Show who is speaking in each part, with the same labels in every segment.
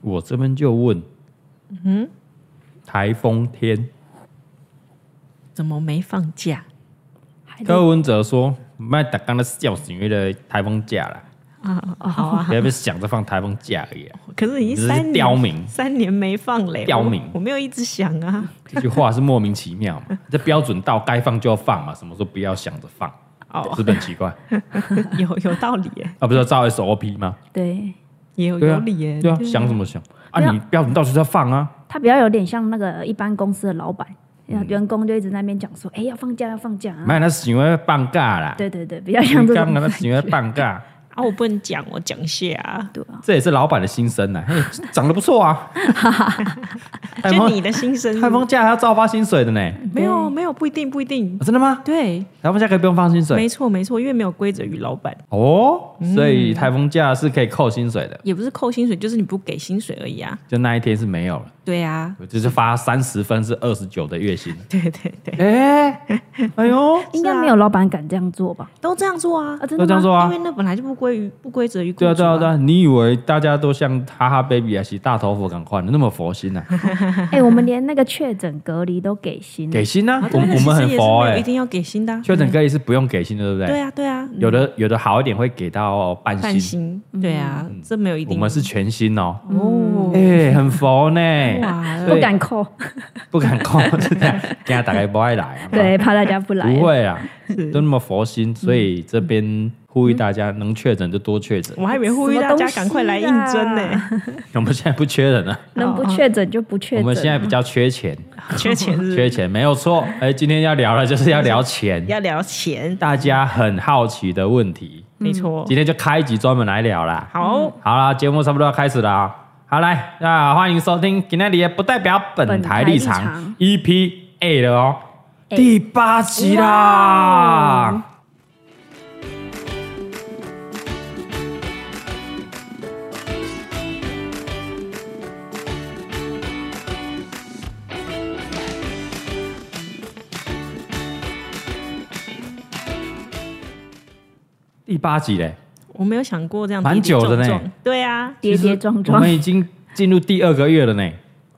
Speaker 1: 我这边就问，
Speaker 2: 嗯，
Speaker 1: 台风天，
Speaker 2: 怎么没放假？
Speaker 3: 还在
Speaker 1: 柯文哲说，卖打刚的笑死，因为的台风假啦，
Speaker 2: 啊，哦，好啊。
Speaker 1: 不要被想着放台风假而已啊、
Speaker 2: 可是已
Speaker 1: 你
Speaker 2: 经
Speaker 1: 这
Speaker 2: 三
Speaker 1: 是刁
Speaker 2: 年，
Speaker 1: 民，
Speaker 2: 三年没放嘞。
Speaker 1: 刁民
Speaker 2: 我，我没有一直想啊。
Speaker 1: 这句话是莫名其妙嘛？这标准到该放就要放嘛，什么时候不要想着放，
Speaker 2: 哦，
Speaker 1: 是不是很奇怪？
Speaker 2: 有有道理 耶，
Speaker 1: 啊，不是要照 SOP 吗？
Speaker 3: 对
Speaker 2: 也有
Speaker 1: 对啊
Speaker 2: 哦有理耶。
Speaker 1: 对啊，想什么想啊？
Speaker 3: 没有
Speaker 1: 你标准到就是要放啊，
Speaker 3: 他比较有点像那个一般公司的老板，员工就一直在那边讲说，哎、要放假要放假啊。
Speaker 1: 嗯卖那行为放假 啦，
Speaker 3: 对对对，比较像这
Speaker 1: 刚
Speaker 3: 种啊
Speaker 1: 刚那
Speaker 3: 感
Speaker 1: 行为
Speaker 3: 觉。
Speaker 1: 放假，
Speaker 2: 啊，我不能讲，我讲一下啊。
Speaker 3: 对啊，
Speaker 1: 这也是老板的心声啊呐，嘿长得不错 啊，哎台
Speaker 2: 就
Speaker 1: 风
Speaker 2: 你的心声是
Speaker 1: 台风假还要照发薪水的呢，
Speaker 2: 没有没有不一定不一定
Speaker 1: 啊。真的吗？
Speaker 2: 对，
Speaker 1: 台风假可以不用放薪水
Speaker 2: 没嗯错没错，因为没有规则与老板，
Speaker 1: 哦，所以台风假是可以扣薪水的，
Speaker 2: 也不是扣薪水，就是你不给薪水而已啊。
Speaker 1: 就那一天是没有了，
Speaker 2: 对啊，
Speaker 1: 就是发三十分是二十九的月薪。
Speaker 2: 对对对，
Speaker 1: 哎、哎呦，
Speaker 3: 应该没有老板敢这样做吧？
Speaker 2: 都这样做啊
Speaker 3: 啊，。真
Speaker 1: 都
Speaker 3: 的
Speaker 1: 这样
Speaker 3: 吗？
Speaker 1: 说啊
Speaker 2: 因为？那本来就不归于不规则于雇主、
Speaker 1: 对啊，对啊，对啊！你以为大家都像哈哈 baby 还是大头佛赶快那么佛心 啊？
Speaker 3: 哎、我们连那个确诊隔离都给薪，
Speaker 1: 给薪啊
Speaker 2: 啊！
Speaker 1: 我
Speaker 2: 对啊
Speaker 1: 们我
Speaker 2: 其
Speaker 1: 们
Speaker 2: 实
Speaker 1: 很
Speaker 2: 也是
Speaker 1: 佛
Speaker 2: 没有
Speaker 1: 哎、
Speaker 2: 一定要给薪的、啊。
Speaker 1: 确诊隔离是不用给薪的，对不对？
Speaker 2: 对啊，对啊，
Speaker 1: 有的有的好一点会给到半薪，
Speaker 2: 半薪，对啊，这没有一定。
Speaker 1: 嗯我们是全薪哦。
Speaker 2: 哦，
Speaker 1: 哎、很佛呢、
Speaker 2: 哇
Speaker 1: 对
Speaker 3: 不敢扣，
Speaker 1: 不敢扣，是这样，给他打开不爱来、啊。
Speaker 3: 对，怕 大家不来。
Speaker 1: 不会啊，都那么佛心，所以这边呼吁大家能确诊就多确诊。
Speaker 2: 我还以为呼吁大家赶快来应征呢、
Speaker 3: 什
Speaker 1: 我
Speaker 3: 么
Speaker 1: 们现在不缺人啊，
Speaker 3: 能不确诊就不确诊。啊
Speaker 1: 哦我们现在比较缺钱，
Speaker 2: 缺钱是不是
Speaker 1: 缺钱没有错。哎，今天要聊的就是要聊钱，
Speaker 2: 要聊钱，
Speaker 1: 大家很好奇的问题，
Speaker 2: 没错。
Speaker 1: 今天就开一集专门来聊啦。
Speaker 2: 好，
Speaker 1: 好啦，节目差不多要开始了啊、好来，那欢迎收听今天的不代表本台立场
Speaker 3: 本台立场
Speaker 1: EP A 了哦，第八集啦。
Speaker 3: 哇
Speaker 1: 第八集嘞，
Speaker 2: 我没有想过这样
Speaker 1: 蛮
Speaker 2: 跌跌撞
Speaker 1: 久的呢
Speaker 2: 撞对啊，
Speaker 3: 跌跌撞
Speaker 1: 我
Speaker 3: 撞，
Speaker 1: 们已经进入第二个月了呢，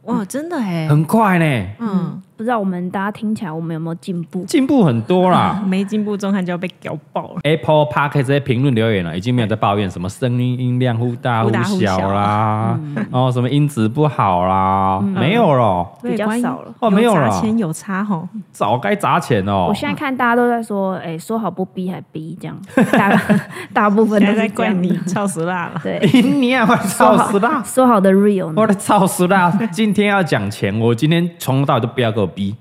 Speaker 2: 哇，真的哎、
Speaker 1: 很快呢，
Speaker 2: 嗯，
Speaker 3: 不知道我们大家听起来我们有没有进步？
Speaker 1: 进步很多啦。
Speaker 2: 没进步，钟汉就要被屌爆了。
Speaker 1: Apple Park 这些评论留言啊了，已经没有在抱怨什么声音音量忽大
Speaker 2: 忽大忽
Speaker 1: 小
Speaker 2: 小
Speaker 1: 啦，
Speaker 3: 嗯
Speaker 1: 然后什么音质不好啦，没有咯，
Speaker 3: 比较少了
Speaker 1: 哦没有
Speaker 2: 有
Speaker 1: 了
Speaker 2: 砸钱有差吼，
Speaker 1: 早该砸钱哦
Speaker 3: 我。现在看大家都在说，哎、说好不逼还逼这样，大 大部分
Speaker 2: 现
Speaker 3: 都
Speaker 2: 在在
Speaker 3: 是这
Speaker 2: 怪
Speaker 3: 样
Speaker 2: 你
Speaker 3: 的。
Speaker 2: 操死辣了。
Speaker 3: 对，
Speaker 1: 你也快
Speaker 3: 说
Speaker 1: 操
Speaker 3: 好
Speaker 1: 死啦！
Speaker 3: 说好的 real
Speaker 1: 我
Speaker 3: 呢？
Speaker 1: 的操死啦！今天要讲钱，我今天从头到尾都不要给我逼，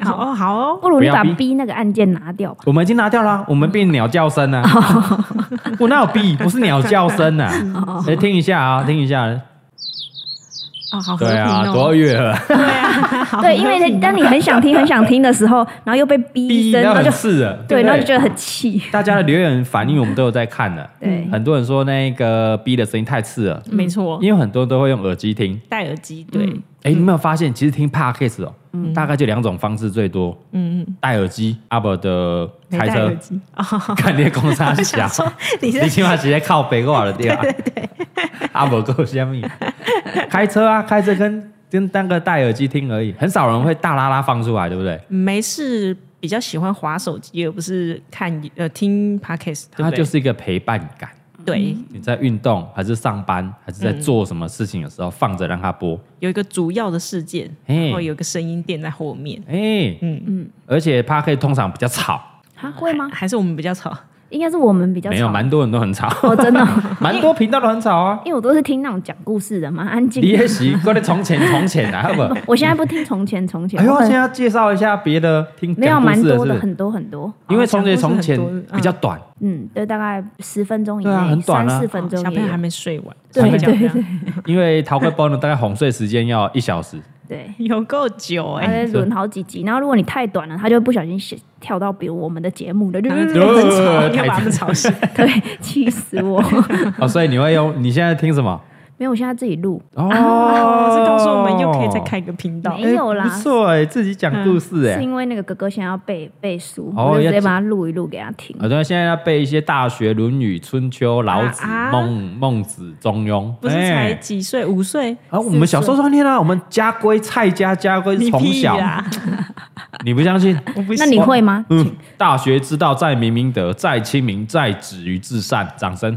Speaker 2: 好 哦，好哦，
Speaker 3: 不如你把
Speaker 1: 不要逼
Speaker 3: 逼那个按键拿掉吧。
Speaker 1: 我们已经拿掉了，我们变鸟叫声 了。我哪有逼？不是鸟叫声啊！
Speaker 3: 哦
Speaker 1: 来听一下啊，听一下。
Speaker 2: 哦，好 和
Speaker 1: 对
Speaker 2: 平
Speaker 1: 啊，多
Speaker 2: 哦，
Speaker 1: 月 了，
Speaker 3: 对，因为当你很想听、很想听的时 候，然后又被逼一
Speaker 1: 逼
Speaker 3: 声，
Speaker 1: 那
Speaker 3: 然后
Speaker 1: 很
Speaker 3: 就
Speaker 1: 刺 耳。
Speaker 3: 对，
Speaker 1: 不
Speaker 3: 然后就觉得很气。
Speaker 1: 大家的留言反应我们都有在看的。
Speaker 3: 对
Speaker 1: 很多人说那个逼的声音太刺耳，
Speaker 2: 没错，
Speaker 1: 因为很多人都会用耳机听。
Speaker 2: 戴耳机，对，
Speaker 1: 哎，你有没有发现，其实听 podcast 哦，大概就两种方式最多，
Speaker 2: 嗯，
Speaker 1: 戴耳机，啊阿伯的
Speaker 2: 没
Speaker 1: 开
Speaker 2: 戴
Speaker 1: 车
Speaker 2: 耳，机啊，
Speaker 1: 看你的公差
Speaker 2: 我想
Speaker 1: 小。
Speaker 2: 说 你
Speaker 1: 你
Speaker 2: 是
Speaker 1: 起码直接靠北挂了对 吧？对对对，阿伯够虾米？开车啊，开车跟跟当个戴耳机听而已，很少人会大拉拉放出来，对不对？
Speaker 2: 没事，比较喜欢滑手机，而不是看呃听 podcast，对
Speaker 1: 它
Speaker 2: 不对？
Speaker 1: 就是一个陪伴感。
Speaker 2: 对，
Speaker 1: 你在运动还是上班还是在做什么事情的时候，放着让它播。
Speaker 2: 有一个主要的事件，
Speaker 1: 嘿
Speaker 2: 然后有一个声音垫在后面。
Speaker 1: 哎、
Speaker 2: 嗯
Speaker 1: 嗯，而且 p a r k 通常比较吵，
Speaker 3: 啊，会吗？
Speaker 2: 还是我们比较吵，
Speaker 3: 应该是我们比较
Speaker 1: 没有，
Speaker 3: 吵
Speaker 1: 蛮多人都很 吵，
Speaker 3: 哦，真的哦，
Speaker 1: 蛮多频道都很吵啊。
Speaker 3: 因为我都是听那种讲故事的，蛮安静
Speaker 1: 你 也
Speaker 3: 的。
Speaker 1: 喜，过来从前从前 啊，好不好？
Speaker 3: 我现在不听从前从前，
Speaker 1: 哎
Speaker 3: 我
Speaker 1: 呦，
Speaker 3: 很
Speaker 1: 现在要介绍一下别的听
Speaker 3: 没有
Speaker 1: 讲故
Speaker 3: 蛮
Speaker 1: 事的，
Speaker 3: 多
Speaker 1: 是
Speaker 3: 的，
Speaker 1: 不是？
Speaker 3: 很多很多。
Speaker 1: 因为从前
Speaker 2: 讲故
Speaker 1: 从
Speaker 2: 事
Speaker 1: 前
Speaker 2: 很多嗯
Speaker 1: 比较短，
Speaker 3: 嗯，对，大概十分钟以
Speaker 1: 对啊很
Speaker 3: 内，
Speaker 1: 短
Speaker 3: 三
Speaker 1: 啊
Speaker 3: 四分钟
Speaker 2: 小朋
Speaker 3: 也
Speaker 2: 友还
Speaker 3: 有。
Speaker 2: 没睡完，
Speaker 3: 对
Speaker 2: 睡觉
Speaker 3: 对
Speaker 2: 这样
Speaker 1: 因为陶贵包呢，大概哄睡时间要一小 时，
Speaker 3: 对，
Speaker 2: 有够久
Speaker 3: 他
Speaker 2: 哎、
Speaker 3: 在轮好几集，然后如果你太短了，他就不小心写跳到比如我们的节目 了，就
Speaker 2: 欸，
Speaker 1: 对
Speaker 2: 很吵，
Speaker 1: 呃
Speaker 2: 你要把他们吵醒。
Speaker 3: 对，气死我！
Speaker 1: 哦，所以你会用你现在听什么？
Speaker 3: 没有，我现在自己录，
Speaker 1: 哦，
Speaker 2: 这告诉我们又可以再开一个频道
Speaker 3: 啊没。没有啦嗯
Speaker 1: 哎不错哎，自己讲故事哎
Speaker 3: 是。因为那个哥哥想要背背书，
Speaker 1: 哦
Speaker 3: 我就直
Speaker 1: 要呃
Speaker 3: 接把它录一录给他听。
Speaker 1: 我说现在要背一些《大学》《论语》《春秋》《老子》
Speaker 2: 啊啊
Speaker 1: 孟孟子》《中庸》哎，
Speaker 2: 不是才几岁，五岁，
Speaker 1: 啊，我们小时候锻炼啊，我们家规、蔡家家规
Speaker 2: 你
Speaker 1: 从
Speaker 2: 屁
Speaker 1: 小，
Speaker 2: 啦！
Speaker 1: 你不相信？
Speaker 2: 我不
Speaker 3: 那你
Speaker 2: 信
Speaker 3: 会吗？
Speaker 1: 嗯，大学之道，在明明德，在亲民，在止于至善。掌声。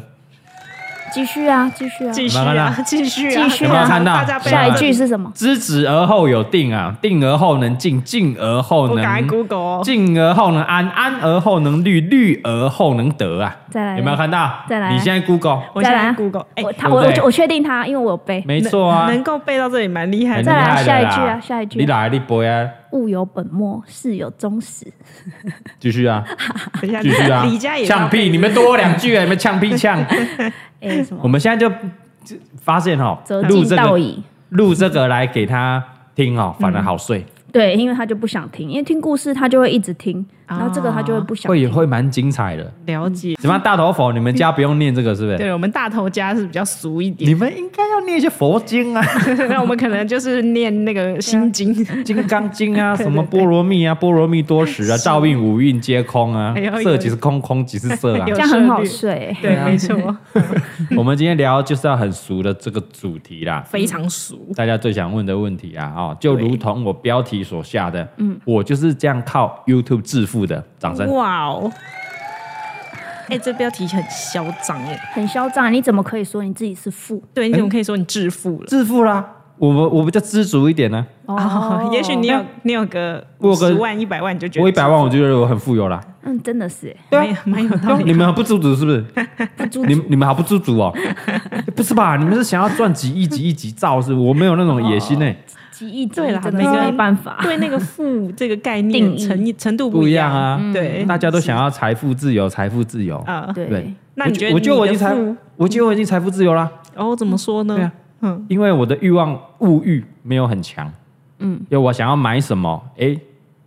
Speaker 3: 继续啊，继续啊。
Speaker 2: 继续
Speaker 1: 有没有看
Speaker 2: 啊，继续啊，
Speaker 3: 继续啊有没有
Speaker 1: 看到
Speaker 2: 大家被
Speaker 3: 下一句是什么？
Speaker 1: 知止而后有定啊，定而后能静，静而后
Speaker 2: 我赶快
Speaker 1: 能
Speaker 2: Google 哦。
Speaker 1: 静而后能安，安而后能虑，虑而后能得啊。
Speaker 3: 再来
Speaker 1: 有没有看到？
Speaker 3: 再来
Speaker 1: 你现在 Google，
Speaker 2: 我现
Speaker 3: 再来
Speaker 2: 在
Speaker 3: 啊
Speaker 2: Google，哎
Speaker 3: 我，
Speaker 1: 对
Speaker 3: 他
Speaker 1: 不
Speaker 3: 我我
Speaker 1: 对
Speaker 3: 我确定他，因为我有背。
Speaker 1: 没错啊。
Speaker 2: 能够背到这里蛮厉害
Speaker 1: 很
Speaker 2: 的。
Speaker 1: 哎厉
Speaker 3: 再来
Speaker 1: 害的
Speaker 3: 下一
Speaker 1: 啦
Speaker 3: 句啊下一句
Speaker 1: 你来，你播啊，
Speaker 3: 物有本末，事有终始。
Speaker 1: 继续 啊，
Speaker 2: 等一下，
Speaker 1: 继续啊。
Speaker 2: 李佳也要
Speaker 1: 呛屁，你们多我两句啊，你们呛屁 呛。
Speaker 3: 哎，什
Speaker 1: 我
Speaker 3: 么？
Speaker 1: 们现在就就发现哦
Speaker 3: 择，
Speaker 1: 录
Speaker 3: 进
Speaker 1: 这
Speaker 3: 道
Speaker 1: 个
Speaker 3: 矣。
Speaker 1: 录这个来给他听
Speaker 2: 嗯
Speaker 1: 哦，反而好睡，
Speaker 3: 对，因为他就不想听，因为听故事他就会一直听，然后这个他就会不想
Speaker 1: 会
Speaker 3: 听。
Speaker 1: 会蛮精彩的。
Speaker 2: 了解。
Speaker 1: 什么大头佛，你们家不用念这个是不是？
Speaker 2: 对我们大头家是比较俗一点
Speaker 1: 你，们应该要念一些佛 经啊，
Speaker 2: 那我们可能就是念那个心经。
Speaker 1: 《金刚经》啊，
Speaker 2: 对
Speaker 1: 什么
Speaker 2: 对对
Speaker 1: 波罗蜜啊，波罗蜜多时啊，照应五蕴皆空啊
Speaker 2: 哎呦，哎
Speaker 1: 色即是空，空即是色啊
Speaker 2: 有
Speaker 3: 这。样很好
Speaker 2: 有
Speaker 3: 睡、欸。
Speaker 2: 对，没错，
Speaker 1: 我们今天聊就是要很俗的这个主题啦，
Speaker 2: 非常俗。
Speaker 1: 大家最想问的问题啊，哦，就如同我标题所下的，嗯，我就是这样靠 YouTube 致富的，掌声。
Speaker 2: 哇哦！哎，这标题很嚣张哎。
Speaker 3: 很嚣张，你怎么可以说你自己是富？
Speaker 2: 对，你怎么可以说你致富了？
Speaker 1: 致富啦，我们我比较知足一点呢、
Speaker 2: 哦，也许你有你有个
Speaker 1: 哎我有个
Speaker 2: 十万一百万，你就觉得
Speaker 1: 我一百万我就觉得我很富有啦。啊
Speaker 3: 嗯，真的是、欸，
Speaker 2: 蛮有蛮有道理。
Speaker 1: 你们不知足是不是？
Speaker 3: 不知足
Speaker 1: 你们你们还不知足哦？不是吧？你们是想要赚几亿、几亿、几兆是不是？我没有那种野心呢、
Speaker 3: 几亿
Speaker 2: 对啦
Speaker 3: 真的
Speaker 2: 每个
Speaker 3: 是
Speaker 2: 人
Speaker 3: 没办法。
Speaker 2: 对那个富这个概
Speaker 3: 定
Speaker 2: 念
Speaker 3: 义
Speaker 2: 程程度
Speaker 1: 不一
Speaker 2: 哦一
Speaker 1: 样啊。
Speaker 2: 对，
Speaker 1: 大家都想要财富自由，财富自由。
Speaker 2: 啊。
Speaker 3: 对，
Speaker 1: 对
Speaker 2: 那你觉得
Speaker 1: 我觉得我已
Speaker 2: 你
Speaker 1: 经
Speaker 2: 的
Speaker 1: 财
Speaker 2: 富，
Speaker 1: 我觉得我已经财富自由啦。
Speaker 2: 哦，怎么说呢？
Speaker 1: 对啊，
Speaker 2: 嗯，
Speaker 1: 因为我的欲望物欲没有很强，嗯，因为我想要买什么，诶，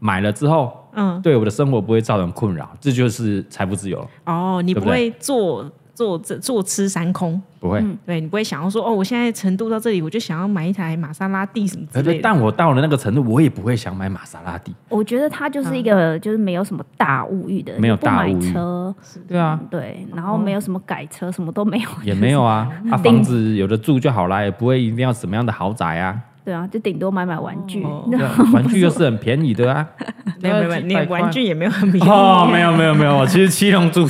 Speaker 1: 买了之后，
Speaker 2: 嗯，
Speaker 1: 对我的生活不会造成困扰，这就是财富自由了，
Speaker 2: 哦，你
Speaker 1: 对
Speaker 2: 不
Speaker 1: 不对
Speaker 2: 会坐坐这坐吃山空，
Speaker 1: 不会。
Speaker 2: 对你不会想要说哦，我现在程度到这里，我就想要买一台玛莎拉蒂什么之
Speaker 1: 呃对
Speaker 2: 类的。
Speaker 1: 但我到了那个程度，我也不会想买玛莎拉蒂。
Speaker 3: 我觉得他就是一个就是没有什么大物欲的人，
Speaker 1: 嗯没有
Speaker 3: 不买
Speaker 1: 大物欲嗯
Speaker 3: 车，
Speaker 1: 对啊，
Speaker 3: 对，然后没有什么改车，什么都没有，
Speaker 1: 也没有 啊，啊，
Speaker 3: 顶
Speaker 1: 房子有的住就好啦，也不会一定要什么样的豪宅 啊。
Speaker 3: 对啊，就顶多买买玩具。
Speaker 2: 哦
Speaker 1: 对啊玩具又是很便宜的啊，
Speaker 2: 没有没有，没有
Speaker 1: 几
Speaker 2: 你
Speaker 1: 百
Speaker 2: 的
Speaker 1: 块
Speaker 2: 玩具也没有很便宜。
Speaker 1: 哦，没有没有没有，其实七龙珠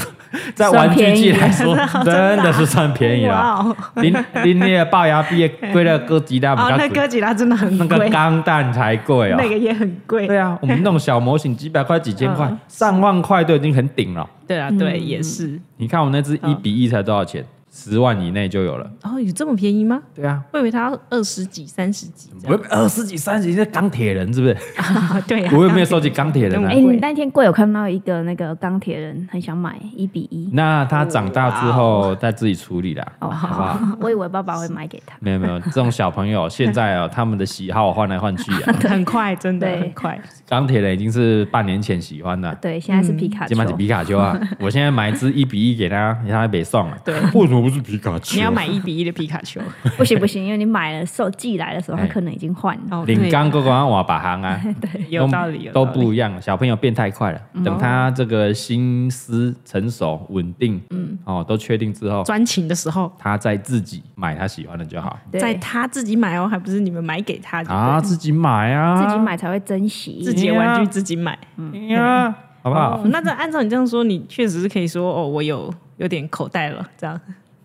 Speaker 1: 在玩具界来说 真的是算便宜啊了。
Speaker 2: 哇哦，
Speaker 1: 林林那个龅牙毕业贵了哥吉拉比
Speaker 2: 哦，那
Speaker 1: 较贵，
Speaker 2: 哥吉拉真的很
Speaker 1: 那个
Speaker 2: 贵，
Speaker 1: 钢弹才贵哦
Speaker 2: 那。个也很贵。
Speaker 1: 对啊，我们那种小模型几百块、几千块
Speaker 2: 嗯、
Speaker 1: 上万块都已经很顶了。
Speaker 2: 对啊，对，也是。
Speaker 1: 你看我那只
Speaker 2: 嗯
Speaker 1: 一比一才多少钱？十万以内就有了。
Speaker 2: 哦，有这么便宜吗？
Speaker 1: 对啊，
Speaker 2: 我以为它要二十几、三十几这
Speaker 1: 我
Speaker 2: 样。
Speaker 1: 又二十几、三十几是钢铁人 是不是？
Speaker 2: 啊对啊，
Speaker 1: 我又没有收集钢 铁人啊
Speaker 3: 哎、
Speaker 2: 嗯。
Speaker 3: 你那天贵有看到一个那个钢铁人，很想买一比一。
Speaker 1: 那他长大之后再自己处理啦，好啊
Speaker 3: 哦，
Speaker 1: 不
Speaker 3: 好
Speaker 1: 好？
Speaker 3: 我以为爸爸会买给他。
Speaker 1: 没有没有，这种小朋友现在啊，他们的喜好换来换去啊。
Speaker 2: 很快，真的
Speaker 3: 对
Speaker 2: 很快。
Speaker 1: 钢铁人已经是半年前喜欢的，
Speaker 3: 对，现在是皮卡
Speaker 1: 嗯
Speaker 3: 丘
Speaker 1: 先。买只皮卡丘 啊！我现在买一只一比一给他，让他别送了。
Speaker 2: 对，
Speaker 1: 为什么不是皮卡丘
Speaker 2: 你要买一比一的皮卡丘
Speaker 3: 不行不行，因为你买了送寄来 的时候，他
Speaker 1: 哎
Speaker 3: 可能已经换了。
Speaker 2: 哦，
Speaker 1: 领
Speaker 2: 对，
Speaker 1: 刚哥刚我把行啊，
Speaker 2: 有道理，哦有
Speaker 1: 都
Speaker 2: 道理
Speaker 1: 不一样。小朋友变太快了，等他这个心思成熟、稳定，嗯，哦，都确定之后，
Speaker 2: 专情的时候，
Speaker 1: 他再自己买他喜欢的就好。
Speaker 3: 对
Speaker 2: 在他自己买哦，还不是你们买给他的，
Speaker 1: 啊，自己买啊，
Speaker 3: 自己买才会珍惜。
Speaker 2: 自己的玩具自己买。
Speaker 1: 己哎呀，好不好
Speaker 2: 哦？，那这按照你这样说，你确实是可以说哦，我有有点口袋了，这样。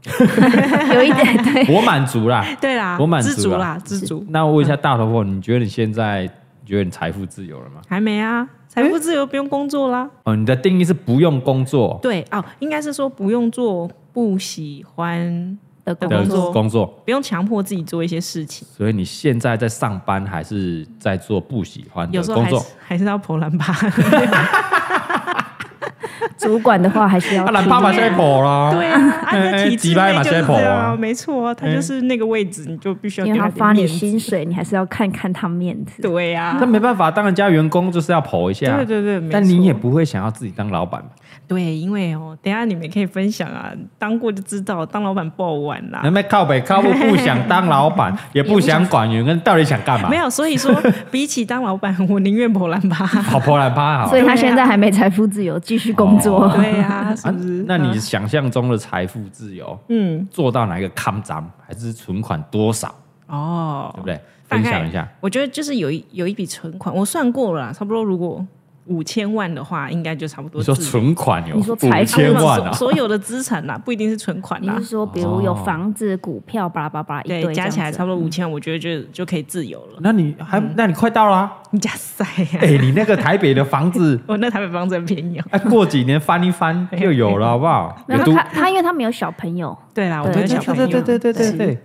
Speaker 3: 有一点对，
Speaker 1: 我满足啦。
Speaker 2: 对啦，
Speaker 1: 我满足
Speaker 2: 知足
Speaker 1: 了
Speaker 2: 啦，知足。
Speaker 1: 那我问一下大头佛，你觉得你现在觉得你财富自由了吗？
Speaker 2: 还没啊，财富自由不用工作啦。
Speaker 1: 哦，你的定义是不用工作
Speaker 2: 对哦，应该是说不用做不喜欢，
Speaker 3: 的
Speaker 2: 工
Speaker 1: 的
Speaker 3: 工作，
Speaker 1: 工作，
Speaker 2: 不用强迫自己做一些事情，
Speaker 1: 所以你现在在上班还是在做不喜欢的
Speaker 2: 有时候
Speaker 1: 工
Speaker 2: 还
Speaker 1: 作
Speaker 2: 是？还是要婆兰吧。
Speaker 3: 主管的话还 是要
Speaker 1: 啊，
Speaker 3: 听。
Speaker 1: 懒爸爸现在跑啦，
Speaker 2: 对 啊，啊
Speaker 1: 哎哎
Speaker 2: 那体制
Speaker 1: 几百
Speaker 2: 内
Speaker 1: 嘛
Speaker 2: 就是
Speaker 1: 先跑啊
Speaker 2: 这样啊，没错啊，他就是那个位置，你就必须要
Speaker 3: 因
Speaker 2: 给
Speaker 3: 为
Speaker 2: 他
Speaker 3: 他
Speaker 2: 点
Speaker 3: 发你
Speaker 2: 面子
Speaker 3: 薪水，你还是要看看他面子。
Speaker 2: 对啊呀
Speaker 1: 那，没办法，当人家员工就是要跑一下，
Speaker 2: 啊对对对，没
Speaker 1: 但你
Speaker 2: 错
Speaker 1: 也不会想要自己当老板吧？
Speaker 2: 对，因为哦，等一下你们也可以分享啊，当过就知道，当老板不好玩 啦。
Speaker 1: 那边靠北靠不不想当老 板，也不想管员工，到底想干嘛
Speaker 2: 没？有，所以说比起当老板，我宁愿跑蓝 吧。
Speaker 1: 跑破烂趴好
Speaker 3: 所以他现在还没财富自由，继续工
Speaker 1: 哦
Speaker 3: 作。
Speaker 2: 对呀、是
Speaker 1: 啊
Speaker 2: 不是？，
Speaker 1: 那你想象中的财富自由
Speaker 2: 嗯
Speaker 1: 做到哪一个康章，还是存款多少，对
Speaker 2: 哦
Speaker 1: 不，对？
Speaker 2: 大
Speaker 1: 分
Speaker 2: 概
Speaker 1: 享一下，
Speaker 2: 我觉得就是有一有一笔存款，我算过了啦，差不多如果五千万的话，应该就差不多
Speaker 1: 你
Speaker 2: 自由。
Speaker 1: 说存款有
Speaker 3: 你说
Speaker 1: 五
Speaker 3: 财富
Speaker 1: 千万啊
Speaker 2: 所？所有的资产啊啦，不一定是存款
Speaker 3: 你
Speaker 2: 啦
Speaker 3: 是，说，比如有房子、股票，巴拉巴拉巴拉一堆这
Speaker 2: 哦对，
Speaker 3: 样子，
Speaker 2: 加起来差不多五千，我觉得就就可以自由嗯了。
Speaker 1: 那你还那你快到啦、
Speaker 2: 你加塞呀、，
Speaker 1: 哎、你那个台北的房子
Speaker 2: 我那台北房子很便宜哦。
Speaker 1: 哎，过几年翻一翻就有了，好不好？
Speaker 3: 没有
Speaker 1: 都
Speaker 3: 他，他因为他没有小朋友，
Speaker 2: 对啦，我
Speaker 3: 对
Speaker 2: 都有
Speaker 1: 对
Speaker 2: 小朋友。
Speaker 1: 对对对对对对。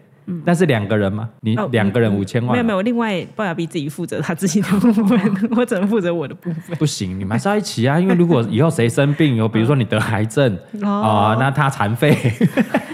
Speaker 1: 但是两个人嘛，你
Speaker 2: 哦
Speaker 1: 两个人五千万嘛，啊
Speaker 2: 没有没有，另外龅牙逼自己负责他自己的部 分，我只能负责我的部分。
Speaker 1: 不行，你们还是要一起啊！因为如果以后谁生病，有比如说你得癌症
Speaker 2: 哦
Speaker 1: 啊、那他残废，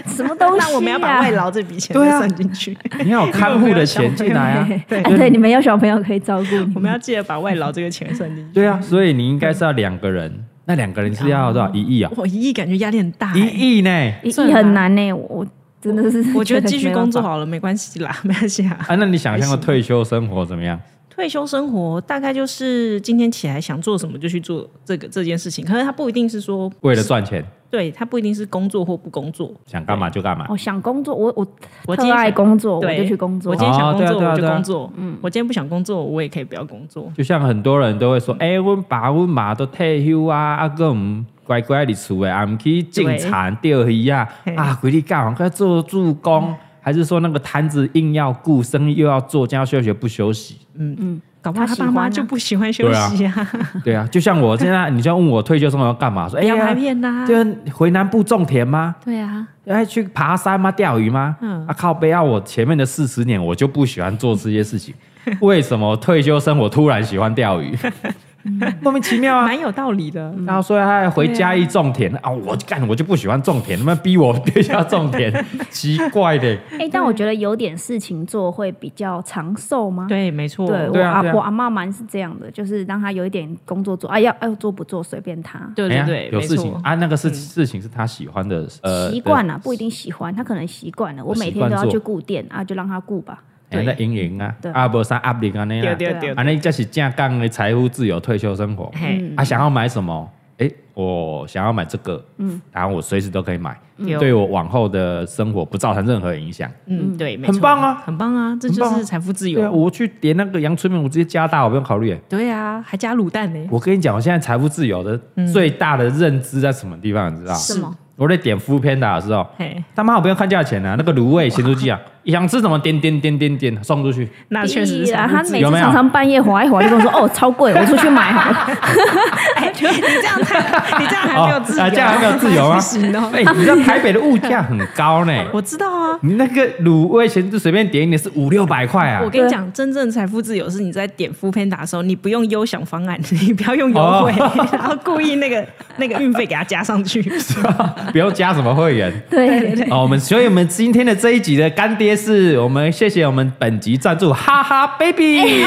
Speaker 3: 什么东西、啊？
Speaker 2: 那我们要把外劳这笔钱
Speaker 1: 对啊
Speaker 2: 算进 去，
Speaker 1: 你要有看护的钱进来啊。
Speaker 3: 对、啊、 对，你们有小朋友可以照顾你
Speaker 2: 我们要记得把外劳这个钱算进去。
Speaker 1: 对啊，所以你应该是要两个人，那两个人是要多少？一亿啊，
Speaker 2: 我一亿感觉压力很大、
Speaker 1: 一
Speaker 2: 欸，
Speaker 1: 亿呢？
Speaker 3: 一
Speaker 2: 算
Speaker 3: 亿
Speaker 2: 吧
Speaker 3: 很难呢、我真的是
Speaker 2: 我觉得继续工作
Speaker 3: 没办法，
Speaker 2: 好 了，没关系啦，没关系啊。
Speaker 1: 啊，那你想象的退休生活怎么样？
Speaker 2: 退休生活大概就是今天起来想做什么就去做这个这件事情，可是他不一定是说，
Speaker 1: 为了赚钱，
Speaker 2: 对他不一定是工作或不工作。
Speaker 1: 想干嘛就干嘛。
Speaker 3: 我哦想工作，我
Speaker 2: 我
Speaker 3: 我
Speaker 2: 今
Speaker 3: 特
Speaker 2: 天
Speaker 3: 爱
Speaker 2: 想
Speaker 3: 工作，我
Speaker 2: 对
Speaker 3: 就去工作
Speaker 2: 我。今天想
Speaker 1: 哦
Speaker 2: 工
Speaker 1: 对啊
Speaker 2: 作
Speaker 1: 对啊
Speaker 2: 我就
Speaker 1: 对啊
Speaker 2: 工作，嗯，我今天不想工作我也可以不要工作。
Speaker 1: 就像很多人都会
Speaker 3: 嗯
Speaker 1: 说，哎、我爸我妈都退休啊，啊个唔乖乖的厝诶，啊唔去进产钓鱼啊
Speaker 2: 嘿，
Speaker 1: 啊规日干嘛？快做助
Speaker 3: 嗯
Speaker 1: 工，还是说那个摊子硬要顾，生意又要做，加上休学不休 息？
Speaker 2: 搞不好他
Speaker 3: 他喜
Speaker 2: 爸妈
Speaker 3: 欢啊
Speaker 2: 就不喜欢休息啊，
Speaker 1: 对啊，就像我现在，你就要问我退休生活要干嘛？说哎
Speaker 3: 啊
Speaker 2: 洋
Speaker 1: 呀
Speaker 2: 拍，片呐，
Speaker 1: 就是啊回南部种田吗？
Speaker 3: 对啊，
Speaker 1: 哎，去爬山吗？钓鱼吗？
Speaker 2: 嗯
Speaker 1: 啊靠背啊！我前面的四十年我就不喜欢做这些事情，为什么退休生活突然喜欢钓 鱼？莫名其妙啊！
Speaker 2: 蛮有道理的。
Speaker 1: 然后所以他还回家一种田啊，我干我就不喜欢种田，他们逼我必须要种 田，奇怪的。
Speaker 3: 哎、但我觉得有点事情做会比较长寿吗？
Speaker 2: 对，没错，
Speaker 3: 对，
Speaker 1: 对
Speaker 3: 我
Speaker 1: 啊
Speaker 3: 阿
Speaker 1: 对啊
Speaker 3: 婆阿妈蛮是这样的，就是让他有一点工作做，哎、要要做不做随便他。
Speaker 2: 对
Speaker 1: 哎
Speaker 2: 对
Speaker 1: 呀
Speaker 2: 对，
Speaker 1: 有
Speaker 2: 没
Speaker 1: 事情
Speaker 2: 错。嗯
Speaker 1: 啊，那个是事情是他喜欢的，呃，
Speaker 3: 习惯啊了，不一定喜欢，他可能习惯了。我每天都要去顾店啊，就让他顾吧。
Speaker 1: 哎，那营营啊
Speaker 3: 对，
Speaker 1: 啊，无啥压力安尼
Speaker 2: 对
Speaker 1: 啊，
Speaker 2: 对
Speaker 3: 对啊
Speaker 2: 对，嗯
Speaker 1: 啊，那这是正杠的财务自由退休生活。
Speaker 2: 嘿，
Speaker 1: 啊，想要买什么？哎、我想要买这个，嗯，然后我随时都可以买，
Speaker 2: 对
Speaker 1: 对我往后的生活不造成任何影响。
Speaker 2: 嗯，对，没
Speaker 1: 很
Speaker 2: 错
Speaker 1: 棒啊
Speaker 2: 很棒啊，这就
Speaker 1: 很棒啊
Speaker 2: 是财富自
Speaker 1: 对啊，
Speaker 2: 由。
Speaker 1: 我去点那个阳春面，我直接加大，我不用考虑。
Speaker 2: 对啊，还加卤蛋呢，
Speaker 1: 我跟你讲，我现在财富自由的最大的认知在什么地方？你知道？
Speaker 3: 什么？
Speaker 1: 我在点 f o o Panda 的时候，
Speaker 2: 嘿，
Speaker 1: 他妈我不用看价钱啊，那个卤味咸猪鸡啊，想吃什么点点点点点送出去，
Speaker 2: 那确实
Speaker 3: 屁啊
Speaker 2: 是
Speaker 3: 啦
Speaker 2: 财
Speaker 3: 他
Speaker 2: 富自
Speaker 3: 每
Speaker 2: 由。
Speaker 1: 有
Speaker 3: 次
Speaker 1: 没有
Speaker 3: 常常半夜划一划，就跟我说：“ 哦，超贵，我出去买好了。
Speaker 2: 你这样才，你这样还没有自由，
Speaker 1: 啊，这样还没有自由 吗
Speaker 2: 不？行哦，
Speaker 1: 哎、你知道台北的物价很高呢、
Speaker 2: 我知道啊。
Speaker 1: 你那个卤味咸猪随便点一点是五六百块啊
Speaker 2: 我。跟你讲，真正财富自由是你在点 f o o Panda 的时候，你不用优享方案，你不要用优惠，
Speaker 1: 哦
Speaker 2: 然后故意那个那个运费给它加上去。
Speaker 1: 不用加什么会员”
Speaker 3: 对，
Speaker 1: 哦。我们所以我们今天的这一集的干爹是我们谢谢我们本集赞助哈哈 baby，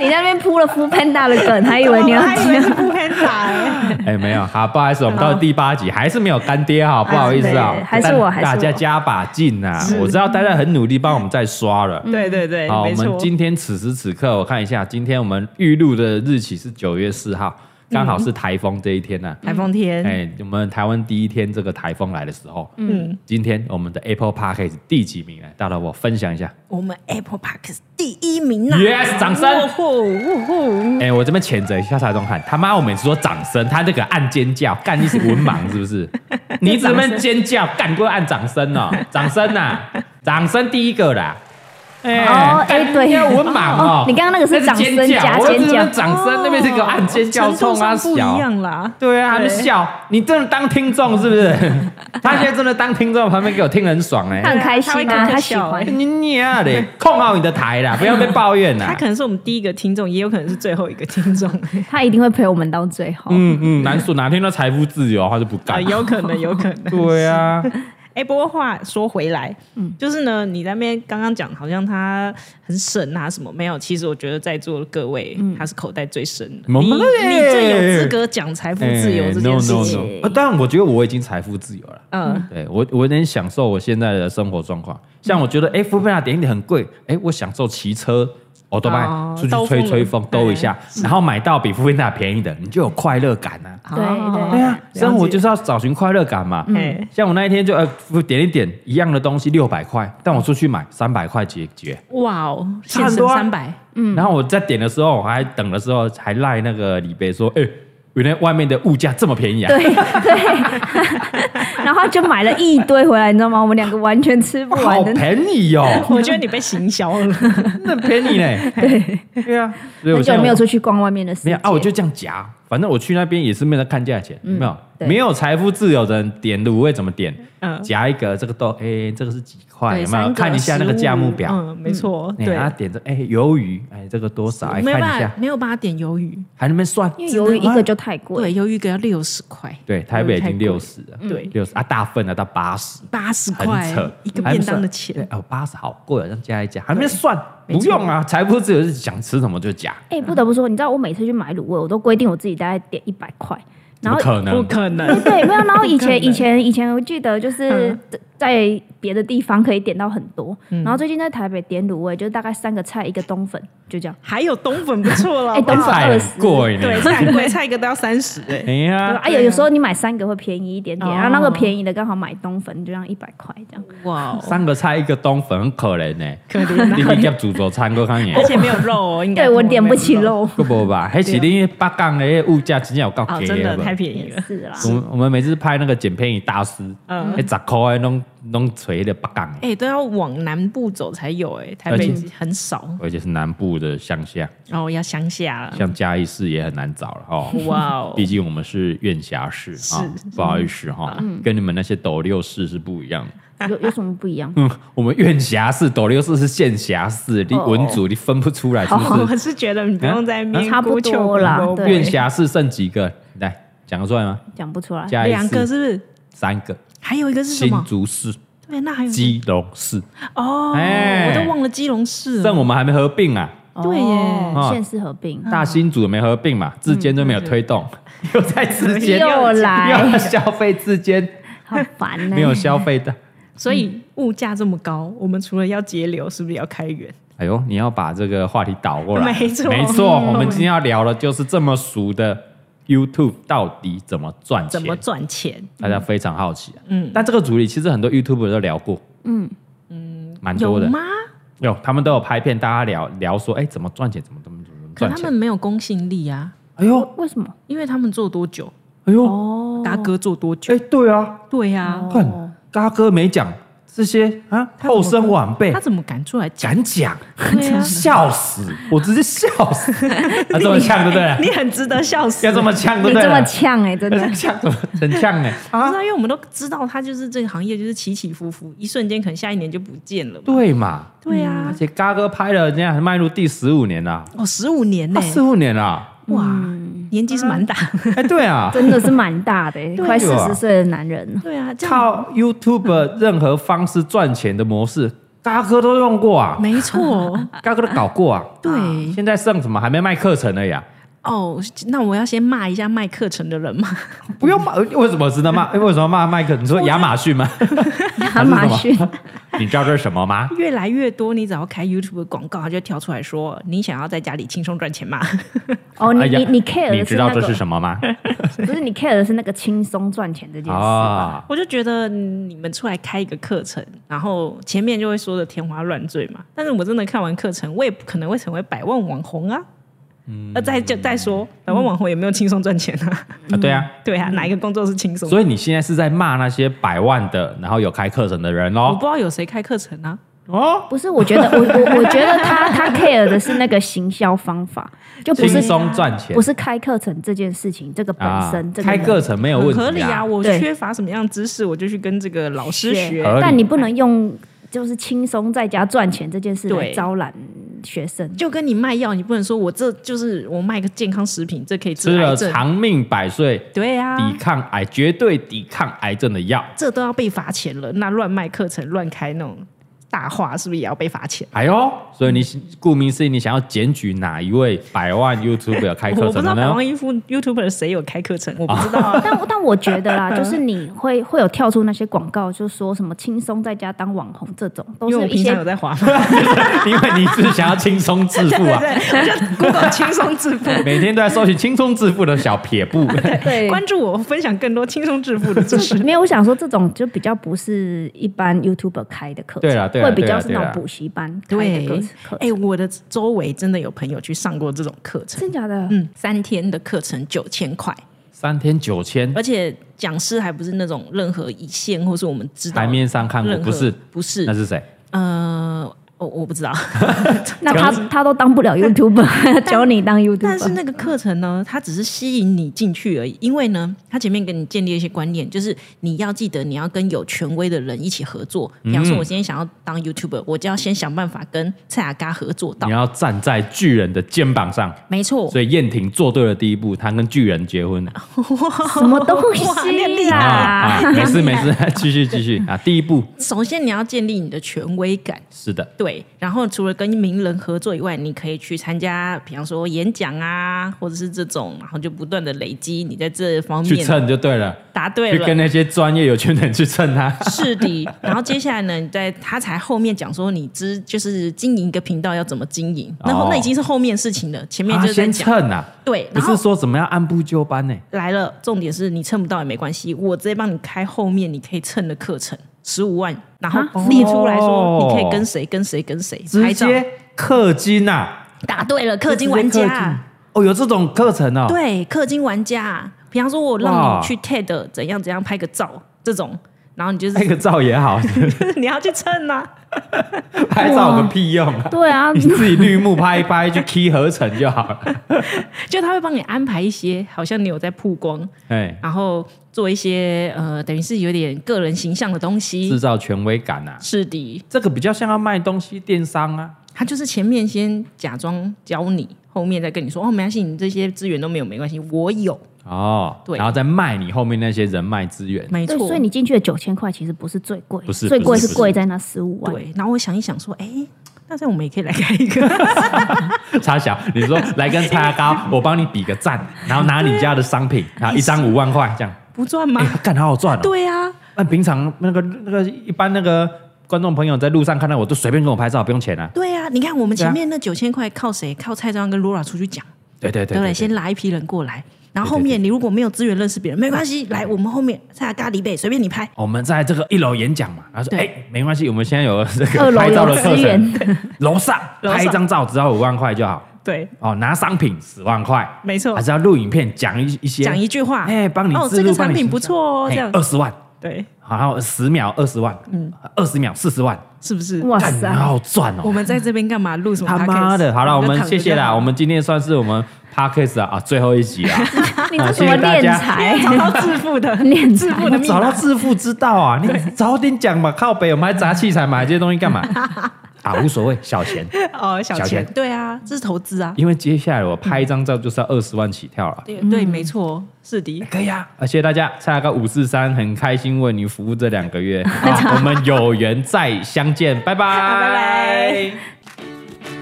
Speaker 3: 你在那边铺了敷喷大的梗，还以为你要
Speaker 2: 我还
Speaker 1: 嗯
Speaker 2: 以为 是 f o o Panda 哎
Speaker 1: 哎没有好不好意思，我们到了第八集还是没有干爹哈，不好意思啊，
Speaker 3: 还是我
Speaker 1: 但大
Speaker 3: 还是
Speaker 1: 家
Speaker 3: 我
Speaker 1: 加把劲呐、我知道大家很努力帮我们在刷了。
Speaker 3: 嗯
Speaker 2: 对对对，
Speaker 1: 好，我
Speaker 2: 嗯没
Speaker 1: 们
Speaker 2: 错。
Speaker 1: 今天此时此刻，我看一下，今天我们预录的日期是九月四号，刚好是台风这一天呢、
Speaker 2: 台风天，
Speaker 1: 哎，我们台湾第一天这个台风来的时候，嗯，今天我们的 Apple Park 第几名来？大佬，我分享一下。
Speaker 2: 我们 Apple Park 是第一名呐、啊
Speaker 1: Yes，掌声
Speaker 2: 呜呼呜呼！
Speaker 1: 哎、我这边谴责一下蔡宗翰，他妈我每次说掌声，他这个按尖叫，干你是文盲是不 是？你啊这边尖叫，干过按掌声哦，掌声呐、掌声第一个啦。哎
Speaker 3: 哎对
Speaker 1: 要文盲哦
Speaker 3: 哦，你刚刚那个是
Speaker 1: 那
Speaker 3: 掌声
Speaker 1: 尖
Speaker 3: 加
Speaker 1: 叫，我
Speaker 3: 尖
Speaker 1: 真
Speaker 3: 叫哦
Speaker 1: 的，掌声那边是给我按尖叫，
Speaker 2: 程度
Speaker 1: 痛啊
Speaker 2: 上不一
Speaker 1: 小。
Speaker 2: 样啦。
Speaker 1: 对啊，还没
Speaker 2: 对
Speaker 1: 笑，你真的当听众是不是？他现在真的当听众，旁边给我听得很爽哎、
Speaker 3: 他很开心
Speaker 2: 他会
Speaker 3: 啊，
Speaker 2: 跟着
Speaker 3: 他喜
Speaker 2: 笑
Speaker 3: 欢
Speaker 2: 哎。
Speaker 1: 你你啊嘞，控好你的台啦，不要被抱怨啦
Speaker 2: 他。可能是我们第一个听众，也有可能是最后一个 听众，
Speaker 3: 他一定会陪我们到最后。
Speaker 1: 嗯嗯，难说哪天到财富自由，他就不
Speaker 2: 啊，
Speaker 3: 哎
Speaker 1: 干。
Speaker 2: 有可能，有可 能。
Speaker 1: 对啊，
Speaker 2: 哎、不过话说回来，就是呢，你那边刚刚讲好像他很省啊什么没有，其实我觉得在座的各位，他是口袋最深的，
Speaker 1: 么
Speaker 2: 你
Speaker 1: 么嘞
Speaker 2: 你最有资格讲财富自由这件事
Speaker 1: 哎
Speaker 2: 情。
Speaker 1: no, no, no 啊当然，我觉得我已经财富自由了。
Speaker 2: 嗯，
Speaker 1: 对我，我能享受我现在的生活状况。像我觉得，哎、福贝纳点一点很贵，哎、我享受骑车，我都
Speaker 2: 哦
Speaker 1: 拜出
Speaker 2: 兜
Speaker 1: 去
Speaker 2: 风
Speaker 1: 吹吹风，
Speaker 2: 对
Speaker 1: 兜一下， 然后买到比福贝纳便宜的，你就有快乐感啊。
Speaker 3: 对
Speaker 2: 哦
Speaker 1: 对啊，
Speaker 2: 了
Speaker 1: 生活
Speaker 2: 解
Speaker 1: 就是要找寻快乐感嘛。
Speaker 2: 嗯
Speaker 1: 像我那一天就呃点一点一样的东西六百块，但我出去买三百块解决。
Speaker 2: 哇哦，
Speaker 1: 差
Speaker 2: 现
Speaker 1: 很
Speaker 2: 身
Speaker 1: 多啊
Speaker 2: 三百，
Speaker 1: 然后我在点的时候，我还等的时候还赖那个李贝说，哎、原来外面的物价这么便宜啊！
Speaker 3: 对 对，然后他就买了一堆回来，你知道吗？我们两个完全吃不
Speaker 1: 好
Speaker 3: 完的。
Speaker 1: 便宜 哦，
Speaker 2: 我觉得你被行销了。
Speaker 1: 那便宜呢？对对啊，所以我
Speaker 3: 很
Speaker 1: 现在
Speaker 3: 久没有出去嗯逛外面的世界，
Speaker 1: 没有啊，我就这样夹，反正我去那边也是没有在看价钱，有没有
Speaker 3: 对
Speaker 1: 没有财富自由的人点卤味怎么点？
Speaker 2: 嗯
Speaker 1: 夹一个这个豆，哎、这个是几块？
Speaker 3: 对
Speaker 1: 有没有
Speaker 3: 三个
Speaker 1: 看一下那个价目表？
Speaker 2: 嗯，没错，
Speaker 1: 哎
Speaker 2: 对，
Speaker 1: 啊，点着哎，鱿鱼，哎，这个多少？哎，看
Speaker 2: 没有
Speaker 1: 一
Speaker 2: 办
Speaker 1: 下
Speaker 2: 法，，没有办法点鱿鱼，
Speaker 1: 还能不能算？
Speaker 3: 因为鱿鱼一个就太贵，
Speaker 2: 对，鱿鱼一个要六十块，
Speaker 1: 对，台北已
Speaker 2: 太
Speaker 1: 经
Speaker 2: 贵
Speaker 1: 六十了，
Speaker 3: 嗯
Speaker 2: 对
Speaker 1: 六十啊，大份的到八十，
Speaker 2: 八十
Speaker 1: 很
Speaker 2: 块
Speaker 1: 扯，
Speaker 2: 一个
Speaker 1: 还不
Speaker 2: 便当的
Speaker 1: 算
Speaker 2: 钱，
Speaker 1: 对哦，八十好贵，这样加一加，还没算，
Speaker 2: 没
Speaker 1: 不
Speaker 2: 错
Speaker 1: 用啊，财富自由是想吃什么就夹，
Speaker 3: 哎、
Speaker 2: 嗯
Speaker 3: 不得不说，你知道我每次去买卤味，我都规定我自己大概点一百块，
Speaker 1: 怎
Speaker 3: 然
Speaker 1: 么
Speaker 3: 后
Speaker 1: 可
Speaker 2: 不
Speaker 1: 能？
Speaker 2: 可能，
Speaker 3: 对，没有。然后以
Speaker 2: 不可能
Speaker 3: 前
Speaker 2: 嗯
Speaker 3: 以前以前，我记得就是在别的地方可以点到很多，然后最近在台北点卤味，就是大概三个菜一个冬粉，就这样。
Speaker 2: 还有冬粉不错了，
Speaker 3: 哎
Speaker 2: 好不好
Speaker 3: 冬粉
Speaker 1: 菜很
Speaker 3: 20
Speaker 1: 贵呢，
Speaker 2: 对，菜很贵，菜一个都要三十哎。
Speaker 1: 哎
Speaker 3: 对吧
Speaker 1: 呀，
Speaker 3: 哎有有时候你买三个会便宜一点点，
Speaker 2: 哦
Speaker 3: 然后那个便宜的刚好买冬粉，就这样一百块这样。
Speaker 2: 哇哦，
Speaker 1: 三个菜一个冬粉，很可怜 呢。
Speaker 2: 可怜
Speaker 1: 你
Speaker 2: 啊！
Speaker 1: 去夹煮做餐够看
Speaker 2: 而
Speaker 1: 眼，
Speaker 2: 且没有肉哦，应该
Speaker 3: 对我点不起。肉，
Speaker 1: 够不吧？还是你北港的物价真的有够
Speaker 2: 哦，
Speaker 1: 低
Speaker 2: 真的
Speaker 1: 不
Speaker 2: 太便宜
Speaker 3: 也
Speaker 2: 了。
Speaker 3: 是啦。
Speaker 1: 我们我们每次拍那个剪片一大师，
Speaker 2: 嗯
Speaker 1: 嗯，十块弄弄锤的八杠，
Speaker 2: 哎，都要往南部走才有哎，台
Speaker 1: 而
Speaker 2: 北
Speaker 1: 且
Speaker 2: 很少
Speaker 1: 而且是南部的乡下，
Speaker 2: 哦，要乡下了。
Speaker 1: 像嘉义市也很难找了哈。
Speaker 2: 哇哦
Speaker 1: 毕，竟我们是院辖市啊
Speaker 2: 是，嗯
Speaker 1: 不好意思哈，跟你们那些斗六市是不一样的。
Speaker 3: 有有什么不一样？
Speaker 1: 嗯，我们院辖市、斗六市是县辖市，你
Speaker 3: 哦
Speaker 1: 文组你分不出来是不是？
Speaker 2: 我是觉得你不用在那
Speaker 1: 啊
Speaker 2: 边
Speaker 3: 差不
Speaker 2: 哭泣
Speaker 3: 多啦
Speaker 2: 哭泣
Speaker 3: 对
Speaker 1: 院辖市剩几个？来讲得出来吗？
Speaker 3: 讲不出来。
Speaker 1: 嘉义
Speaker 2: 啊两个
Speaker 1: 市
Speaker 2: 是不是？
Speaker 1: 三个，
Speaker 2: 还有一个是什
Speaker 1: 新
Speaker 2: 么？嗯
Speaker 1: 竹市、
Speaker 2: 对，那还有
Speaker 1: 基隆市，
Speaker 2: 哦，
Speaker 1: 哎
Speaker 2: 我都忘了基隆市
Speaker 1: 但
Speaker 2: 了。
Speaker 1: 我们还没合并啊。
Speaker 2: 对耶
Speaker 3: 哦县市合并，
Speaker 2: 嗯
Speaker 1: 大新组没合并嘛，自监都没有推动， 又在自监
Speaker 3: 又来
Speaker 1: 又要消费自 监，
Speaker 3: 好烦呢。
Speaker 1: 没有消费的。
Speaker 2: 所
Speaker 1: 嗯
Speaker 2: 以物价这么高，我们除了要节流，是不是也要开源？
Speaker 1: 哎呦，你要把这个话题倒过来，
Speaker 2: 没错嗯
Speaker 1: 没错，我们今天要聊的就是这么熟的 YouTube 到底怎么赚钱，
Speaker 2: 怎么赚钱？
Speaker 1: 大家非常好奇、嗯，但这个主题其实很多 YouTube 都聊过，嗯嗯，蛮
Speaker 2: 有
Speaker 1: 多的，
Speaker 2: 吗？
Speaker 1: 有他们都有拍片，大家聊聊说，哎，怎么赚钱，怎么怎么怎么
Speaker 2: 可
Speaker 1: 赚
Speaker 2: 他
Speaker 1: 钱
Speaker 2: 们？没有公信力啊，
Speaker 1: 哎呦
Speaker 3: 为什么？
Speaker 2: 因为他们做多久，
Speaker 1: 哎呦，
Speaker 3: 哦，
Speaker 2: 达哥做多久
Speaker 1: 哎、，对啊，
Speaker 2: 对呀，
Speaker 1: 看嘎哥没讲这些啊，
Speaker 2: 哦怎么
Speaker 1: 后生晚辈
Speaker 2: 他。怎么敢出来讲？
Speaker 1: 敢讲，
Speaker 2: 对啊
Speaker 1: 笑死！我直接笑 死，他这么呛对不对？
Speaker 2: 你 很值得笑死
Speaker 1: 要。这么呛对啊不
Speaker 3: 你
Speaker 1: 对？。
Speaker 3: 这么呛哎，真的
Speaker 1: 呛什么？很呛哎！
Speaker 2: 不知道，因为我们都知道他就是这个行业就是起起伏伏，一瞬间可能下一年就不见了嘛。
Speaker 1: 对嘛？
Speaker 2: 对
Speaker 1: 嗯而
Speaker 2: 啊，
Speaker 1: 且嘎哥拍了，人家还迈入第十五年啦，
Speaker 2: 哦，十五年呢
Speaker 1: 啊，，十五年啦！
Speaker 2: 哇，年纪是蛮大。
Speaker 1: 哎，对啊，
Speaker 3: 真的是蛮大的欸，
Speaker 1: 对
Speaker 3: 快四
Speaker 1: 啊
Speaker 3: 十岁的男人 了。
Speaker 2: 对啊，这样
Speaker 1: 靠 YouTube 任何方式赚钱的模式，嘎哥都用过啊，
Speaker 2: 没错，
Speaker 1: 嘎哥都搞过啊。
Speaker 2: 对
Speaker 1: 现在剩什么？还没卖课程而已啊！
Speaker 2: 哦。那我要先骂一下卖课程的人嘛，
Speaker 1: 不用骂， 为什么只能骂？为什么骂麦克？你说亚马逊吗？
Speaker 3: 亚马逊，
Speaker 1: 你知道这是什么吗？
Speaker 2: 越来越多，你只要开 YouTube 的广告，他就跳出来说你想要在家里轻松赚钱嘛。
Speaker 3: 哦，你
Speaker 1: 哎呀
Speaker 3: 你你 care
Speaker 1: 你
Speaker 3: 的
Speaker 1: 知
Speaker 3: 是
Speaker 1: 道
Speaker 3: 那
Speaker 1: 这
Speaker 3: 个
Speaker 1: 是，什么吗？
Speaker 3: 不是你 care 的是那个轻松赚钱这件事吧？
Speaker 1: 啊，
Speaker 2: 我就觉得嗯你们出来开一个课程，然后前面就会说的天花乱坠嘛。但是我真的看完课程，我也不可能会成为百万网红啊。嗯，那再就再说，百万网红也没有轻松赚钱啊。
Speaker 1: 啊对啊，
Speaker 2: 对啊，哪一个工作是轻松？
Speaker 1: 所以你现在是在骂那些百万的，然后有开课程的人哦
Speaker 2: 我
Speaker 1: 喽
Speaker 2: 不？知道有谁开课程啊。
Speaker 1: 哦，
Speaker 3: 不是，我觉得我我我觉得他他 care 的是那个行销方法，就不
Speaker 1: 轻
Speaker 3: 是啊
Speaker 1: 松赚钱
Speaker 3: 不是开课程这件事情，这个本
Speaker 1: 啊
Speaker 3: 身、这，个
Speaker 1: 开
Speaker 3: 人
Speaker 1: 课程没有问
Speaker 2: 很
Speaker 1: 题，
Speaker 2: 合理啊！，我
Speaker 3: 对
Speaker 2: 缺乏什么样的知识，我就去跟这个老师
Speaker 3: 学
Speaker 2: 学。
Speaker 1: 合理
Speaker 3: 但你不能用就是轻松在家赚钱这件事来
Speaker 2: 对
Speaker 3: 招揽学生。
Speaker 2: 就跟你卖药，你不能说我这就是我卖个健康食品，这可以治
Speaker 1: 吃
Speaker 2: 癌
Speaker 1: 了
Speaker 2: 症。
Speaker 1: 长命百岁，
Speaker 2: 对啊，
Speaker 1: 抵抗癌绝对抵抗癌症的药。
Speaker 2: 这都要被罚钱了。那乱卖课程、乱开那种大话，是不是也要被罚钱？
Speaker 1: 哎呦，所以你顾名思义，你想要检举哪一位百万 YouTube 开
Speaker 2: 我
Speaker 1: 课
Speaker 2: 不
Speaker 1: 程的
Speaker 2: 知道百
Speaker 1: 呢？
Speaker 2: 万一夫 YouTuber 谁有开课程，我不知道啊。
Speaker 3: 但但我觉 得啦，就是你会会有跳出那些广告，就说什么轻松在家当网红这种，都
Speaker 2: 因为
Speaker 3: 是
Speaker 2: 我
Speaker 3: 一
Speaker 2: 平常有
Speaker 3: 些
Speaker 2: 在滑 嘛，
Speaker 1: 因为你是想要轻松致富啊，
Speaker 2: 对，Google 轻松致 富，
Speaker 1: 每天都在搜寻轻松致富的小撇 步。
Speaker 3: 对
Speaker 2: 关注我，分享更多轻松致富的知识。
Speaker 3: 没有，我想说这种就比较不是一般 YouTuber 开的课程，
Speaker 1: 对啦对啦
Speaker 3: 会比
Speaker 1: 对啦
Speaker 3: 较是那
Speaker 1: 对啦
Speaker 3: 种补习班开
Speaker 2: 对
Speaker 3: 的课课
Speaker 2: 哎、
Speaker 3: 程。
Speaker 2: 我的周围真的有朋友去上过这种课程，
Speaker 3: 真假的？
Speaker 2: 嗯，三天的课程九千块，
Speaker 1: 三天九千，
Speaker 2: 而且讲师还不是那种任何一线或是我们知道
Speaker 1: 台面上看过
Speaker 2: 任何
Speaker 1: 不是？
Speaker 2: 不
Speaker 1: 那
Speaker 2: 是，
Speaker 1: 是谁？
Speaker 2: 呃，我我不知道，
Speaker 3: 那他他都当不 了 YouTuber，教你当
Speaker 2: 但是
Speaker 3: YouTuber。
Speaker 2: 那个课程呢，它只是吸引你进去而已，因为呢，它前面给你建立一些观念，就是你要记得你要跟有权威的人一起合作。
Speaker 1: 嗯
Speaker 2: 比方说，我今天想要当 YouTuber，我就要先想办法跟蔡雅嘎合作到
Speaker 1: 你。要站在巨人的肩膀上。
Speaker 2: 没错，
Speaker 1: 嗯所以燕婷做对了第一步，她跟巨人结 婚了
Speaker 2: 啊
Speaker 3: 什么东
Speaker 2: 哦哇你很厉
Speaker 3: 西
Speaker 2: 害
Speaker 1: 啊
Speaker 3: 啦？
Speaker 1: 啊！没事没事， 继续继续啊！第一步
Speaker 2: 首先你要建立你的权威感。
Speaker 1: 是 的，
Speaker 2: 对，然后除了跟名人合作以外，你可以去参加，比方说演讲啊，或者是这种，然后就不断的累积你在这方
Speaker 1: 去
Speaker 2: 面
Speaker 1: 蹭就对了，
Speaker 2: 答对
Speaker 1: 去
Speaker 2: 了
Speaker 1: 跟。那些专业有圈的人去蹭啊他。
Speaker 2: 是的，然后接下来呢，你在他才后面讲说你知就是经营一个频道要怎么经营，然后
Speaker 1: 哦
Speaker 2: 那已经是后面事情了， 前面
Speaker 1: 啊
Speaker 2: 就是在
Speaker 1: 先
Speaker 2: 讲、
Speaker 1: 蹭啊，
Speaker 2: 对，
Speaker 1: 不
Speaker 2: 然
Speaker 1: 是
Speaker 2: 后
Speaker 1: 说怎么样按部就班呢、
Speaker 2: 来了，重点是你蹭不到也没关系，我直接帮你开后面你可以蹭的课程，十五万，然后
Speaker 1: 啊
Speaker 2: 列出来说
Speaker 1: 哦
Speaker 2: 你可以跟谁跟谁跟谁
Speaker 1: 直
Speaker 2: 拍照，
Speaker 1: 接氪金呐、啊，
Speaker 2: 答对了，氪金玩
Speaker 1: 直接氪
Speaker 2: 家
Speaker 1: 金，哦，有这种课程哦，
Speaker 2: 对，氪金玩家，比方说我让
Speaker 1: 哇
Speaker 2: 你去 TED 怎样怎样拍个照这种，然后你就是
Speaker 1: 拍个照也好，
Speaker 2: 你要去蹭啊呐、
Speaker 1: 拍照有个屁用啊！
Speaker 3: 对啊
Speaker 1: 你，自己绿幕拍一拍，去 key 合成就好 了。
Speaker 2: 就他会帮你安排一些，好像你有在曝光。
Speaker 1: 哎，
Speaker 2: 然后做一些呃，等于是有点个人形象的东
Speaker 1: 制
Speaker 2: 西。
Speaker 1: 造权威感啊，
Speaker 2: 是的，
Speaker 1: 这个比较像要卖东西电商啊。
Speaker 2: 他就是前面先假装教你，后面再跟你说哦，没关系，你这些资源都没有，没关系，我有，
Speaker 1: 哦，
Speaker 2: 对
Speaker 1: 然后再卖你后面那些人脉资源，
Speaker 2: 没
Speaker 3: 对，
Speaker 2: 错。
Speaker 3: 所以你进去的九千块其实不是最贵，
Speaker 1: 不是
Speaker 3: 最
Speaker 1: 不
Speaker 3: 贵
Speaker 1: 是
Speaker 3: 是贵在那十五万。
Speaker 2: 对，然后我想一想说，哎，那这样我们也可以来开一个，
Speaker 1: 差小，你说来跟差 高，我帮你比个赞，然后拿你家的商品，然后一张五万块 这样，
Speaker 2: 不赚吗
Speaker 1: 哎？ 呀，干好好赚哦。
Speaker 2: 对啊，
Speaker 1: 那平常那个那个一般那个观众朋友在路上看到我都随便跟我拍照，不用钱啊。
Speaker 2: 对啊，你看我们
Speaker 1: 对啊
Speaker 2: 前面那九千块靠谁？靠蔡庄跟 Lora 出去讲，
Speaker 1: 对对
Speaker 2: 对
Speaker 1: 对
Speaker 2: 不
Speaker 1: 对，
Speaker 2: 对？先拉一批人过来，然后
Speaker 1: 对
Speaker 2: 后
Speaker 1: 对
Speaker 2: 面你如果没有资源认识别人，没关系，来我们后面蔡咖喱贝随便你拍，
Speaker 1: 我们在这个一楼演讲嘛，他说：“
Speaker 2: 对
Speaker 1: 哎、没关系，我们现在有这
Speaker 3: 二
Speaker 1: 个
Speaker 3: 楼
Speaker 1: 拍照
Speaker 3: 有
Speaker 1: 的课
Speaker 3: 资源
Speaker 1: 程，， 楼上
Speaker 2: 楼上
Speaker 1: 拍一张照只要五万块就好
Speaker 2: 对，
Speaker 1: 哦，拿商品十万块，
Speaker 2: 没错
Speaker 1: 还，是要录影片讲一一些，
Speaker 2: 讲一句话，
Speaker 1: 哎帮你
Speaker 2: 哦，
Speaker 1: 自
Speaker 2: 这个
Speaker 1: 录
Speaker 2: 产
Speaker 1: 帮你
Speaker 2: 品
Speaker 1: 形
Speaker 2: 不
Speaker 1: 象
Speaker 2: 错哦，这样
Speaker 1: 二十万，
Speaker 2: 对，
Speaker 1: 然后十秒二十万，嗯，二十秒四十万，
Speaker 2: 是不是？
Speaker 3: 哇
Speaker 1: 干
Speaker 3: 塞！
Speaker 1: 好好赚
Speaker 2: 我
Speaker 1: 哦。”
Speaker 2: 们在这边干嘛？录什么？
Speaker 1: 他妈的！好了，我们谢谢啦。我
Speaker 2: 们
Speaker 1: 们今天算是我们 podcast 啊啊最后一集啊，
Speaker 3: 你这什么
Speaker 1: 啊谢谢大
Speaker 3: 敛
Speaker 1: 家
Speaker 3: 财？
Speaker 2: 找到致富 的
Speaker 3: 敛
Speaker 2: 致
Speaker 3: 财
Speaker 2: 富的密
Speaker 1: 找到
Speaker 2: 码。
Speaker 1: 致富之道啊！你早点讲嘛，靠北，我们还砸器材买这些东西干嘛？啊，无所谓，小钱，
Speaker 2: 哦，小
Speaker 1: 小
Speaker 2: 钱，
Speaker 1: 钱
Speaker 2: 对啊，这是投资啊。
Speaker 1: 因为接下来我拍一张照就是要二十万起跳 了。
Speaker 2: 对对，没错，是的。
Speaker 1: 可以啊，啊谢谢大家，蔡大哥五四三很开心为你服务这两个月，啊、我们有缘再相见，拜拜，
Speaker 2: 好拜拜。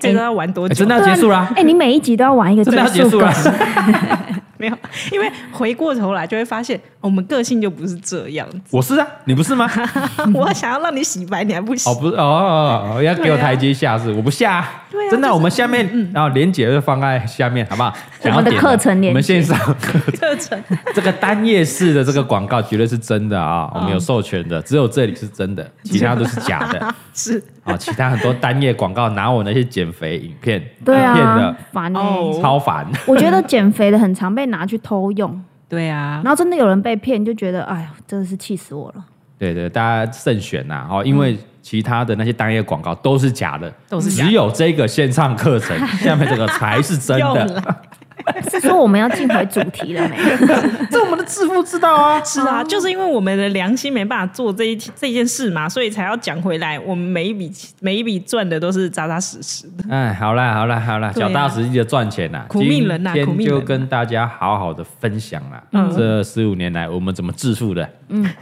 Speaker 2: 这个要玩多
Speaker 1: 哎
Speaker 2: 久
Speaker 1: 真？的要结束啦
Speaker 3: 哎、，你每一集都要玩一个
Speaker 1: 真的要
Speaker 3: 结
Speaker 1: 结
Speaker 3: 束
Speaker 1: 束啦
Speaker 3: 梗，。
Speaker 2: 没有，因为回过头来就会发现，我们个性就不是这样 子。
Speaker 1: 我是啊，你不是吗？
Speaker 2: 我想要让你洗白，你还不 洗
Speaker 1: 哦，？不是哦哦，哦要给我台阶下是？我不下啊
Speaker 2: 对啊，
Speaker 1: 真
Speaker 2: 就
Speaker 1: 的，
Speaker 2: 是
Speaker 1: 我们下面然后连结就放在下面，好不好？
Speaker 3: 我
Speaker 1: 想要
Speaker 3: 们的
Speaker 1: 点
Speaker 3: 课程连结
Speaker 1: 我们线上
Speaker 2: 这成
Speaker 1: 这个单页式的这个广告绝对是真的啊，我
Speaker 2: 嗯
Speaker 1: 们有授权的，只有这里是真的，其他都是假的
Speaker 2: 是
Speaker 1: 啊。其他很多单页广告拿我那些减肥影片，
Speaker 3: 对
Speaker 1: 骗的
Speaker 3: 啊，烦哎、
Speaker 2: 啊哦
Speaker 1: 超烦。
Speaker 3: 我觉得减肥的很常被拿去偷用，
Speaker 2: 对啊
Speaker 3: 然，后真的有人被骗，就觉得哎呀，真的是气死我了。
Speaker 1: 对对，大家慎选呐、哦，因为其他的那些单页广告都是假的，
Speaker 2: 嗯都是假的
Speaker 1: 只有这个线上课 程下面这个才是真
Speaker 2: 又
Speaker 1: 的。
Speaker 2: 来
Speaker 3: 是说我们要进回主题了没？
Speaker 1: 这我们的致富之道啊！
Speaker 2: 是啊，就是因为我们的良心没办法做这一这件事嘛，所以才要讲回来，我们每一笔每一笔赚的都是扎扎实实的。
Speaker 1: 哎，好啦好啦好啦，
Speaker 2: 对啊
Speaker 1: 脚踏实地的赚钱呐、
Speaker 2: 苦命人呐啊
Speaker 1: 今
Speaker 2: 苦
Speaker 1: 天
Speaker 2: 命人
Speaker 1: 就
Speaker 2: 呐
Speaker 1: 跟大家好好的分享啦，
Speaker 2: 嗯
Speaker 1: 这十五年来我们怎么致富的，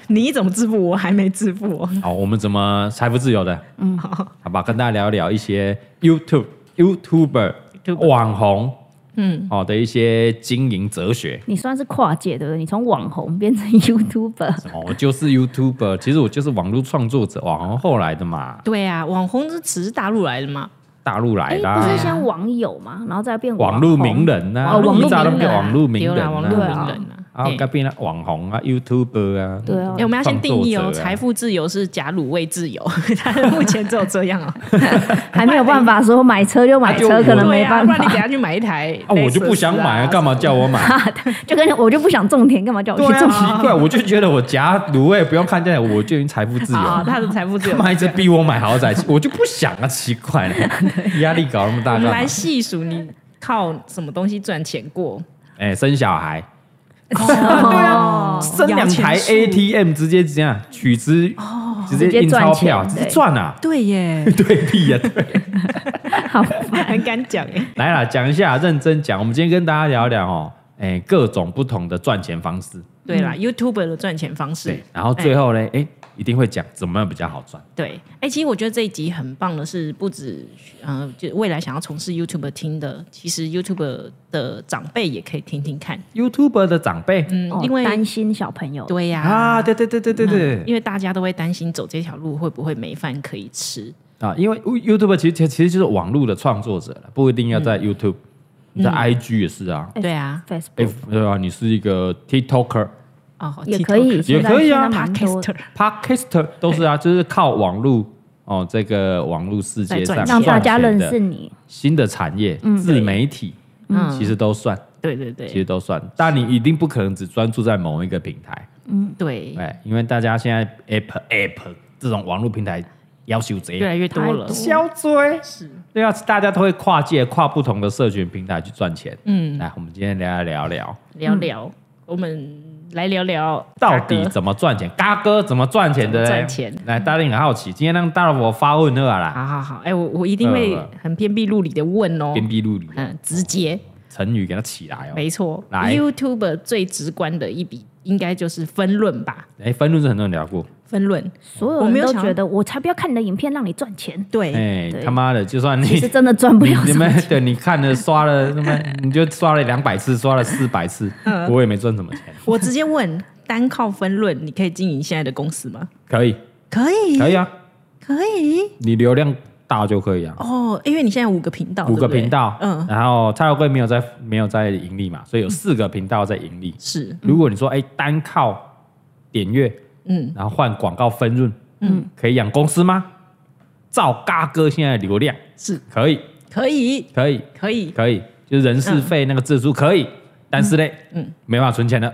Speaker 2: 你怎么致富？我还没致富、哦。
Speaker 1: 好，我们怎么财富自由的，
Speaker 2: 嗯，好，
Speaker 1: 好吧，跟大家聊一聊一些 YouTube、YouTuber、
Speaker 2: YouTuber
Speaker 1: 网红，
Speaker 2: 嗯，
Speaker 1: 哦的一些经营哲学。
Speaker 3: 你算是跨界对不对？你从网红变成 YouTuber，
Speaker 1: 哦，我就是 YouTuber，其实我就是网络创作者，网红后来的嘛，
Speaker 2: 对啊，网红这只是大陆来的嘛，
Speaker 1: 大陆来
Speaker 3: 哎，
Speaker 1: 的啊、
Speaker 3: 不是先网友嘛，然后再变
Speaker 1: 网络
Speaker 3: 络
Speaker 1: 名，人呐、啊，
Speaker 3: 哦网络
Speaker 1: 一早都
Speaker 3: 名
Speaker 1: 变
Speaker 3: 人啊
Speaker 1: 网络名
Speaker 2: 对
Speaker 1: 人
Speaker 2: 啦，网络名
Speaker 1: 啊，
Speaker 2: 人啊。
Speaker 1: 啊，
Speaker 2: 嘿
Speaker 1: 该变了网红啊，YouTuber 啊，
Speaker 3: 对啊
Speaker 2: 哎、我们要先定义哦，
Speaker 1: 创作者啊
Speaker 2: 财富自由是假卤味自由， 它目前只有这样哦。
Speaker 3: 还没有办法说买车就
Speaker 1: 哎
Speaker 3: 买车，可能
Speaker 2: 对
Speaker 3: 没
Speaker 2: 啊，
Speaker 3: 办
Speaker 2: 不然你给
Speaker 3: 法。
Speaker 2: 他去买一台、
Speaker 1: 啊，我就不想买啊，干嘛？叫我买？
Speaker 3: 就跟我就不想种田，干嘛叫我
Speaker 1: 对
Speaker 3: 去种？
Speaker 1: 啊，奇怪，我就觉得我夹卤味不用看电影，我就已经财富自由
Speaker 2: 啊，
Speaker 1: 了。
Speaker 2: 他的财富自 由
Speaker 1: 干。嘛一直逼我买豪宅？ 我就不想啊，奇怪了，压力搞那么
Speaker 2: 我
Speaker 1: 大
Speaker 2: 们
Speaker 1: 干
Speaker 2: 来
Speaker 1: 嘛？
Speaker 2: 细数你靠什么东西赚钱过？
Speaker 1: 哎，生小孩，啊
Speaker 3: 哦，
Speaker 1: 生两台
Speaker 2: 摇钱树
Speaker 1: ATM 直接怎样取之，直
Speaker 3: 直
Speaker 1: 接
Speaker 3: 接
Speaker 1: 印
Speaker 3: 赚
Speaker 1: 钞票，
Speaker 3: 钱
Speaker 1: 直接
Speaker 3: 对
Speaker 1: 赚啊！
Speaker 2: 对耶，
Speaker 1: 对屁呀、对
Speaker 3: 好，
Speaker 2: 很敢讲哎。
Speaker 1: 来啦，讲一下，认真讲。我们今天跟大家聊聊哦，哎，各种不同的赚钱方式。
Speaker 2: 对
Speaker 3: 嗯
Speaker 2: 啦，YouTuber 的赚钱方式
Speaker 1: 对，，然后最后呢，哎，一定会讲怎么样比较好赚。
Speaker 2: 对，哎、其实我觉得这一集很棒的是，不止呃，就未来想要从事 YouTube 听的，其实 YouTube 的长辈也可以听听看，
Speaker 1: YouTuber 的长辈、
Speaker 2: 嗯，
Speaker 3: 哦
Speaker 2: 因为
Speaker 3: 担心小朋友，
Speaker 2: 对呀、
Speaker 1: 啊，对对对对对对、
Speaker 2: 因为大家都会担心走这条路会不会没饭可以吃，
Speaker 1: 啊，因为 YouTuber 其实其实其实就是网络的创作者了，不一定要在 YouTube，、你在 IG 也是啊。
Speaker 3: 哎
Speaker 2: 对啊，
Speaker 1: 哎、
Speaker 3: ，Facebook
Speaker 1: 对啊，你是一个 TikToker、
Speaker 2: 哦，
Speaker 3: 也可以，
Speaker 1: 也可以啊
Speaker 3: 现在蛮多的
Speaker 2: Podcaster，
Speaker 1: Podcaster 都是啊，就是靠网络哦，这个网络世界上
Speaker 2: 在赚
Speaker 3: 让大家
Speaker 1: 赚钱
Speaker 3: 认
Speaker 1: 的
Speaker 3: 识你。
Speaker 1: 新的产业，自媒体，
Speaker 2: 嗯
Speaker 1: 其实都算，
Speaker 2: 对对
Speaker 1: 其实
Speaker 2: 对
Speaker 1: 都算。但你一定不可能只专注在某一个平台，
Speaker 2: 对，
Speaker 1: 哎，因为大家现在 App App 这种网络平台要求贼
Speaker 2: 越来越多了
Speaker 3: 太，多
Speaker 1: 小嘴是，对啊，大家都会跨界跨不同的社群平台去赚钱。
Speaker 2: 嗯，
Speaker 1: 来，我们今天来聊聊
Speaker 2: 聊聊，
Speaker 3: 嗯
Speaker 2: 我们来聊聊
Speaker 1: 到
Speaker 2: 大
Speaker 1: 底
Speaker 2: 哥
Speaker 1: 怎么赚钱，嘎哥怎么赚钱的嘞？
Speaker 2: 怎么赚钱
Speaker 1: 来，大家很好奇，今天让大伙发问了啦，
Speaker 2: 好好好，哎、我我一定会
Speaker 1: 呃
Speaker 2: 很偏僻路里的问哦，
Speaker 1: 边壁路里
Speaker 2: 嗯，直接。
Speaker 1: 成语给它起来哦。
Speaker 2: 没错
Speaker 1: 来
Speaker 2: ，YouTube 最直观的一笔应该就是分论吧，
Speaker 1: 哎，分论是很多人聊过，
Speaker 2: 分论。
Speaker 3: 所有
Speaker 2: 我没
Speaker 3: 人
Speaker 2: 有
Speaker 3: 都
Speaker 2: 想
Speaker 3: 觉得，我才不要看你的影片让你赚钱，
Speaker 2: 对，
Speaker 1: 哎，
Speaker 3: 对
Speaker 1: 他妈的，就算你
Speaker 3: 其实真的赚不
Speaker 1: 你
Speaker 3: 了
Speaker 1: 你
Speaker 3: 什么
Speaker 1: 们
Speaker 3: 钱。
Speaker 1: 对你看了刷了他妈，你就刷了两百次，刷了四百次，
Speaker 2: 嗯
Speaker 1: 我也没赚什么钱。
Speaker 2: 我直接问，单靠分论，你可以经营现在的公司吗？
Speaker 1: 可以，
Speaker 2: 可以
Speaker 1: 可以啊，
Speaker 2: 可以。
Speaker 1: 你流量大就可以啊。
Speaker 2: 哦，因为你现在有五个频道，
Speaker 1: 五
Speaker 2: 啊对
Speaker 1: 个
Speaker 2: 不对
Speaker 1: 频道，
Speaker 2: 嗯，
Speaker 1: 然后蔡小贵没有在没有在盈利嘛，所以有四个频道在盈利。
Speaker 2: 是，
Speaker 1: 如果你说哎单靠点阅，
Speaker 2: 嗯，
Speaker 1: 然后换广告分润，嗯，可以养公司吗？照嘎哥现在的流量
Speaker 2: 是
Speaker 1: 可以，
Speaker 2: 可以，
Speaker 1: 可以，
Speaker 2: 可以，
Speaker 1: 可以，就是人事费那个支出可以，但是嘞，嗯，没办法存钱了，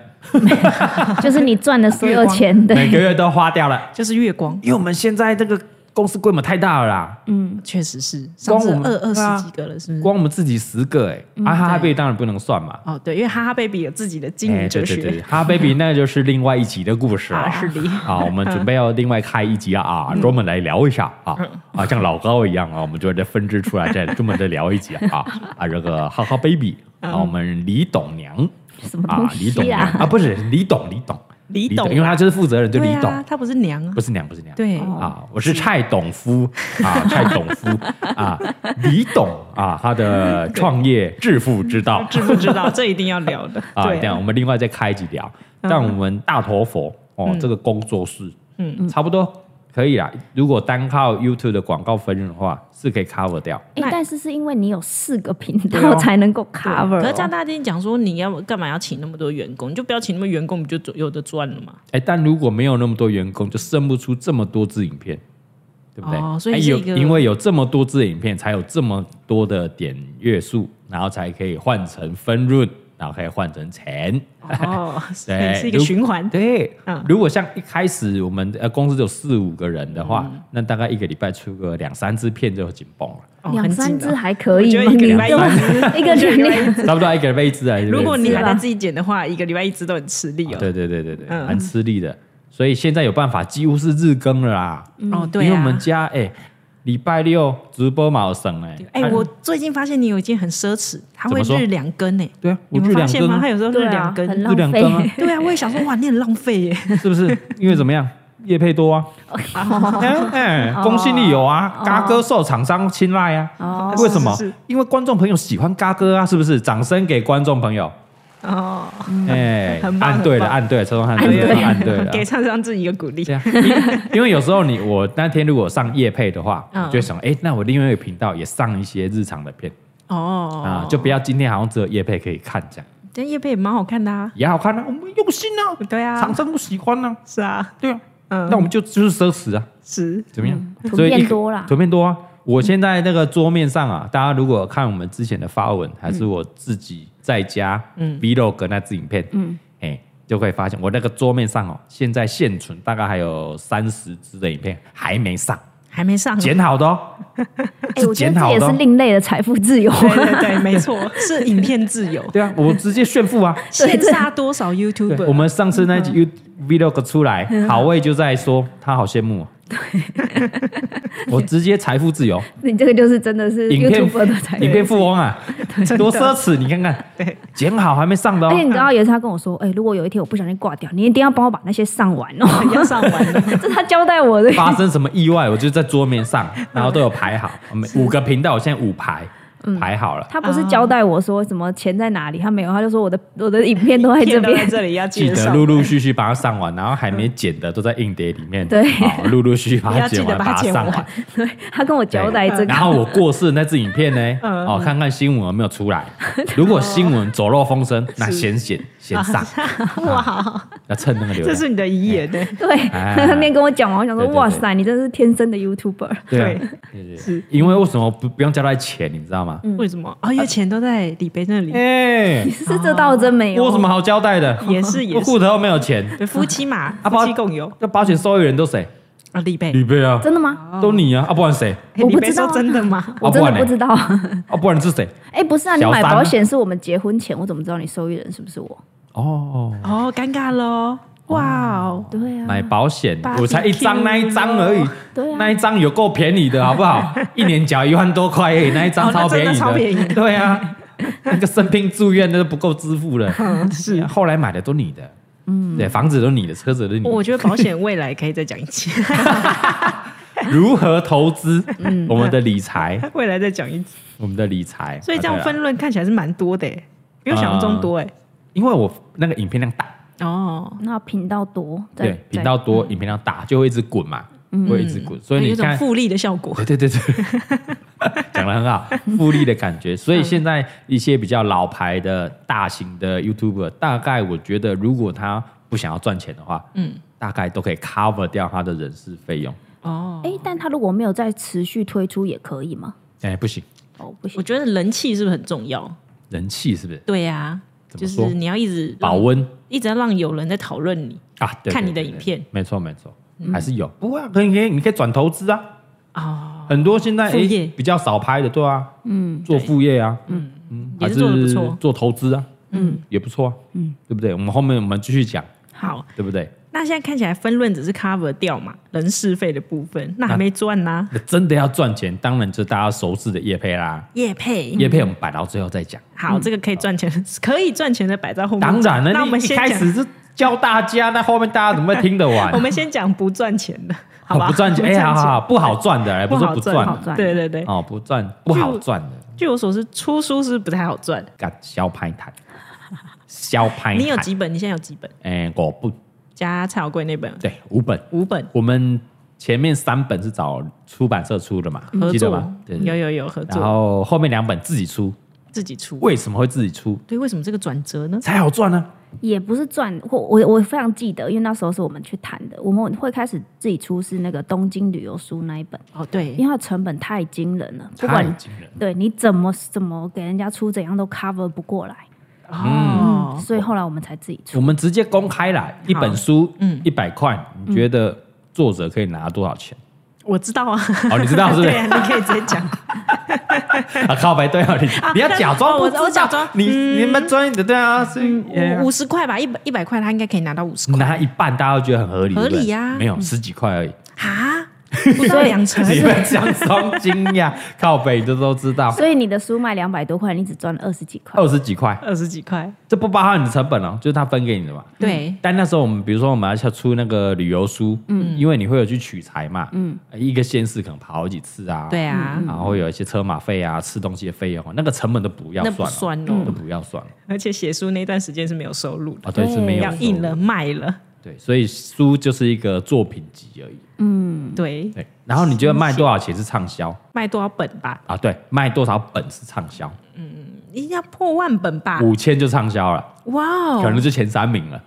Speaker 3: 就是你赚的所有钱，
Speaker 1: 每
Speaker 3: 对，
Speaker 1: 个月都花掉了，
Speaker 2: 就是月光，
Speaker 1: 因为我们现在这个公司规模太大了啦，
Speaker 2: 确实是，上
Speaker 1: 光
Speaker 2: 次
Speaker 1: 我们
Speaker 2: 二二
Speaker 1: 对啊
Speaker 2: 十几个了，是不是？
Speaker 1: 光我们自己十个哎，啊哈哈贝当然不能算嘛，
Speaker 2: 哦，对，因为哈哈 baby 有自己的经
Speaker 1: 哎，对
Speaker 2: 营哲
Speaker 1: 对对，
Speaker 2: 学
Speaker 1: 哈哈 baby 那就是另外一集的故事
Speaker 2: 啊，
Speaker 1: 了。
Speaker 2: 是的，
Speaker 1: 啊，我们准备要另外开一 集啊啊，专门来聊一下啊
Speaker 2: 嗯
Speaker 1: 啊，像老高一样啊，我们就再分支出 来，再专门再聊一集啊啊，这个哈哈 baby 啊，
Speaker 2: 嗯
Speaker 1: 我们李董娘
Speaker 3: 什么东
Speaker 1: 啊，李董
Speaker 3: 西
Speaker 1: 娘
Speaker 3: 啊？
Speaker 1: 啊，不是李董，李董，
Speaker 2: 李董啊
Speaker 1: 董，因为他就是负责人，就
Speaker 2: 对
Speaker 1: 李董，
Speaker 2: 啊，他不是娘啊
Speaker 1: 不，是娘，不是娘，
Speaker 2: 对，
Speaker 1: 啊，我是蔡董夫啊，蔡董夫啊，李董啊，他的创业致富之道
Speaker 2: 知不知道？这一定要聊的，
Speaker 1: 啊，
Speaker 2: 对嗯
Speaker 1: 这样我们另外再开一集聊。但我们大陀佛哦，这个工作室，嗯，差不多可以啦。如果单靠 YouTube 的广告分润的话，是可以 cover 掉。
Speaker 3: 哎，但是是因为你有四个频
Speaker 1: 对
Speaker 3: 道
Speaker 1: 啊
Speaker 3: 才能够
Speaker 2: 对
Speaker 3: cover，
Speaker 2: 可是这样
Speaker 3: 哦
Speaker 2: 大家跟你讲说，你要干嘛要请那么多员工？你就不要请那么多员工，不就有的赚了嘛？
Speaker 1: 哎，但如果没有那么多员工，就生不出这么多支影片，对不对？
Speaker 2: 哦所以
Speaker 1: 哎
Speaker 2: 是
Speaker 1: 有
Speaker 2: 一个
Speaker 1: 因为有这么多支影片，才有这么多的点阅数，然后才可以换成分润，然后可以换成钱。
Speaker 2: 哦，
Speaker 1: 对
Speaker 2: 是是一个循环。
Speaker 1: 对，
Speaker 2: 嗯
Speaker 1: 如果像一开始我们呃公司只有四五个人的话，
Speaker 2: 嗯
Speaker 1: 那大概一个礼拜出个两三支片就紧绷了，
Speaker 2: 哦
Speaker 3: 两
Speaker 2: 很
Speaker 3: 三
Speaker 2: 紧
Speaker 3: 只
Speaker 2: 的。
Speaker 3: 还可以
Speaker 2: 我觉
Speaker 3: 吗？
Speaker 2: 得一个
Speaker 3: 你
Speaker 2: 礼拜
Speaker 3: 就一个
Speaker 2: 一
Speaker 3: 人
Speaker 2: 个礼拜
Speaker 3: 两
Speaker 1: 差不多一个礼拜一支还是
Speaker 2: 如果你
Speaker 1: 两支
Speaker 2: 还
Speaker 1: 啊
Speaker 2: 在自己剪的话，一个礼拜一支都很吃力哦。
Speaker 1: 对对对对对，
Speaker 2: 嗯
Speaker 1: 蛮吃力的。所以现在有办法，几乎是日更了啦。
Speaker 2: 哦，
Speaker 1: 因
Speaker 2: 对
Speaker 1: 为我们
Speaker 2: 啊。
Speaker 1: 家哎，礼、拜六直播嘛有省哎、
Speaker 2: 哎、
Speaker 1: 啊
Speaker 2: 我最近发现你有一件很奢侈，它会
Speaker 1: 怎么说
Speaker 2: 日两更哎、
Speaker 1: 对啊，
Speaker 2: 你
Speaker 1: 我
Speaker 2: 们
Speaker 1: 日
Speaker 2: 发
Speaker 1: 两
Speaker 2: 现
Speaker 1: 更
Speaker 2: 吗？
Speaker 1: 啊
Speaker 2: 它，有时候日
Speaker 3: 对啊
Speaker 2: 两，更，
Speaker 3: 很
Speaker 1: 日两
Speaker 3: 浪
Speaker 1: 更啊
Speaker 3: 费。
Speaker 2: 对啊，我也想说，哇，你很浪费耶！
Speaker 1: 是不是？因为怎么样，叶配多啊，
Speaker 2: 哦
Speaker 1: 哎、哎，公信力有啊，嘎哥受厂商青睐啊。
Speaker 3: 哦，
Speaker 1: 为什么
Speaker 2: 是是是？
Speaker 1: 因为观众朋友喜欢嘎哥啊，是不是？掌声给观众朋友。
Speaker 2: 哦，
Speaker 1: 哎、
Speaker 2: 很棒
Speaker 1: 按对了，
Speaker 2: 很棒
Speaker 1: 按对了，车中汉
Speaker 3: 按对了
Speaker 1: 按对了。
Speaker 2: 啊给唱商自己一个鼓励
Speaker 1: 对。啊， 因因为有时候你我那天如果上夜配的话，
Speaker 2: 嗯
Speaker 1: 我就会想，哎、那我另外一个频道也上一些日常的片
Speaker 2: 哦
Speaker 1: 啊、就不要今天好像只有夜配可以看这样，
Speaker 2: 但叶贝也蛮好看的啊。
Speaker 1: 也好看啊，我们用心啊，
Speaker 2: 对
Speaker 1: 厂
Speaker 2: 啊，
Speaker 1: 商都喜欢啊，
Speaker 2: 是啊，
Speaker 1: 对啊，
Speaker 2: 嗯
Speaker 1: 那我们就就是奢侈啊，
Speaker 2: 是
Speaker 1: 怎么样？
Speaker 3: 嗯图
Speaker 1: 所以一
Speaker 3: 片
Speaker 1: 个
Speaker 3: 多啦
Speaker 1: 图片多啊！我现在那个桌面上啊，大家如果看我们之前的发文，还是我自己在家
Speaker 2: 嗯
Speaker 1: vlog 那支影片，嗯，哎、就会发现我那个桌面上哦，现在现存大概还有三十支的影片还没上，
Speaker 2: 还 没上。
Speaker 1: 剪好的哦，
Speaker 3: 哎，我
Speaker 1: 是
Speaker 3: 觉
Speaker 1: 剪
Speaker 3: 得这
Speaker 1: 好
Speaker 3: 也
Speaker 1: 的、
Speaker 3: 是
Speaker 1: 哦。
Speaker 3: 另类的财富自由。啊
Speaker 2: 对对对，没错， 是影片自 由。
Speaker 1: 对啊，我直接炫富啊！
Speaker 2: 线杀多少
Speaker 1: 对
Speaker 2: YouTuber？，
Speaker 1: 我们上次那一集 U vlog 出来，好味就在说他好羡慕、哦，我直接财富自由，
Speaker 3: 你这个就是真的是
Speaker 1: 影片
Speaker 3: YouTube 的财富
Speaker 1: 影。片富翁啊，多奢侈！你看看，
Speaker 2: 对
Speaker 1: 剪好还没上的
Speaker 3: 而且
Speaker 1: 哦。
Speaker 3: 你知道有一次他跟我说，哎，如果有一天我不小心挂掉，你一定要帮我把那些上完哦。
Speaker 2: 要上完了。
Speaker 3: 这是他交代我的。
Speaker 1: 发生什么意外，我就在桌面上，然后都有排好，每五个频道，我现在五排排好了，
Speaker 3: 他不是交代我说什么钱在哪里，他没有，他就说我的我的影片都在这
Speaker 2: 片都在
Speaker 3: 边。
Speaker 2: 这里要
Speaker 1: 记
Speaker 2: 介
Speaker 1: 得
Speaker 2: 绍，
Speaker 1: 陆陆续续把它上完，然后还没剪的都在硬碟里面，
Speaker 3: 对
Speaker 1: 好，陆陆续续把它剪
Speaker 2: 要
Speaker 1: 完，
Speaker 2: 记得把它
Speaker 1: 把它
Speaker 2: 剪
Speaker 1: 上
Speaker 2: 完
Speaker 1: 完。
Speaker 3: 对，他跟我交代这个
Speaker 1: 然。后我过世那支影片呢，
Speaker 2: 嗯
Speaker 1: 哦，看看新闻有没有出来，如果新闻走漏风声，那先剪先上，
Speaker 2: 哦
Speaker 1: 啊
Speaker 2: 哇，
Speaker 1: 要趁那个流
Speaker 2: 这
Speaker 1: 量。
Speaker 2: 是你的遗言呢。
Speaker 3: 对，
Speaker 1: 哎
Speaker 3: 他那天跟我讲完，我想说，
Speaker 1: 对对对
Speaker 3: 哇塞，你真是天生的 YouTuber。
Speaker 1: 对啊，
Speaker 2: 对
Speaker 1: 对对对，因为为什么不不用交代钱，你知道吗？
Speaker 2: 为什么？哦，因为钱都在李贝那里，
Speaker 1: 哎
Speaker 3: 你，是这倒真没
Speaker 1: 我有什
Speaker 3: 有。
Speaker 1: 么好交代的？
Speaker 2: 也是
Speaker 1: 我
Speaker 2: 也是
Speaker 1: 户头又没有钱，
Speaker 2: 对夫妻嘛，
Speaker 1: 啊
Speaker 2: 夫妻共有
Speaker 1: 那保险受益人都谁？
Speaker 2: 啊，李贝。
Speaker 1: 李贝啊，
Speaker 3: 真的吗？
Speaker 2: 哦
Speaker 1: 都你啊，啊不然谁？
Speaker 2: 哎
Speaker 3: 我不
Speaker 2: 李贝
Speaker 3: 知道啊
Speaker 2: 说真的吗？
Speaker 1: 啊
Speaker 3: 我
Speaker 1: 不
Speaker 3: 真
Speaker 1: 然
Speaker 3: 的
Speaker 1: 呢
Speaker 3: 不知道。
Speaker 1: 啊不然是谁？
Speaker 3: 哎，不是啊，你
Speaker 1: 小
Speaker 3: 买
Speaker 1: 三啊
Speaker 3: 保险是我们结婚前，我怎么知道你受益人是不是我？
Speaker 1: 哦，
Speaker 2: 哦，尴尬喽！哇哦，
Speaker 3: 对
Speaker 1: 买
Speaker 3: 啊，
Speaker 1: 保险
Speaker 2: Barbecue
Speaker 1: 我才一张那一张而已，
Speaker 2: 哦
Speaker 3: 对啊
Speaker 1: 那，一张有够便宜的好不 好？一年缴一万多块而已，那一张
Speaker 2: 哦那
Speaker 1: 超
Speaker 2: 真的
Speaker 1: 便宜
Speaker 2: 超便宜
Speaker 1: 的，对 啊， 那个生病住院那都不够支付了，
Speaker 2: 哎
Speaker 1: 是
Speaker 2: 嗯
Speaker 1: 后来买的都你的，嗯，对，房子都你的，车子都你的，
Speaker 2: 我觉得保险未来可以再讲一期，
Speaker 1: 如何投资？
Speaker 2: 嗯
Speaker 1: 我们的理财，
Speaker 2: 未来再讲一期。
Speaker 1: 我们的理财，
Speaker 2: 所以这样
Speaker 1: 啊对啊
Speaker 2: 分论看起来是蛮多的耶，比我想象中多哎。
Speaker 1: 因为我那个影片量大，
Speaker 2: 哦，
Speaker 3: 那频道多，再
Speaker 1: 对，频道多，影片量大，就会一直滚嘛，会一直滚，所以
Speaker 2: 嗯哦有
Speaker 1: 你
Speaker 2: 一种
Speaker 1: 看。
Speaker 2: 复利的效果。
Speaker 1: 对对对对， 讲的很 好，复利的感觉。所以现在一些比较老牌的大型的 YouTuber，大概我觉得，如果他不想要赚钱的话，嗯，大概都可以 cover 掉他的人事费用。
Speaker 2: 哦，
Speaker 3: 哎，但他如果没有再持续推出，也可以吗？
Speaker 1: 哎、不行，
Speaker 3: 哦，不
Speaker 2: 我
Speaker 3: 行，
Speaker 2: 觉得人气是不是很重要？
Speaker 1: 人气是不是
Speaker 2: 对呀、
Speaker 1: 怎
Speaker 2: 就
Speaker 1: 么
Speaker 2: 是
Speaker 1: 说
Speaker 2: 你要一直让
Speaker 1: 保温
Speaker 2: 一直要让有人在讨论你
Speaker 1: 啊？对对
Speaker 2: 看你的
Speaker 1: 对对
Speaker 2: 影片嗯
Speaker 1: 没错没错，还是有。不会啊，可以可以，你可以转投资啊。
Speaker 2: 哦，
Speaker 1: 很多现在哎、
Speaker 2: 副业
Speaker 1: 比较少拍的，对啊，嗯，做副业啊，嗯嗯，
Speaker 2: 也
Speaker 1: 还
Speaker 2: 是做得不错
Speaker 1: 做投资啊，嗯，也不错啊，嗯，对不对？我们后面我们继续讲，
Speaker 2: 好。
Speaker 1: 对不对？
Speaker 2: 那现在看起来分论只是 cover 掉嘛人事费的部分，那还没赚呢、
Speaker 1: 那真的要赚钱，当然就是大家熟知的业配啦。
Speaker 2: 业配
Speaker 1: 业配我们摆到最后再讲。
Speaker 2: 好，这个可以赚钱， 可以赚钱的摆在后面
Speaker 1: 当
Speaker 2: 讲。
Speaker 1: 然了，
Speaker 2: 那我们
Speaker 1: 你一
Speaker 2: 先
Speaker 1: 开
Speaker 2: 讲，
Speaker 1: 始是教大家，那后面大家怎么会听得 完？
Speaker 2: 我们先讲不赚钱 的，好吧？
Speaker 1: 不赚钱，哎，好好好，不好赚的，哎，
Speaker 2: 不
Speaker 1: 不是
Speaker 2: 好
Speaker 1: 不
Speaker 2: 赚
Speaker 1: 赚
Speaker 3: 好
Speaker 1: 的，
Speaker 3: 赚
Speaker 2: 对对对，
Speaker 1: 哦，不赚不好赚的，
Speaker 2: 据我所知，出书是不太好赚。
Speaker 1: 干小拍台，小拍
Speaker 2: 你有
Speaker 1: 台，
Speaker 2: 几本？你现在有几本？
Speaker 1: 哎，五本，
Speaker 2: 加蔡小贵那本
Speaker 1: 对，五本。
Speaker 2: 五本
Speaker 1: 我们前面三本是找出版社出的嘛，
Speaker 2: 合
Speaker 1: 记得
Speaker 2: 作
Speaker 1: 吗？对，对
Speaker 2: 有有有合
Speaker 1: 然
Speaker 2: 作，
Speaker 1: 后后面两本自己出，
Speaker 2: 自己出。
Speaker 1: 为什么会自己出？
Speaker 2: 对，为什么这个转折呢？
Speaker 1: 才好赚啊呢、
Speaker 3: 也不是赚。或我我非常记得，因为那时候是我们去谈的，我们会开始自己出是那个东京旅游书那一本，
Speaker 2: 哦，对
Speaker 3: 因为它的成本太惊人了，不
Speaker 1: 太
Speaker 3: 管
Speaker 1: 惊人了
Speaker 3: 对你怎么怎么给人家出，怎样都 cover 不过来。
Speaker 1: 嗯
Speaker 2: 哦，
Speaker 3: 所以后来我们才自己
Speaker 1: 我
Speaker 3: 出。
Speaker 1: 们直接公开啦，一本书，嗯，一百块，你
Speaker 2: 嗯
Speaker 1: 觉得作者可以拿多少钱？
Speaker 2: 我知道啊，
Speaker 1: 哦，你知道是不是
Speaker 2: 对？啊，你可以直接讲。
Speaker 1: 啊，靠白对哦，你你要
Speaker 2: 但
Speaker 1: 假装
Speaker 2: 哦
Speaker 1: 不
Speaker 2: 我
Speaker 1: 知道
Speaker 2: 我假装嗯
Speaker 1: 你你们专业的 对啊，所以
Speaker 2: 五五十块吧，一百一百块，他应该可以拿到五十块
Speaker 1: 拿一半大家都觉得很合理，
Speaker 2: 合理
Speaker 1: 对不对
Speaker 2: 呀
Speaker 1: 没有十几块而已，
Speaker 2: 啊，不到两 成。
Speaker 1: 你们相当惊讶，靠北这都知道，
Speaker 3: 所以你的书卖两百多块，你只赚了二十几块。
Speaker 1: 二十几块，
Speaker 2: 二十几块，
Speaker 1: 这不包含你的成本哦，就是他分给你的嘛。
Speaker 2: 对，
Speaker 1: 但那时候我们比如说我们要出那个旅游书，嗯，因为你会有去取材嘛，嗯，一个县市可能跑好几次啊，
Speaker 2: 对啊，
Speaker 1: 然后有一些车马费啊、吃东西的费用啊，那个成本都不要
Speaker 2: 那
Speaker 1: 算
Speaker 2: 不
Speaker 1: 了，
Speaker 2: 算
Speaker 1: 都
Speaker 2: 哦。
Speaker 1: 不要算了
Speaker 2: 而且写书那段时间是没有收入的，
Speaker 1: 啊，对，是没有
Speaker 2: 哦要印了卖了，
Speaker 1: 对，所以书就是一个作品集而已。嗯
Speaker 2: 对，
Speaker 1: 对，然后你觉得卖多少钱是畅销
Speaker 2: 卖多少本吧？
Speaker 1: 啊？对，卖多少本是畅销？
Speaker 2: 应该破万本吧？
Speaker 1: 五千就畅销了，
Speaker 2: 哇
Speaker 1: 可能
Speaker 2: 啊哦，
Speaker 1: 就前三名了。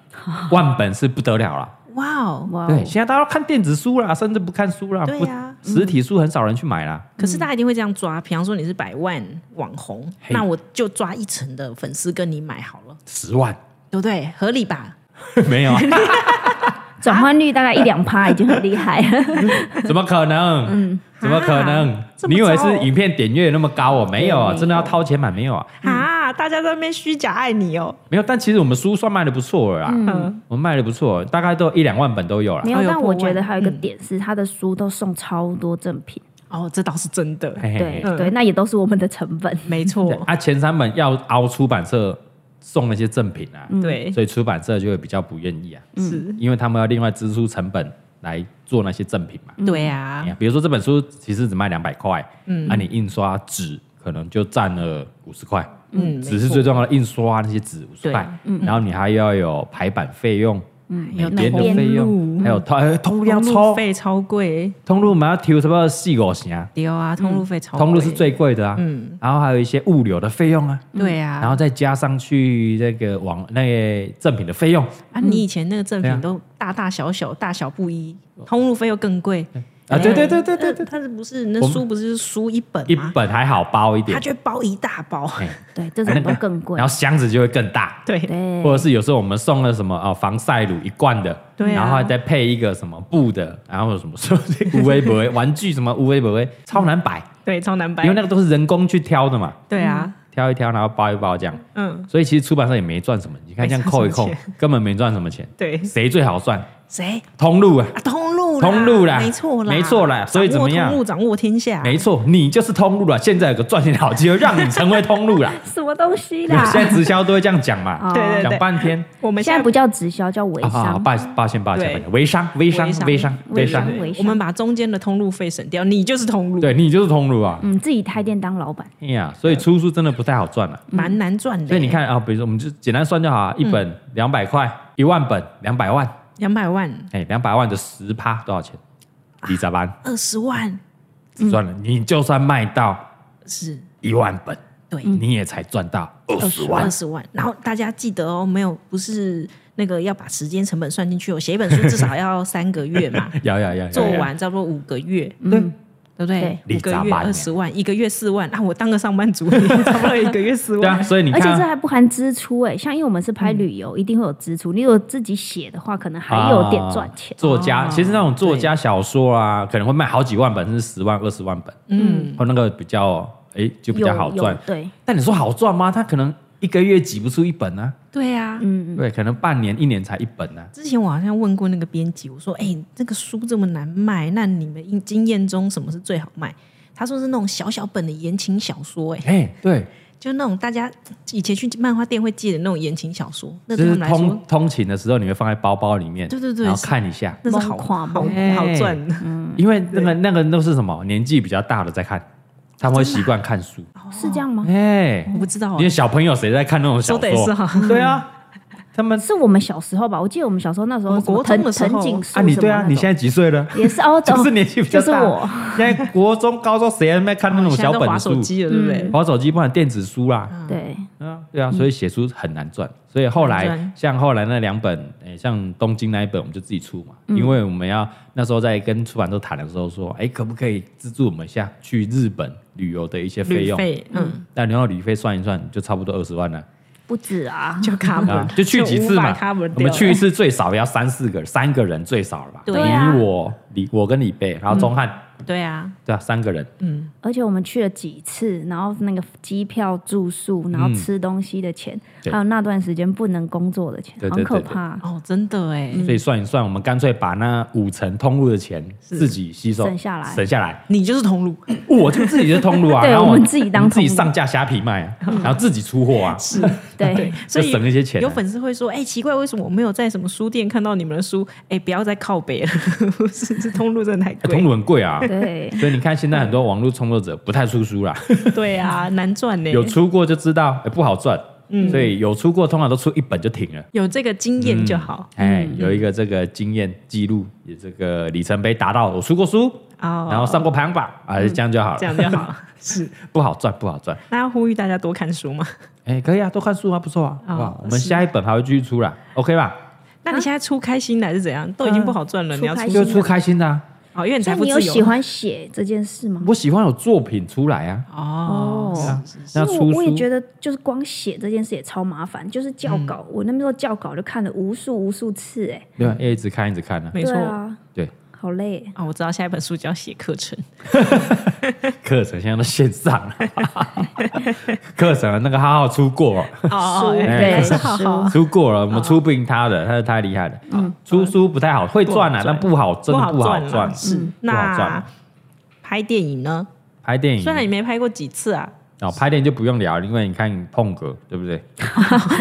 Speaker 1: 万本是不得了了。
Speaker 2: 哇哦！
Speaker 3: 哇哦，
Speaker 1: 对，现在大家都看电子书啦，甚至不看书啦，
Speaker 2: 对啊
Speaker 1: 不实体书很少人去买啦。
Speaker 2: 可是大家一定会这样抓，比方说你是百万网红，
Speaker 1: 嘿
Speaker 2: 那我就抓一成的粉丝跟你买好了，
Speaker 1: 十万
Speaker 2: 对不对？合理吧？
Speaker 1: 没有啊？
Speaker 3: 转换率大概一两趴已经很厉害
Speaker 1: 啊
Speaker 3: 了。
Speaker 1: 怎么可能？嗯，怎么可能
Speaker 2: 啊？这么
Speaker 1: 你以为
Speaker 2: 糟哦
Speaker 1: 是影片点阅那么高哦？没有啊，
Speaker 3: 对
Speaker 1: 真的要掏钱买没有啊？
Speaker 2: 啊，大家在那边虚假爱你哦，
Speaker 1: 没有，但其实我们书算卖的不错了啦，
Speaker 2: 嗯
Speaker 1: 我们卖的不错，大概都有一两万本都有啦。
Speaker 3: 没有
Speaker 2: 哎，呦
Speaker 3: 但
Speaker 2: 破
Speaker 3: 我觉
Speaker 2: 万
Speaker 3: 得还有一个
Speaker 2: 嗯
Speaker 3: 点是，他的书都送超多赠品。
Speaker 2: 哦，这倒是真的，
Speaker 1: 嘿嘿嘿
Speaker 3: 对
Speaker 2: 嗯
Speaker 3: 对，那也都是我们的成本。
Speaker 2: 没错
Speaker 1: 对，啊，前三本要凹出版社送那些赠品啊，
Speaker 2: 对，
Speaker 1: 所以出版社就会比较不愿意啊，
Speaker 2: 是，
Speaker 1: 因为他们要另外支出成本来做那些赠品嘛。
Speaker 2: 对啊
Speaker 1: 哎，呀比如说这本书其实只卖两百块，嗯，啊，你印刷纸可能就占了五十块，
Speaker 2: 嗯
Speaker 1: 纸是最重要的，印刷那些纸五十
Speaker 2: 对嗯
Speaker 1: 块，然后你还要有排版费用。
Speaker 2: 有
Speaker 1: 每天的
Speaker 3: 编
Speaker 1: 费
Speaker 2: 路
Speaker 1: 用，还有通哎通路
Speaker 2: 不
Speaker 1: 要抽，
Speaker 2: 费超贵，
Speaker 1: 通路我们要提什么四五成啊，
Speaker 2: 对啊，通路费超贵，
Speaker 1: 通路是最贵的啊，嗯，然后还有一些物流的费用啊，
Speaker 2: 对啊，
Speaker 1: 然后再加上去这个网那个赠品的费用，
Speaker 2: 啊，你以前那个赠
Speaker 1: 对啊
Speaker 2: 品都大大小小、大小不一，通路费又更贵
Speaker 1: 啊对对对对对
Speaker 2: 对，他是不是那
Speaker 1: 我们
Speaker 2: 书不是书一本
Speaker 1: 一
Speaker 2: 吗？
Speaker 1: 本还好包一
Speaker 2: 他
Speaker 1: 点，
Speaker 2: 就包一大包，
Speaker 3: 对，这种都更贵
Speaker 1: 哎然后。箱子就会更大，
Speaker 2: 对
Speaker 3: 对，
Speaker 1: 或者是有时候我们送了什么啊防晒乳一罐的，
Speaker 2: 对啊
Speaker 1: 然后还再配一个什么布的，然后有什么说无微不微玩具什么无微不微，超难摆，
Speaker 2: 对，超难摆
Speaker 1: 因为，那个都是人工去挑的嘛，
Speaker 2: 对啊，
Speaker 1: 挑一挑然后包一包这样，
Speaker 2: 嗯，
Speaker 1: 所以其实出版社也没赚什么，你看这样扣一扣
Speaker 2: 没赚，
Speaker 1: 根本没赚什么钱，
Speaker 2: 对，
Speaker 1: 谁最好赚？
Speaker 2: 谁
Speaker 1: 通路啊，
Speaker 2: 啊？通路，
Speaker 1: 通路啦
Speaker 2: 没错啦，
Speaker 1: 没错啦所以怎么样
Speaker 2: 掌握通路掌握天下，
Speaker 1: 没错，你就是通路了。现在有个赚钱的好机会，让你成为通路啦。
Speaker 3: 什么东西
Speaker 1: 对
Speaker 3: 啦？
Speaker 1: 现在直销都会这样讲嘛，
Speaker 3: 哦
Speaker 2: 对对
Speaker 1: 讲
Speaker 2: 对，
Speaker 1: 半天
Speaker 2: 我们
Speaker 3: 现在不叫直销，叫微
Speaker 1: 啊，好
Speaker 3: 商。
Speaker 1: 抱抱歉抱歉，
Speaker 2: 对
Speaker 1: 微商微商微
Speaker 2: 微商
Speaker 1: 商微
Speaker 3: 微
Speaker 1: 商
Speaker 3: 商，
Speaker 2: 对
Speaker 3: 微商
Speaker 2: 我们把中间的通路费省掉，你就是通路，
Speaker 1: 对你就是通路啊。
Speaker 3: 嗯，自己开店当老板，
Speaker 1: 哎呀，所以出书真的不太好赚了。啊
Speaker 2: 蛮难赚的。
Speaker 1: 所以你，看啊，比如说我们就简单算就好
Speaker 2: 嗯
Speaker 1: 啊，一本两百块，一万本两百万，
Speaker 2: 两百万、
Speaker 1: 哎，两百万的十趴多少钱？李咋班
Speaker 2: 二十万
Speaker 1: 只赚
Speaker 2: 嗯
Speaker 1: 了，你就算卖到
Speaker 2: 是，
Speaker 1: 一万本，
Speaker 2: 对，
Speaker 1: 你也才赚到二十万
Speaker 2: 嗯二。十万。然后大家记得哦，没有不是那个要把时间成本算进去哦。写一本书至少要三个月 嘛，
Speaker 1: 要要要，要
Speaker 2: 做完差不多五个月，
Speaker 3: 嗯，
Speaker 2: 对不对？
Speaker 1: 对
Speaker 2: 五个
Speaker 1: 你咋
Speaker 2: 月
Speaker 1: 办呢
Speaker 2: 二十万，一个月四万，啊，我当个上班族， 差不多一个月四
Speaker 1: 对
Speaker 2: 万。
Speaker 1: 啊，所以你
Speaker 3: 而且
Speaker 1: 看啊，
Speaker 3: 这还不含支出哎，像因为我们是拍旅游，一定会有支出。你如果自己写的话，可能还有点赚钱
Speaker 1: 啊。作家、
Speaker 2: 哦
Speaker 1: 其实那种作家小说啊，可能会卖好几万本，甚至十万、二十万本，
Speaker 2: 嗯，
Speaker 1: 哦，那个比较哎、就比
Speaker 3: 有
Speaker 1: 较好赚
Speaker 3: 有。对，
Speaker 1: 但你说好赚吗？他可能一个月挤不出一本啊，
Speaker 2: 对啊。
Speaker 3: 嗯，
Speaker 1: 对，可能半年、一年才一本啊。
Speaker 2: 之前我好像问过那个编辑，我说：“哎、这个书这么难卖，那你们经经验中什么是最好卖？”他说是那种小小本的言情小说、哎，
Speaker 1: 哎、对，
Speaker 2: 就那种大家以前去漫画店会借的那种言情小说，那
Speaker 1: 就
Speaker 2: 对他
Speaker 1: 是
Speaker 2: 们来说
Speaker 1: 通通勤的时候你会放在包包里面，
Speaker 2: 对对对
Speaker 1: 然后
Speaker 2: 是
Speaker 1: 看一下，
Speaker 2: 那是嗯好
Speaker 3: 疯狂
Speaker 2: 好
Speaker 1: 哎
Speaker 2: 好赚的。
Speaker 1: 因为那个那个都是什么年纪比较大的在看，他们会习惯看书。
Speaker 2: 啊
Speaker 3: 是
Speaker 2: 哦
Speaker 3: 这样吗？
Speaker 1: 哎、
Speaker 2: 我不知道、啊
Speaker 1: 因为小朋友谁在看那种小
Speaker 2: 哦都得是
Speaker 1: 说？
Speaker 2: 哈，
Speaker 1: 对啊，他 们
Speaker 3: 是我们小时候吧？我记得我们小时候那时
Speaker 2: 我
Speaker 3: 候
Speaker 2: 们
Speaker 3: 什么
Speaker 2: 国中
Speaker 3: 藤
Speaker 2: 的时候
Speaker 3: 藤井树
Speaker 1: 啊，你对啊，你现在几岁了？
Speaker 3: 在也 是哦，
Speaker 1: 就
Speaker 3: 哦
Speaker 1: 是年纪比较大，
Speaker 3: 就是我。
Speaker 1: 现在国中、高中谁还没看那种
Speaker 2: 现
Speaker 1: 小
Speaker 2: 在都
Speaker 1: 本嗯
Speaker 2: 滑
Speaker 1: 的
Speaker 2: 手
Speaker 1: 书？
Speaker 2: 机了，对不对？
Speaker 1: 玩手机不然电子书
Speaker 2: 嗯
Speaker 1: 啦，
Speaker 3: 对，
Speaker 1: 对啊，对啊，所以写书很难赚。所以后
Speaker 2: 很难
Speaker 1: 来
Speaker 2: 赚
Speaker 1: 像后来那两本，诶，像东京那一本，我们就自己出嘛，
Speaker 2: 嗯
Speaker 1: 因为我们要那时候在跟出版社谈的时候说，哎，可不可以资助我们一下去日本旅游的一些费
Speaker 2: 旅
Speaker 1: 用？
Speaker 2: 费，嗯，嗯
Speaker 1: 那然后旅费算一算，就差不多二十万了。
Speaker 3: 不止啊，
Speaker 2: 就 cover，、
Speaker 1: 啊，就去几次
Speaker 2: 无
Speaker 1: 嘛
Speaker 2: 法 cover，掉
Speaker 1: 我们去一次最少要三四个，三个人最少了吧？
Speaker 2: 对
Speaker 3: 啊
Speaker 1: 你我李我跟李贝，然后钟汉，
Speaker 2: 对啊，
Speaker 1: 对啊，三个人，
Speaker 2: 嗯，
Speaker 3: 而且我们去了几次，然后那个机票、住宿，然后吃东西的钱，
Speaker 1: 嗯对
Speaker 3: 还有那段时间不能工作的钱，
Speaker 1: 对对
Speaker 3: 很可
Speaker 1: 对对
Speaker 3: 怕，
Speaker 2: 哦，真的哎，
Speaker 3: 嗯
Speaker 1: 所以算一算，我们干脆把那五成通路的钱自己吸收
Speaker 3: 省下来
Speaker 1: 省下来，哦
Speaker 2: 你就是同路，
Speaker 1: 我就自己的通路啊，
Speaker 3: 对
Speaker 1: 然后
Speaker 3: 我们自己当
Speaker 1: 我们自己
Speaker 3: 通路嗯
Speaker 1: 上架虾皮卖 啊，然后自己出货啊，
Speaker 3: 对。
Speaker 2: 哎 所以
Speaker 1: 就省了一些钱啊
Speaker 2: 有粉丝会说：“哎、奇怪，为什么我没有在什么书店看到你们的书？哎、不要再靠北了， 是是通路真的太
Speaker 1: 哎通
Speaker 2: 贵。
Speaker 1: 路很贵啊。
Speaker 3: 对，
Speaker 1: 所以你看，现在很多网络创作者不太出书啦，
Speaker 2: 对啊，难赚呢、
Speaker 1: 有出过就知道、哎不好赚，
Speaker 3: 嗯
Speaker 1: 所以有出过通常都出一本就停了。
Speaker 2: 有这个经验就好。
Speaker 3: 嗯
Speaker 1: 哎，有一个这个经验记录，也这个里程碑达到，我出过书，
Speaker 2: 哦，
Speaker 1: 嗯然后上过排行榜，啊，
Speaker 3: 嗯
Speaker 1: 这样就好
Speaker 2: 这
Speaker 1: 了，
Speaker 2: 样就好。是，
Speaker 1: 不好赚，不好赚。
Speaker 2: 那要呼吁大家多看书嘛。
Speaker 1: 哎，可以啊，多看书啊，不错啊，
Speaker 2: 哦
Speaker 1: 好不好？我们
Speaker 2: 是
Speaker 1: 下一本还会继续出啦，OK 吧？
Speaker 2: 那你现在出开心来是怎样？都已经不好赚了，
Speaker 3: 啊嗯
Speaker 2: 你要出
Speaker 3: 出开
Speaker 1: 就
Speaker 3: 心
Speaker 1: 出开心的啊，
Speaker 2: 哦，因为你
Speaker 3: 所
Speaker 2: 财
Speaker 3: 以
Speaker 2: 富
Speaker 3: 你
Speaker 2: 自
Speaker 3: 有
Speaker 2: 由。
Speaker 3: 喜欢写这件事吗？
Speaker 1: 我喜欢有作品出来啊，
Speaker 2: 哦，
Speaker 3: 哦
Speaker 2: 是是是
Speaker 1: 那
Speaker 3: 因为我
Speaker 1: 出
Speaker 3: 我也
Speaker 1: 书
Speaker 3: 觉得，就是光写这件事也超麻烦，就是校稿，
Speaker 1: 嗯
Speaker 3: 我那边候校稿就看了无数无数次、哎，
Speaker 1: 对吧？要一直看，一直看啊，
Speaker 2: 没
Speaker 3: 对
Speaker 2: 错啊、
Speaker 3: 啊，
Speaker 1: 对，
Speaker 3: 好累，
Speaker 2: 我知道下一本书就要写课程。
Speaker 1: 课程现在都线上了，课程啊那个浩浩出过了。
Speaker 2: 哦哦，
Speaker 3: 书
Speaker 2: 哎
Speaker 1: 对
Speaker 2: 还是好好
Speaker 1: 出过了，我们出不赢他的，他是太厉害了。出书不太好，会赚啊，
Speaker 2: 不好赚
Speaker 1: 但不好，真的不好
Speaker 2: 啦
Speaker 1: 赚。啊嗯
Speaker 2: 是，
Speaker 1: 不好赚
Speaker 2: 那拍电影呢？
Speaker 1: 拍电影，
Speaker 2: 虽然你没拍过几次啊，
Speaker 1: 哦，拍电影就不用聊，因为你看碰哥，对不对？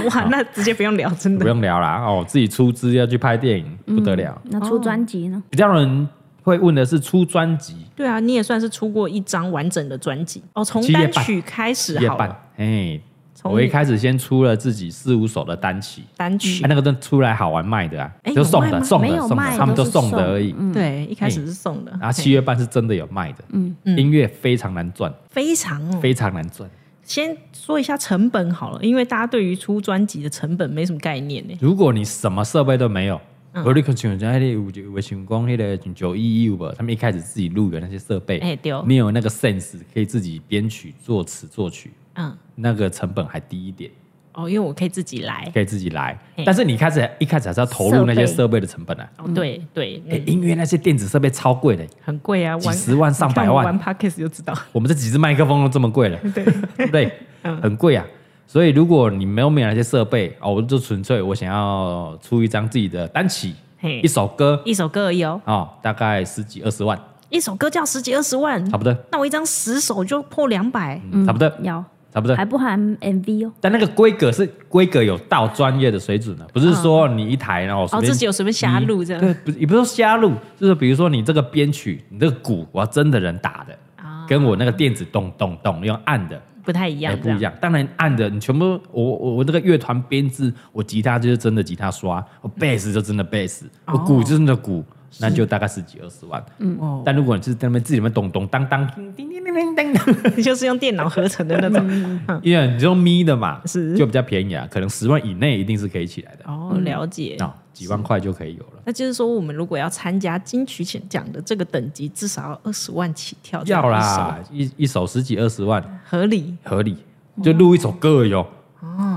Speaker 2: 哇，那直接不用聊，真
Speaker 1: 不
Speaker 2: 的。
Speaker 1: 用聊啦，哦，自己出资要去拍电影，不得了。
Speaker 3: 那
Speaker 2: 哦
Speaker 3: 出专辑呢？
Speaker 1: 比较多人会问的是出专辑
Speaker 2: 对啊，你也算是出过一张完整的专辑哦，从
Speaker 1: 七月
Speaker 2: 单
Speaker 1: 半
Speaker 2: 曲开始
Speaker 1: 夜
Speaker 2: 好
Speaker 1: 半
Speaker 2: 了，，
Speaker 1: 哎，
Speaker 2: 从
Speaker 1: 我一开始先出了自己四五首的单曲，
Speaker 2: 单曲
Speaker 1: 哎，那个真的出来好玩卖的啊
Speaker 2: 哎，
Speaker 1: 就送
Speaker 2: 有卖
Speaker 1: 的
Speaker 2: 吗
Speaker 1: 送
Speaker 3: 没
Speaker 1: 的
Speaker 3: 有
Speaker 1: 送
Speaker 3: 卖
Speaker 1: 的，他们
Speaker 3: 都
Speaker 1: 都
Speaker 3: 是
Speaker 1: 送的
Speaker 3: 送
Speaker 1: 而已。
Speaker 3: 嗯
Speaker 2: 对，一开始是送的，
Speaker 1: 然后七
Speaker 2: 月
Speaker 1: 月半是真的有卖的，嗯，
Speaker 2: 嗯
Speaker 1: 音乐非常难赚，
Speaker 2: 非常哦。
Speaker 1: 非常难赚。
Speaker 2: 先说一下成本好了，因为大家对于出专辑的成本没什么概念呢。
Speaker 1: 如果你什么设备都没有，
Speaker 2: 嗯
Speaker 1: 我立刻请人家那五九我请光那个九一一五吧，他们一开始自己录的那些设备，
Speaker 2: 哎对哦
Speaker 1: 没有那个 sense 可以自己编曲、作词、作曲，
Speaker 2: 嗯，
Speaker 1: 那个成本还低一点，
Speaker 2: 哦，因为我可以自己来。
Speaker 1: 可以自己来
Speaker 2: 嘿。
Speaker 1: 但是你开始一开始还是要投入那些设备的成本啊。
Speaker 2: 哦，对对，
Speaker 1: 哎
Speaker 2: 嗯，
Speaker 1: 音乐那些电子设备超贵的，
Speaker 2: 很贵啊，
Speaker 1: 几
Speaker 2: 玩
Speaker 1: 十万
Speaker 2: 你看
Speaker 1: 上百
Speaker 2: 我
Speaker 1: 万
Speaker 2: 玩 podcast 就知道。
Speaker 1: 我们这几支麦克风都这么贵了， 对不对？很贵啊。所以如果你没有买那些设备哦，我就纯粹我想要出一张自己的单曲，
Speaker 2: 嘿
Speaker 1: 一首歌
Speaker 2: 一首歌而已哦，
Speaker 1: 哦，大概十几二十万，
Speaker 2: 一首歌就要十几二十万，
Speaker 1: 差不多，
Speaker 2: 那我一张十首就破两百，
Speaker 1: 嗯差不多，
Speaker 3: 要
Speaker 1: 差不多
Speaker 3: 还。不含 MV 哦，
Speaker 1: 但那个规格是规格有到专业的水准啊的，不是说你一台然后随
Speaker 2: 哦，
Speaker 1: 便嗯
Speaker 2: 自己有随便瞎录这样
Speaker 1: 对，不也不是说瞎录，就是比如说你这个编曲，你这个鼓我要真的人打的，
Speaker 2: 啊，
Speaker 1: 跟我那个电子咚咚咚用按的
Speaker 2: 不太一
Speaker 1: 也
Speaker 2: 样，
Speaker 1: 哎不一。样。当然按的你全部，我我我这个乐团编制，我吉他就是真的吉他刷，我贝斯就真的贝斯，我鼓就是真的鼓，那就大概十几二十万。
Speaker 2: 哦，
Speaker 1: 但如果你是在那边自己里面咚咚当当叮叮叮叮叮叮。
Speaker 2: 就是用电脑合成的那种。嗯
Speaker 1: 因为你用咪的嘛，
Speaker 2: 是
Speaker 1: 就比较便宜啊，可能十万以内一定是可以起来的，
Speaker 2: 哦，了解。
Speaker 1: 啊、几万块就可以有了。
Speaker 2: 那就是说，我们如果要参加金曲奖的这个等级，至少要二十万起跳，
Speaker 1: 要，啦，一一首十几二十万，
Speaker 2: 合理。
Speaker 1: 合理，就录一首歌哦哟。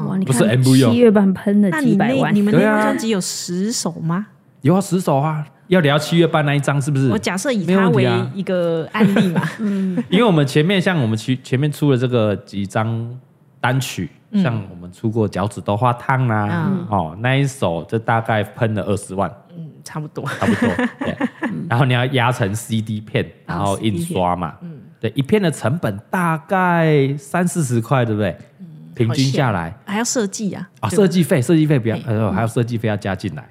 Speaker 3: 哇，你
Speaker 1: 不
Speaker 3: 看
Speaker 1: 是 MV 哦
Speaker 3: 七月半喷
Speaker 2: 嗯
Speaker 3: 了
Speaker 2: 那
Speaker 3: 几
Speaker 2: 你
Speaker 3: 百
Speaker 2: 那
Speaker 3: 万
Speaker 2: 你，们那
Speaker 1: 对
Speaker 2: 张
Speaker 1: 啊
Speaker 2: 专辑有十首吗？
Speaker 1: 有啊，十首啊，要聊七月半那一张是不是
Speaker 2: 我？假设以
Speaker 1: 没有
Speaker 2: 它
Speaker 1: 问
Speaker 2: 为
Speaker 1: 题啊
Speaker 2: 一个案例嘛，
Speaker 1: 因为我们前面像我们前前面出了这个几张单曲，像我们出过《脚趾豆花汤》啊，
Speaker 2: 嗯
Speaker 1: 哦，那一首这大概喷了二十万，
Speaker 2: 嗯，差不多。
Speaker 1: 差不多。对，然后你要压成 CD 片，然后印刷嘛。对，一片的成本大概三四十块，对不对？平均下来
Speaker 2: 还要设计啊，
Speaker 1: 啊，
Speaker 2: 对吧
Speaker 1: 设计费，设计费不要，
Speaker 2: 嘿
Speaker 1: 呃，还有设计费要加进来。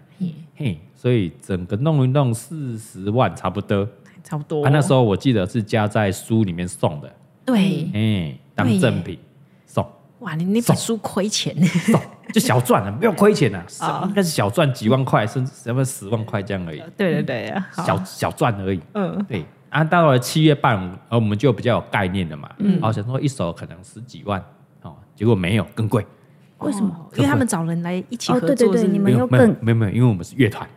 Speaker 1: 嘿，所以整个弄一弄四十万差不多。
Speaker 2: 差不多。
Speaker 1: 啊，那时候我记得是加在书里面送的，
Speaker 2: 对，
Speaker 1: 哎，当
Speaker 2: 对耶
Speaker 1: 赠品送。
Speaker 2: 哇，你那本书亏钱，
Speaker 1: 送就小赚了，没有亏钱啊，
Speaker 2: 啊
Speaker 1: 应该是小赚几万块，甚至要不然十万块这样而已，
Speaker 2: 对对对，好
Speaker 1: 嗯小小赚而已。
Speaker 2: 嗯，
Speaker 1: 对啊，到了七月半，呃，我们就比较有概念了嘛。嗯，哦，想说一首可能十几万，哦，结果没有，更贵。
Speaker 3: 为什么？
Speaker 2: 哦？因为他们找人来一起合
Speaker 3: 哦对对
Speaker 2: 作，
Speaker 3: 对
Speaker 2: 是不是
Speaker 3: 你们
Speaker 1: 没有，
Speaker 3: 又
Speaker 1: 没有
Speaker 3: 更，
Speaker 1: 没有，没有，因为我们是乐团，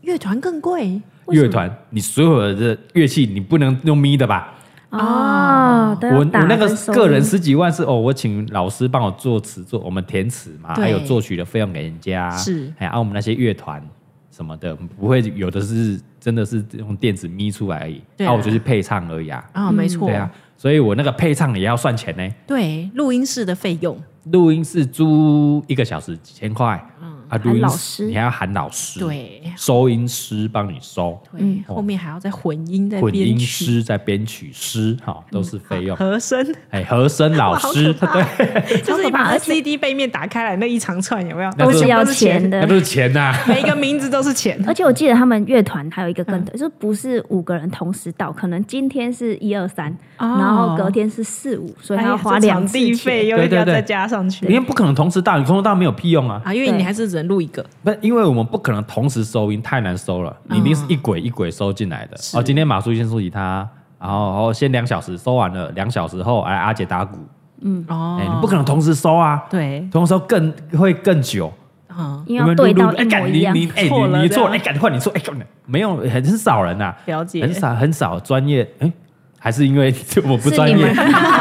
Speaker 2: 乐团更贵
Speaker 1: 乐团你所有的乐器你不能用咪的吧？
Speaker 2: 啊
Speaker 3: 哦，都要
Speaker 1: 我我
Speaker 3: 打
Speaker 1: 那个
Speaker 3: 跟收
Speaker 1: 个人
Speaker 3: 入
Speaker 1: 十几万是哦，我请老师帮我作词作，我们填词嘛，
Speaker 2: 对
Speaker 1: 还有作曲的费用给人家，
Speaker 2: 是
Speaker 1: 哎，啊，我们那些乐团什么的，不会有的是真的是用电子咪出来而已，
Speaker 2: 对
Speaker 1: 啊，
Speaker 2: 啊
Speaker 1: 我就是配唱而已啊，
Speaker 2: 啊，没错
Speaker 1: 对，啊，所以我那个配唱也要算钱呢，
Speaker 2: 对，录音室的费用，
Speaker 1: 录音室租一个小时几千块，
Speaker 2: 嗯
Speaker 1: 啊，录
Speaker 3: 喊
Speaker 1: 音
Speaker 3: 老
Speaker 1: 室
Speaker 3: 师
Speaker 1: 你还要喊老师，，
Speaker 2: 对，
Speaker 1: 收音师帮你收，
Speaker 2: 对，后面还要再混音再
Speaker 1: 混
Speaker 2: 编
Speaker 1: 音
Speaker 2: 曲，啊
Speaker 1: 师在编曲师，哈，都是费 用，
Speaker 2: 和声，
Speaker 1: 哎，和声老
Speaker 2: 哇好
Speaker 1: 师，
Speaker 2: 可怕
Speaker 1: 对。
Speaker 2: 就是你
Speaker 3: 超可怕
Speaker 2: 把
Speaker 3: 而且
Speaker 2: CD 背面打开来那一长串， 有没有？
Speaker 1: 那
Speaker 3: 都
Speaker 1: 是
Speaker 3: 是要
Speaker 2: 都是钱嗯
Speaker 3: 钱
Speaker 1: 那
Speaker 3: 的
Speaker 1: 都。是钱呐、
Speaker 2: 每一个名字都是钱，
Speaker 3: 而且我记得他们乐团还有一个更，
Speaker 2: 嗯
Speaker 3: 就是不是五个人同时到，可能今天是一二三，
Speaker 2: 哦
Speaker 3: 然后隔天是四五，所以他要
Speaker 2: 哎
Speaker 3: 花
Speaker 2: 呀这
Speaker 3: 两
Speaker 2: 场
Speaker 3: 次
Speaker 2: 地费
Speaker 3: 钱。
Speaker 2: 又一定要
Speaker 1: 对对对
Speaker 2: 再加上去
Speaker 1: 因为不可能同时到，你空到没有屁用啊！
Speaker 2: 啊，因为你
Speaker 3: 对
Speaker 2: 还是只能录一个，
Speaker 1: 不，因为我们不可能同时收音，太难收了，
Speaker 3: 嗯
Speaker 1: 你一定是一轨一轨收进来的。
Speaker 2: 是
Speaker 1: 哦，今天马叔先收吉他，然后然后先两小时收完了，两小时后哎阿姐打鼓，
Speaker 2: 哦
Speaker 3: 嗯
Speaker 1: 哎、你不可能同时收啊，
Speaker 2: 对，
Speaker 1: 同时收更会更久，
Speaker 2: 嗯，
Speaker 3: 因
Speaker 1: 有
Speaker 3: 为要
Speaker 1: 没有
Speaker 3: 对
Speaker 1: 录
Speaker 3: 到
Speaker 1: 录哎
Speaker 3: 一
Speaker 1: 干
Speaker 3: 模一样
Speaker 1: 你，你哎、
Speaker 2: 错
Speaker 1: 你
Speaker 2: 了
Speaker 1: 你
Speaker 2: 这
Speaker 1: 错
Speaker 2: 样
Speaker 1: 哎赶快你错哎干没有很少人呐、啊
Speaker 2: 了解
Speaker 1: 很少很少专业哎。还是 因为我们不专
Speaker 3: 是你
Speaker 1: 业
Speaker 3: 们，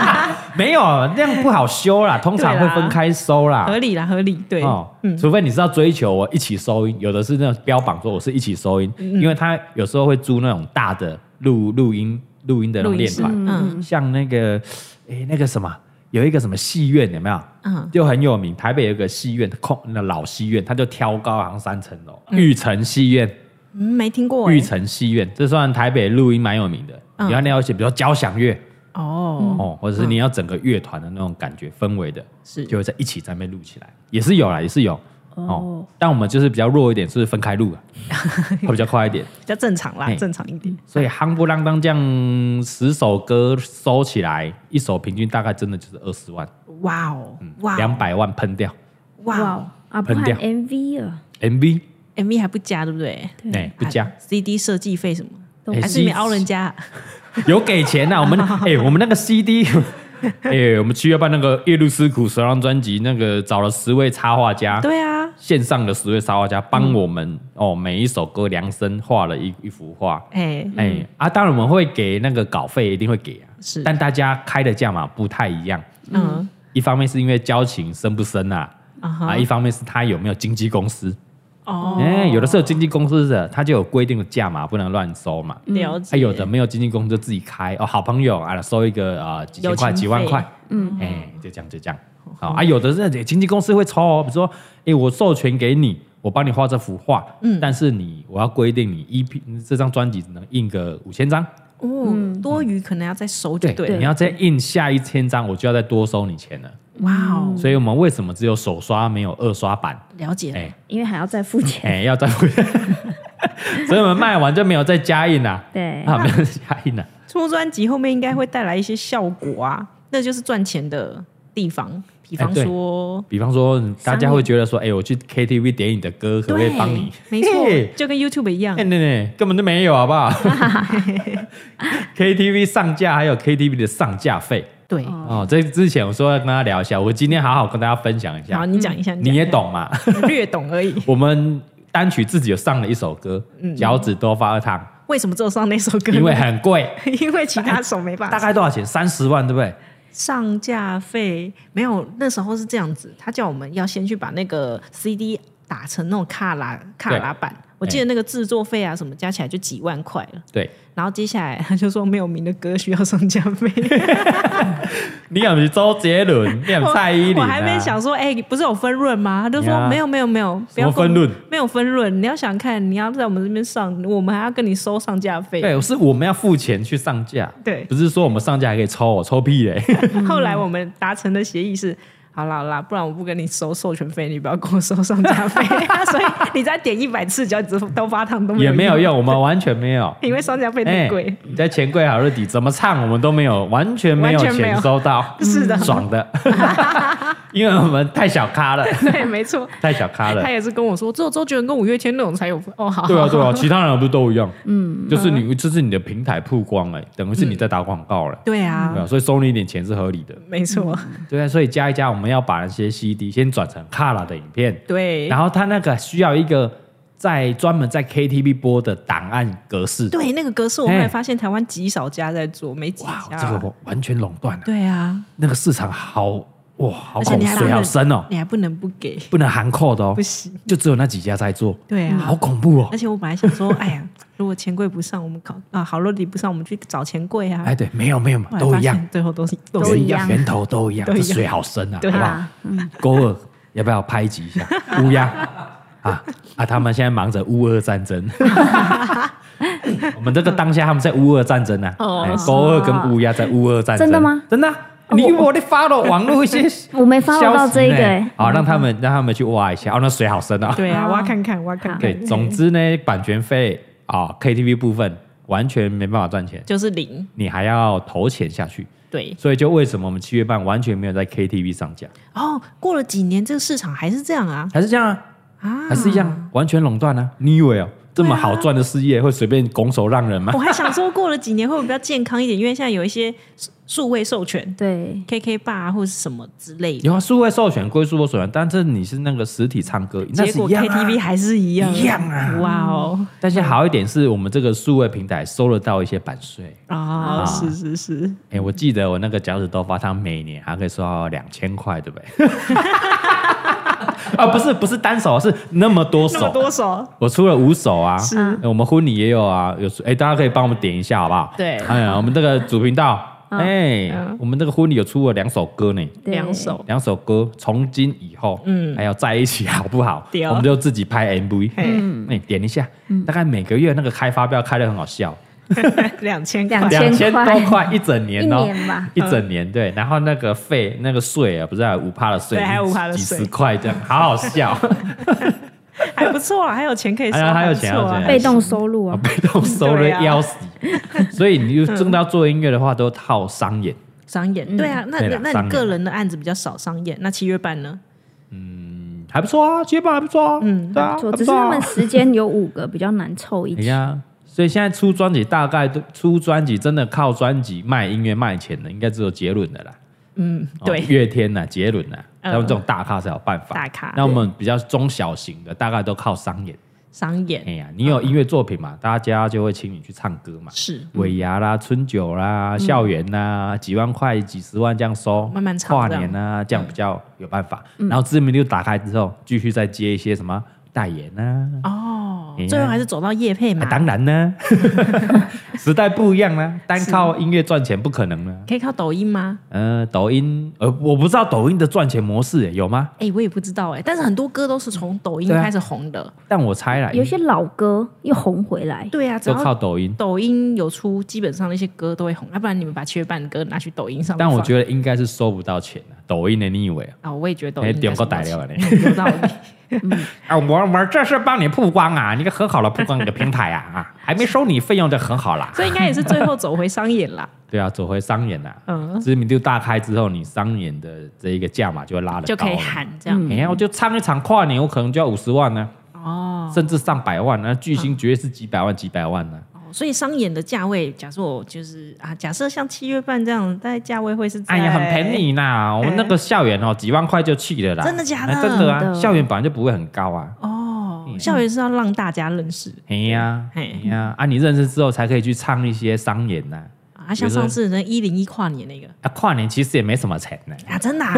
Speaker 1: 没有那样不好 修啦。通常
Speaker 2: 对
Speaker 1: 会
Speaker 2: 啦
Speaker 1: 分开收啦，
Speaker 2: 合理啦，合理，对，嗯
Speaker 1: 哦，除非你是要追求我一起收音，有的是那种标榜说我是一起收音，
Speaker 2: 嗯
Speaker 1: 因为他有时候会租那种大的录录音录音的那种
Speaker 2: 录音
Speaker 1: 练
Speaker 2: 室，
Speaker 1: 团，
Speaker 2: 嗯
Speaker 1: 像那个诶那个什么，有一个什么戏院有没有？
Speaker 2: 嗯，
Speaker 1: 就很有名，台北有一个戏院，空那老戏院，它就挑高好像三层楼，玉成戏院，
Speaker 2: 嗯没听过哎
Speaker 1: 玉成戏院，这算台北录音蛮有名的。
Speaker 2: 嗯
Speaker 1: 你要了解，比如说交响乐
Speaker 2: 哦，
Speaker 1: 哦，或者是你要整个乐团的那种感觉氛围的，
Speaker 2: 是
Speaker 1: 就会在一起在那边录起来，也是有啦，也是有哦。但我们就是比较弱一点，是分开录 啊，会比较快一点。
Speaker 2: 比较正常啦，
Speaker 1: 嘿
Speaker 2: 正常一点，
Speaker 1: 所以夯不啷当这样十首歌收起来，一首平均大概真的就是二十万，
Speaker 2: 哇哦，哇
Speaker 1: 嗯两
Speaker 2: 哦，
Speaker 1: 百万喷掉
Speaker 2: 哇哦
Speaker 3: 哇啊，不
Speaker 1: 很
Speaker 3: 含
Speaker 1: 屌
Speaker 3: MV 了，
Speaker 1: MV，
Speaker 2: ，MV 还不加，对不对？
Speaker 1: 哎、不加
Speaker 2: 啊。CD 设计费什么？
Speaker 3: 都
Speaker 1: 哎
Speaker 2: 还是你们凹人家？
Speaker 1: 有给钱呐、我 们哎、我们那个 CD，哎、我们七月半那个《夜路思苦》首张专辑，那个找了十位插画家，
Speaker 2: 对啊，
Speaker 1: 线上的十位插画家帮我们、
Speaker 2: 嗯
Speaker 1: 哦，每一首歌量身画了一一幅画。
Speaker 2: 哎，
Speaker 1: 哎、啊，当然我们会给那个稿费，一定会给啊。
Speaker 2: 是
Speaker 1: 但大家开的价码不太一样。
Speaker 2: 嗯
Speaker 1: 一方面是因为交情深不深啊，啊，
Speaker 2: 啊哈
Speaker 1: 一，方面是他有没有经纪公司。哎、
Speaker 2: 哦，
Speaker 1: 有的时候经纪公司的他就有规定的价码，不能乱收嘛。
Speaker 2: 了
Speaker 1: 还
Speaker 2: 解，
Speaker 1: 哎有的没有经纪公司就自己开哦，好朋友啊，收一个啊、呃、几千块、
Speaker 2: 友情费
Speaker 1: 几万块，嗯，哎、就这样就这样。好、啊，有的是哎经纪公司会抽哦，比如说，哎、我授权给你，我帮你画这幅画，嗯，但是你我要规定你 EP 这张专辑只能印个五千张，
Speaker 2: 哦，多余可能要再收就
Speaker 1: 对，
Speaker 2: 对
Speaker 1: 你
Speaker 2: 了，
Speaker 1: 要再印下一千张，我就要再多收你钱了。
Speaker 2: 哇哦，
Speaker 1: 所以我们为什么只有首刷没有二刷 版？
Speaker 2: 了解了
Speaker 1: 哎、
Speaker 3: 因为还要再付
Speaker 1: 哎、
Speaker 3: 钱。
Speaker 1: 要再，所以我们卖完就没有再加印啦、
Speaker 3: 对
Speaker 1: 啊，，没有再加印啦、
Speaker 2: 出专辑后面应该会带来一些效果啊，那就是赚钱的地方。比方
Speaker 1: 哎对
Speaker 2: 说，
Speaker 1: 比方说，大家会觉得说，哎、我去 KTV 点你的歌，可不可以帮你？
Speaker 2: 没错
Speaker 1: 嘿，
Speaker 2: 就跟 YouTube 一样
Speaker 1: 哎、，那那根本就没有，好不 好？KTV 上架还有 KTV 的上架费
Speaker 2: 对。
Speaker 1: 哦。这之前我说要跟大家聊一下，我今天好好跟大家分享一
Speaker 2: 好，
Speaker 1: 下，
Speaker 2: 你讲一下，
Speaker 1: 你也
Speaker 2: 讲一 下，
Speaker 1: 懂嘛？
Speaker 2: 略懂而已。
Speaker 1: 我们单曲自己有上了一首歌，
Speaker 2: 嗯
Speaker 1: 脚趾多发烫》，
Speaker 2: 为什么只有上那首歌呢？
Speaker 1: 因为很 贵，
Speaker 2: 因为其他首没办
Speaker 1: 大
Speaker 2: 法。
Speaker 1: 概多少钱？三十万，对不对？
Speaker 2: 上架费没有，那时候是这样子，他叫我们要先去把那个 CD 打成那种卡拉卡拉版。我记得那个制作费啊什么加起来就几万块了，
Speaker 1: 对，
Speaker 2: 然后接下来 他就说没有名的歌需要上架 费，
Speaker 1: 你也不是周杰 伦，你也不是蔡依林、啊
Speaker 2: 我还没想说，哎、不是有分润吗？他就说、
Speaker 1: 呀
Speaker 2: 没有没有没有，不要
Speaker 1: 什么分
Speaker 2: 跟我
Speaker 1: 润，
Speaker 2: 没有分润。你要想看，你要在我们这边上，我们还要跟你收上架费。
Speaker 1: 对，是我们要付钱去上架，
Speaker 2: 对
Speaker 1: 不是说我们上架还可以抽，抽屁嘞！
Speaker 2: 后来我们达成的协议是。好啦好啦，不然我不跟你收授权费，你不要跟我收上 架费。所以你再点一百次，只要只都发烫都 没有
Speaker 1: 也没有，用，我们完全没 有。哎
Speaker 2: 因为上架费太贵。
Speaker 1: 你在钱柜好乐迪怎么唱我们都没有，完全没有
Speaker 2: 完全没
Speaker 1: 钱
Speaker 2: 有
Speaker 1: 收到， 嗯
Speaker 2: 是的
Speaker 1: 爽的，因为我们太小 咖了，
Speaker 2: 对，没错，
Speaker 1: 太小咖了
Speaker 2: 他。也是跟我说，只有周杰伦跟五月天那种才有分。哦，好，
Speaker 1: 对啊， 对啊，其他人不都一样？嗯，就是你，这是你的平台曝光哎，等于是你在打广告了，
Speaker 2: 对啊
Speaker 1: 对啊，所以收你一点钱是合理的。
Speaker 2: 没错，
Speaker 1: 对啊，所以加一加，我们要把那些 CD 先转成卡拉的影片，
Speaker 2: 对，
Speaker 1: 然后它那个需要一个在专门在 KTV 播的档案格式。
Speaker 2: 对，那个格式我后
Speaker 1: 哎
Speaker 2: 来发现台湾极少家在做，没几
Speaker 1: 哇，
Speaker 2: 家。啊
Speaker 1: 这个我完全垄断了，
Speaker 2: 对啊，
Speaker 1: 那个市场好哇，好
Speaker 2: 而且
Speaker 1: 口
Speaker 2: 你还
Speaker 1: 水
Speaker 2: 不
Speaker 1: 好
Speaker 2: 能
Speaker 1: 深哦，
Speaker 2: 你还不能不给，
Speaker 1: 不能含扣的哦
Speaker 2: 不，行。
Speaker 1: 就只有那几家在做，
Speaker 2: 对啊，
Speaker 1: 好恐怖哦
Speaker 2: 而。且我本来想说，哎呀，如果钱柜不上，我们搞啊，好乐迪不上，我们去找钱柜啊。
Speaker 1: 哎，对，没有没有，
Speaker 2: 后来
Speaker 1: 都
Speaker 2: 发
Speaker 1: 一样
Speaker 2: 现，，最后都是都
Speaker 3: 都
Speaker 2: 是
Speaker 3: 一
Speaker 1: 源
Speaker 3: 样
Speaker 1: 源头都一样，
Speaker 2: 都一
Speaker 1: 这
Speaker 2: 样
Speaker 1: 水好深啊，好
Speaker 2: 对
Speaker 1: 不好
Speaker 3: 啊？嗯，
Speaker 1: 勾二要不要拍集一 下乌鸦啊啊！他们现在忙着乌俄战 争，我们这个当下他们在乌俄战争呢、
Speaker 2: 哦
Speaker 1: 啊，哎勾二跟乌鸦在乌俄战争，
Speaker 3: 真的吗？
Speaker 1: 真的啊、你我得发了网络一 些
Speaker 3: 我
Speaker 2: 哎
Speaker 3: 没
Speaker 1: 消
Speaker 3: follow 到这一个、欸，
Speaker 1: 好、让他们让他们去挖一下，哦，那水好深啊！
Speaker 2: 嗯对啊，
Speaker 3: 哦
Speaker 2: 挖看看，挖看看。
Speaker 1: 对，总之呢，版权费啊、KTV 部分完全没办法赚钱，
Speaker 2: 就是零。
Speaker 1: 你还要投钱下去，
Speaker 2: 对，
Speaker 1: 所以就为什么我们七月半完全没有在 KTV 上架，
Speaker 2: 哦，过了几年，这个市场还是这样啊
Speaker 1: 还是这样啊？
Speaker 2: 啊！
Speaker 1: 还是一样完全垄断呢？你以为哦，这么好赚的事业会随便拱手让人吗
Speaker 2: 我？还想说，过了几年会不会比较健康一点？因为现在有一些数数位授权
Speaker 3: 对，
Speaker 2: ，KK 霸啊或者是什么之类的，
Speaker 1: 有啊，数位授权归数位授权，但这你是那个实体唱歌，那
Speaker 2: 结
Speaker 1: 是
Speaker 2: 果
Speaker 1: 一样、啊、
Speaker 2: KTV 还是一样
Speaker 1: 一样啊。
Speaker 2: 哇哦
Speaker 1: 但现在好一点是我们这个数位平台收得到一些版税。
Speaker 2: 啊！是是是，
Speaker 1: 哎、我记得我那个脚趾豆发汤每年还可以收到两千块，对不对？ 啊，不是不是单手，是那么多啊
Speaker 2: 那么
Speaker 1: 手，
Speaker 2: 多手，
Speaker 1: 我出了五首啊。
Speaker 2: 是
Speaker 1: 哎我们婚礼也有啊，有哎、大家可以帮我们点一下好不好？
Speaker 2: 对嗯
Speaker 1: 哎呀，我们这个主频道，哎、我们这个婚礼有出了两首歌呢，
Speaker 3: 对
Speaker 2: 两手
Speaker 1: 两首歌，从今以后，嗯，还要在一起好 不好？
Speaker 2: 对哦
Speaker 1: 我们就自己拍 MV，哎、
Speaker 2: 嘿嗯
Speaker 1: 点一下，大概每个月那个开发票开的很好笑，
Speaker 2: 两千
Speaker 3: 两
Speaker 2: 块
Speaker 3: 千
Speaker 1: 两千
Speaker 3: 块
Speaker 1: 多块一整
Speaker 3: 一
Speaker 1: 年哦、
Speaker 3: 年吧，
Speaker 1: 一整年对，然后那个费那个税啊，不是还有五趴的税，
Speaker 2: 对还有5%的
Speaker 1: 几
Speaker 2: 税
Speaker 1: 十块这样，好好笑。
Speaker 2: 还不错啊，还有钱可以收，
Speaker 1: 哎呀还有钱
Speaker 2: 还不错
Speaker 1: 还有
Speaker 2: 啊
Speaker 1: 钱
Speaker 3: 被动收入
Speaker 1: 啊，
Speaker 3: 啊，
Speaker 1: 被动收入
Speaker 2: 对啊
Speaker 1: 要 死。所以你就真的要做音乐的话，都套商演。
Speaker 2: 商演对啊，那
Speaker 1: 对啦
Speaker 2: 那那
Speaker 1: 商演
Speaker 2: 你个人的案子比较少商演，那七月半呢？
Speaker 1: 嗯还不错啊，接棒还不错啊，嗯，对啊，
Speaker 3: 做，
Speaker 1: 还
Speaker 3: 只
Speaker 1: 不
Speaker 3: 是
Speaker 1: 错
Speaker 3: 他
Speaker 1: 啊
Speaker 3: 们时间有五个，比较难凑一
Speaker 1: 哎
Speaker 3: 起。
Speaker 1: 呀，所以现在出专辑大概都出专辑，真的靠专辑卖音乐卖钱的，应该只有杰伦的啦。
Speaker 2: 嗯，
Speaker 1: 哦
Speaker 2: 对，
Speaker 1: 乐天呐、杰伦呐，他
Speaker 2: 嗯
Speaker 1: 们这种大咖才有办法。
Speaker 2: 大咖
Speaker 1: 那我们比较中小型的，大概都靠商演。
Speaker 2: 商
Speaker 1: 哎
Speaker 2: 演
Speaker 1: 呀，你
Speaker 2: 嗯
Speaker 1: 有音乐作品嘛，大家就会请你去唱歌嘛，
Speaker 2: 是
Speaker 1: 尾牙啦、春酒啦、校园啦，几万块、几十万这样收，
Speaker 2: 嗯慢慢唱
Speaker 1: 跨
Speaker 2: 这样嗯
Speaker 1: 年啊，这样比较有办法。然后知名度打开之后，继续再接一些什么代言啊，
Speaker 2: 哦
Speaker 1: 哎呀，
Speaker 2: 最后还是走到叶配嘛
Speaker 1: 啊，当然 呢，时代不一样啦，单靠音乐赚钱不可能了。
Speaker 2: 可以靠抖音吗？
Speaker 1: 呃，抖音，呃，我不知道抖音的赚钱模式、欸、有吗？
Speaker 2: 哎，我也不知道哎，但是很多歌都是从抖音
Speaker 1: 对啊
Speaker 2: 开始红的，
Speaker 1: 但我猜啦，
Speaker 3: 有些老歌又红 回来，
Speaker 2: 对啊，只
Speaker 1: 都靠
Speaker 2: 要
Speaker 1: 抖音。
Speaker 2: 抖音有出，基本上那些歌都会红，要不然你们把七月半的歌拿去抖音上面
Speaker 1: 但
Speaker 2: 放，
Speaker 1: 我觉得应该是收不到钱的，抖音的你以为啊？
Speaker 2: 啊，我也觉得抖
Speaker 1: 哎
Speaker 2: 音
Speaker 1: 点
Speaker 2: 应该
Speaker 1: 过
Speaker 2: 是
Speaker 1: 打
Speaker 2: 没
Speaker 1: 料了
Speaker 2: 钱有道理，
Speaker 1: 啊，我我这是帮你曝光啊，你很好了，曝光你的平台啊，啊，还没收你费用就很好啦。
Speaker 2: 所以应该也是最后走回商演啦，
Speaker 1: 对啊，走回商演啦、
Speaker 2: 嗯，
Speaker 1: 知名度大开之后，你商演的这一个价码就会拉的
Speaker 2: 就可以。喊这样
Speaker 1: 你哎看，我就唱一场跨年，我可能就要五十万呢、
Speaker 2: 哦。
Speaker 1: 甚至上百万呢、巨星绝对是几百万、几百万呢、
Speaker 2: 哦所以商演的价位，假设我就是啊，假设像七月半这样，大概价位会是在
Speaker 1: 哎呀，很便，宜啦！我们那个校园哦，几万块就去了啦。
Speaker 2: 嗯真的假的
Speaker 1: 哎真的啊，
Speaker 3: 真的
Speaker 1: 校园本来就不会很高啊。
Speaker 2: 哦。校园是要让大家认识
Speaker 1: 哎呀，哎
Speaker 2: 嘿
Speaker 1: 呀，啊，你认识之后才可以去唱一些商演呐。
Speaker 2: 啊，像上次那一零一跨年那个
Speaker 1: 啊，跨年其实也没什么钱呢。
Speaker 2: 啊，真的啊，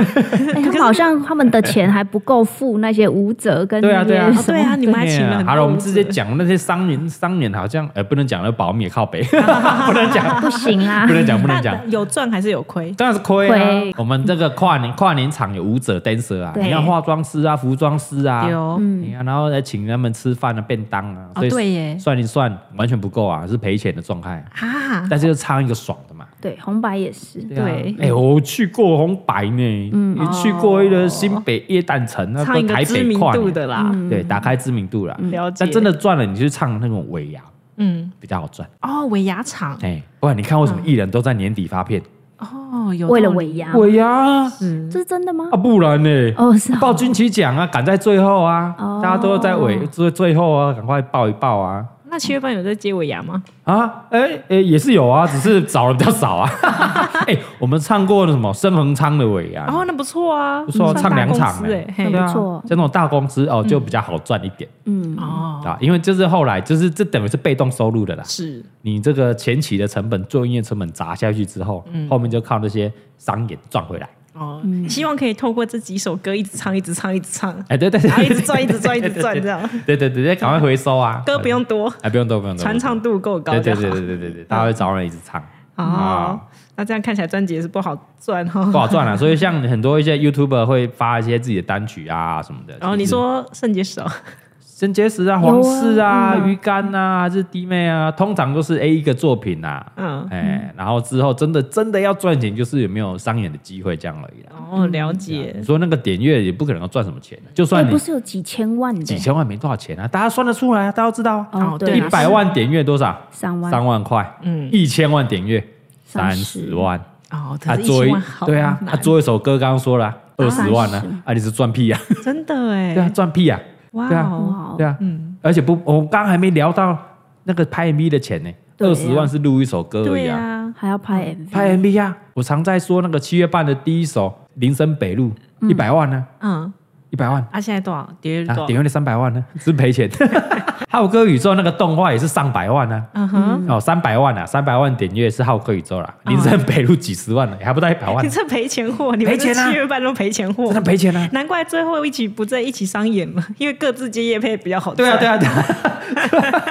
Speaker 3: 哎，他们好像他们的钱还不够付那些舞者跟
Speaker 1: 对啊
Speaker 3: 那
Speaker 1: 对啊
Speaker 3: 些
Speaker 2: 哦
Speaker 3: 什
Speaker 2: 对啊，
Speaker 3: 么
Speaker 2: 你们还请
Speaker 1: 哎
Speaker 2: 了
Speaker 1: 呀
Speaker 2: 很多
Speaker 1: 好了，我们
Speaker 2: 舞者
Speaker 1: 直接讲那些商演，商演好像呃不能讲了，保密也靠北， 不能讲，
Speaker 3: 不行啊 啦
Speaker 1: 不，能讲，不能
Speaker 2: 那
Speaker 1: 讲。
Speaker 2: 有赚还是有啊亏？
Speaker 1: 当然是亏啊
Speaker 3: 亏！
Speaker 1: 我们这个跨年跨年场有舞者 dancer 啊，
Speaker 3: 对
Speaker 1: 你要化妆师啊，服装师啊，
Speaker 2: 有
Speaker 1: 哎呀然后再请他们吃饭啊、便当啊，
Speaker 2: 嗯哦
Speaker 1: 所以
Speaker 2: 对耶
Speaker 1: 算一算完全不够啊，是赔钱的状态。
Speaker 2: 啊，
Speaker 1: 但是就唱一个爽的嘛。
Speaker 3: 对，红白也是，
Speaker 1: 啊
Speaker 2: 对哦
Speaker 1: 哎、我去过红白呢，嗯，也去过一个新北夜诞城，那
Speaker 2: 唱
Speaker 1: 个
Speaker 2: 一个
Speaker 1: 台
Speaker 2: 知
Speaker 1: 北
Speaker 2: 名
Speaker 1: 跨
Speaker 2: 度
Speaker 1: 年，
Speaker 2: 的啦，
Speaker 1: 对，打开知名度了。
Speaker 2: 嗯了解。
Speaker 1: 但真的赚了，你去唱那种尾牙
Speaker 2: 嗯，
Speaker 1: 比较好赚。
Speaker 2: 哦，尾牙厂
Speaker 1: 哎、不然你看为什么艺人都在年底发片？
Speaker 2: 哦，有
Speaker 3: 为了
Speaker 2: 道理
Speaker 3: 尾牙，
Speaker 1: 尾牙啊，
Speaker 3: 这是真的吗？
Speaker 1: 不然呢、
Speaker 3: 哦，是啊
Speaker 1: 报金曲奖啊，赶在最后啊，
Speaker 3: 哦
Speaker 1: 大家都在尾最最后啊，赶快报一报啊。
Speaker 2: 那七月半有在接尾牙吗？
Speaker 1: 啊，哎、哎、也是有啊，只是找的比较少啊。哎，我们唱过那什么深恒昌的尾牙，
Speaker 2: 哦，那不错啊，
Speaker 1: 嗯不错，
Speaker 2: 算
Speaker 1: 唱
Speaker 2: 大
Speaker 1: 两
Speaker 2: 公
Speaker 1: 场
Speaker 2: 司
Speaker 1: 欸
Speaker 2: 哎，
Speaker 1: 对
Speaker 2: 嘿嗯
Speaker 3: 那
Speaker 1: 啊
Speaker 3: 不错
Speaker 1: 像那种大公司哦，就比较好赚一点
Speaker 3: 嗯，
Speaker 2: 哦，
Speaker 1: 啊，因为就是后来就是这等于是被动收入的啦，
Speaker 2: 是
Speaker 1: 你这个前期的成本做音乐成本砸下去之后，
Speaker 2: 嗯
Speaker 1: 后面就靠那些商演赚回来。
Speaker 2: 哦，
Speaker 3: 嗯
Speaker 2: 希望可以透过这几首歌一直唱，一直唱，一直 唱，
Speaker 1: 哎，对对对
Speaker 2: 然后一直赚，一直赚，一直赚，这样
Speaker 1: 对对对，对赶快回收 啊！
Speaker 2: 歌不用多，
Speaker 1: 哎，不用多，不用多，
Speaker 2: 传唱度够高
Speaker 1: 对对
Speaker 2: 就好
Speaker 1: 对。对对对对，大家会找人一直唱，
Speaker 2: 哦，那这样看起来专辑也是不好赚哦
Speaker 1: 不。好赚啊。所以像很多一些 YouTuber 会发一些自己的单曲啊什么的。
Speaker 2: 然
Speaker 1: 其
Speaker 2: 后哦你
Speaker 1: 实
Speaker 2: 说肾结石哦，
Speaker 1: 肾结石啊、
Speaker 3: 有啊
Speaker 1: 皇室啊、
Speaker 2: 嗯
Speaker 1: 鱼竿啊，还是弟妹啊，通常都是 A 一个作品啊。
Speaker 2: 嗯，
Speaker 1: 哎，然后之后真的真的要赚钱，就是有没有商演的机会这样而已啦。
Speaker 2: 哦，了
Speaker 1: 你
Speaker 2: 解，
Speaker 1: 说那个点阅也不可能要赚什么钱，啊就
Speaker 3: 哎，
Speaker 1: 算你
Speaker 3: 不是有几千万的
Speaker 1: 几千万没多少钱啊，大家算得出来啊，大家都知道啊。
Speaker 3: 哦，对
Speaker 1: 一
Speaker 3: 啊，
Speaker 1: 百万点阅多少？
Speaker 3: 三万
Speaker 1: 三万块。
Speaker 2: 嗯，
Speaker 1: 一千万点阅三
Speaker 3: 30
Speaker 1: 十万，
Speaker 2: 哦，
Speaker 1: 他
Speaker 2: 可是一
Speaker 1: 做一
Speaker 2: 千万好
Speaker 1: 啊对啊，他
Speaker 2: 难，
Speaker 1: 做一首歌刚刚说了二十万呢
Speaker 3: 30，
Speaker 1: 啊你是赚屁啊，
Speaker 2: 真的哎，
Speaker 1: 对啊赚屁啊，
Speaker 2: 哇
Speaker 1: 对啊
Speaker 2: 哦，
Speaker 3: 哇
Speaker 1: 对啊，而且不，我们刚刚还没聊到那个拍 MV 的钱呢，
Speaker 3: 对啊
Speaker 1: 二十万是录一首歌而
Speaker 2: 对
Speaker 1: 已啊，
Speaker 2: 啊，
Speaker 3: 还要拍 MV，
Speaker 1: 拍 MV 啊，我常在说那个七月半的第一首《林森北路》一百万呢，
Speaker 2: 嗯，
Speaker 1: 一百万
Speaker 2: 啊，现在多少？跌
Speaker 1: 啊
Speaker 2: 多，少？
Speaker 1: 点阅率三百万呢， 是赔 钱。浩哥宇宙那个动画也是上百万呢、
Speaker 2: 嗯 哼，
Speaker 1: 哦，三百万啊，三百万点阅是浩哥宇宙啦，林森北路几十万呢，还不到一百万
Speaker 2: 你
Speaker 1: 呢，
Speaker 2: 这赔钱 货，你们
Speaker 1: 赔
Speaker 2: 这
Speaker 1: 钱啊
Speaker 2: 七月半都赔钱货
Speaker 1: 真的，赔钱 啊！
Speaker 2: 难怪最后一起不在一起商演了，因为各自接业配比较好
Speaker 1: 对啊，
Speaker 2: 赚。
Speaker 1: 对啊，对啊，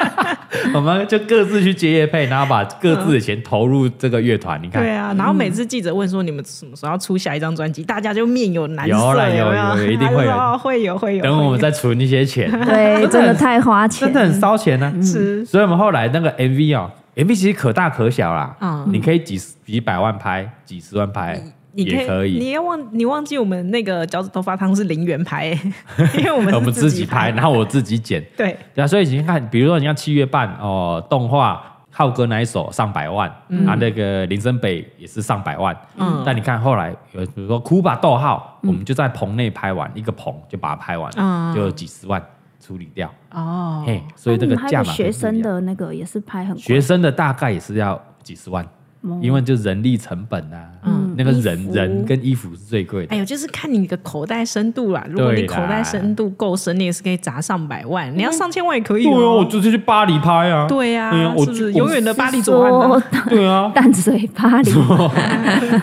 Speaker 1: 我们就各自去接业配，然后把各自的钱投入这个乐团。你看
Speaker 2: 对，啊，然后每次记者问说你们什么时候要出下一张专辑，大家就面有难色，
Speaker 1: 有啦有
Speaker 2: 有没
Speaker 1: 有有一定会有
Speaker 2: 他说哦会有会有。
Speaker 1: 等我们
Speaker 2: 会
Speaker 1: 再存一些
Speaker 2: 啊
Speaker 1: 钱，
Speaker 3: 对，真的太花
Speaker 1: 真
Speaker 3: 钱
Speaker 1: 的，很烧钱呢、
Speaker 2: 有吃，
Speaker 1: 所以我们后来那个 MV 哦，MV 其实可大可小啦，
Speaker 2: 嗯
Speaker 1: 你可以几十几百万拍，几十万拍
Speaker 2: 你
Speaker 1: 也可以。
Speaker 2: 你要忘你忘记我们那个脚趾头发汤是零元拍， 因为我们是
Speaker 1: 呃我们自己拍，
Speaker 2: 拍。
Speaker 1: 然后我自己剪，
Speaker 2: 对，
Speaker 1: 对啊，所以你看，比如说你像七月半哦，动画浩哥那一首上百万，啊，那个林森北也是上百万，
Speaker 2: 嗯
Speaker 1: 但你看后来有比如说哭吧逗号，我们就在棚内拍完一个棚就把它拍完，
Speaker 2: 嗯
Speaker 1: 就有几十万处理掉，
Speaker 2: 哦，
Speaker 1: 嘿，所以这个
Speaker 3: 那你
Speaker 1: 价
Speaker 3: 拍
Speaker 1: 码
Speaker 3: 给学生的那个也是拍很贵
Speaker 1: 学生的大概也是要几十万，
Speaker 2: 嗯
Speaker 3: 哦
Speaker 1: 因为就人力成本啊，
Speaker 3: 嗯
Speaker 1: 那个
Speaker 3: 衣
Speaker 1: 人
Speaker 3: 服
Speaker 1: 人跟衣服是最贵的
Speaker 2: 哎。呦，就是看你的口袋深度啦。如果
Speaker 1: 对
Speaker 2: 你口
Speaker 1: 啦
Speaker 2: 袋深度够深，你也是可以砸上百万，你要上千万也可以
Speaker 1: 对啊，我
Speaker 2: 哦。
Speaker 1: 直接去巴黎拍啊！
Speaker 2: 对呀、
Speaker 1: 哎呀我
Speaker 2: 是不是
Speaker 1: 我
Speaker 2: 永远的巴黎左岸
Speaker 3: 说
Speaker 2: 呢？
Speaker 1: 对啊，
Speaker 3: 淡水巴黎，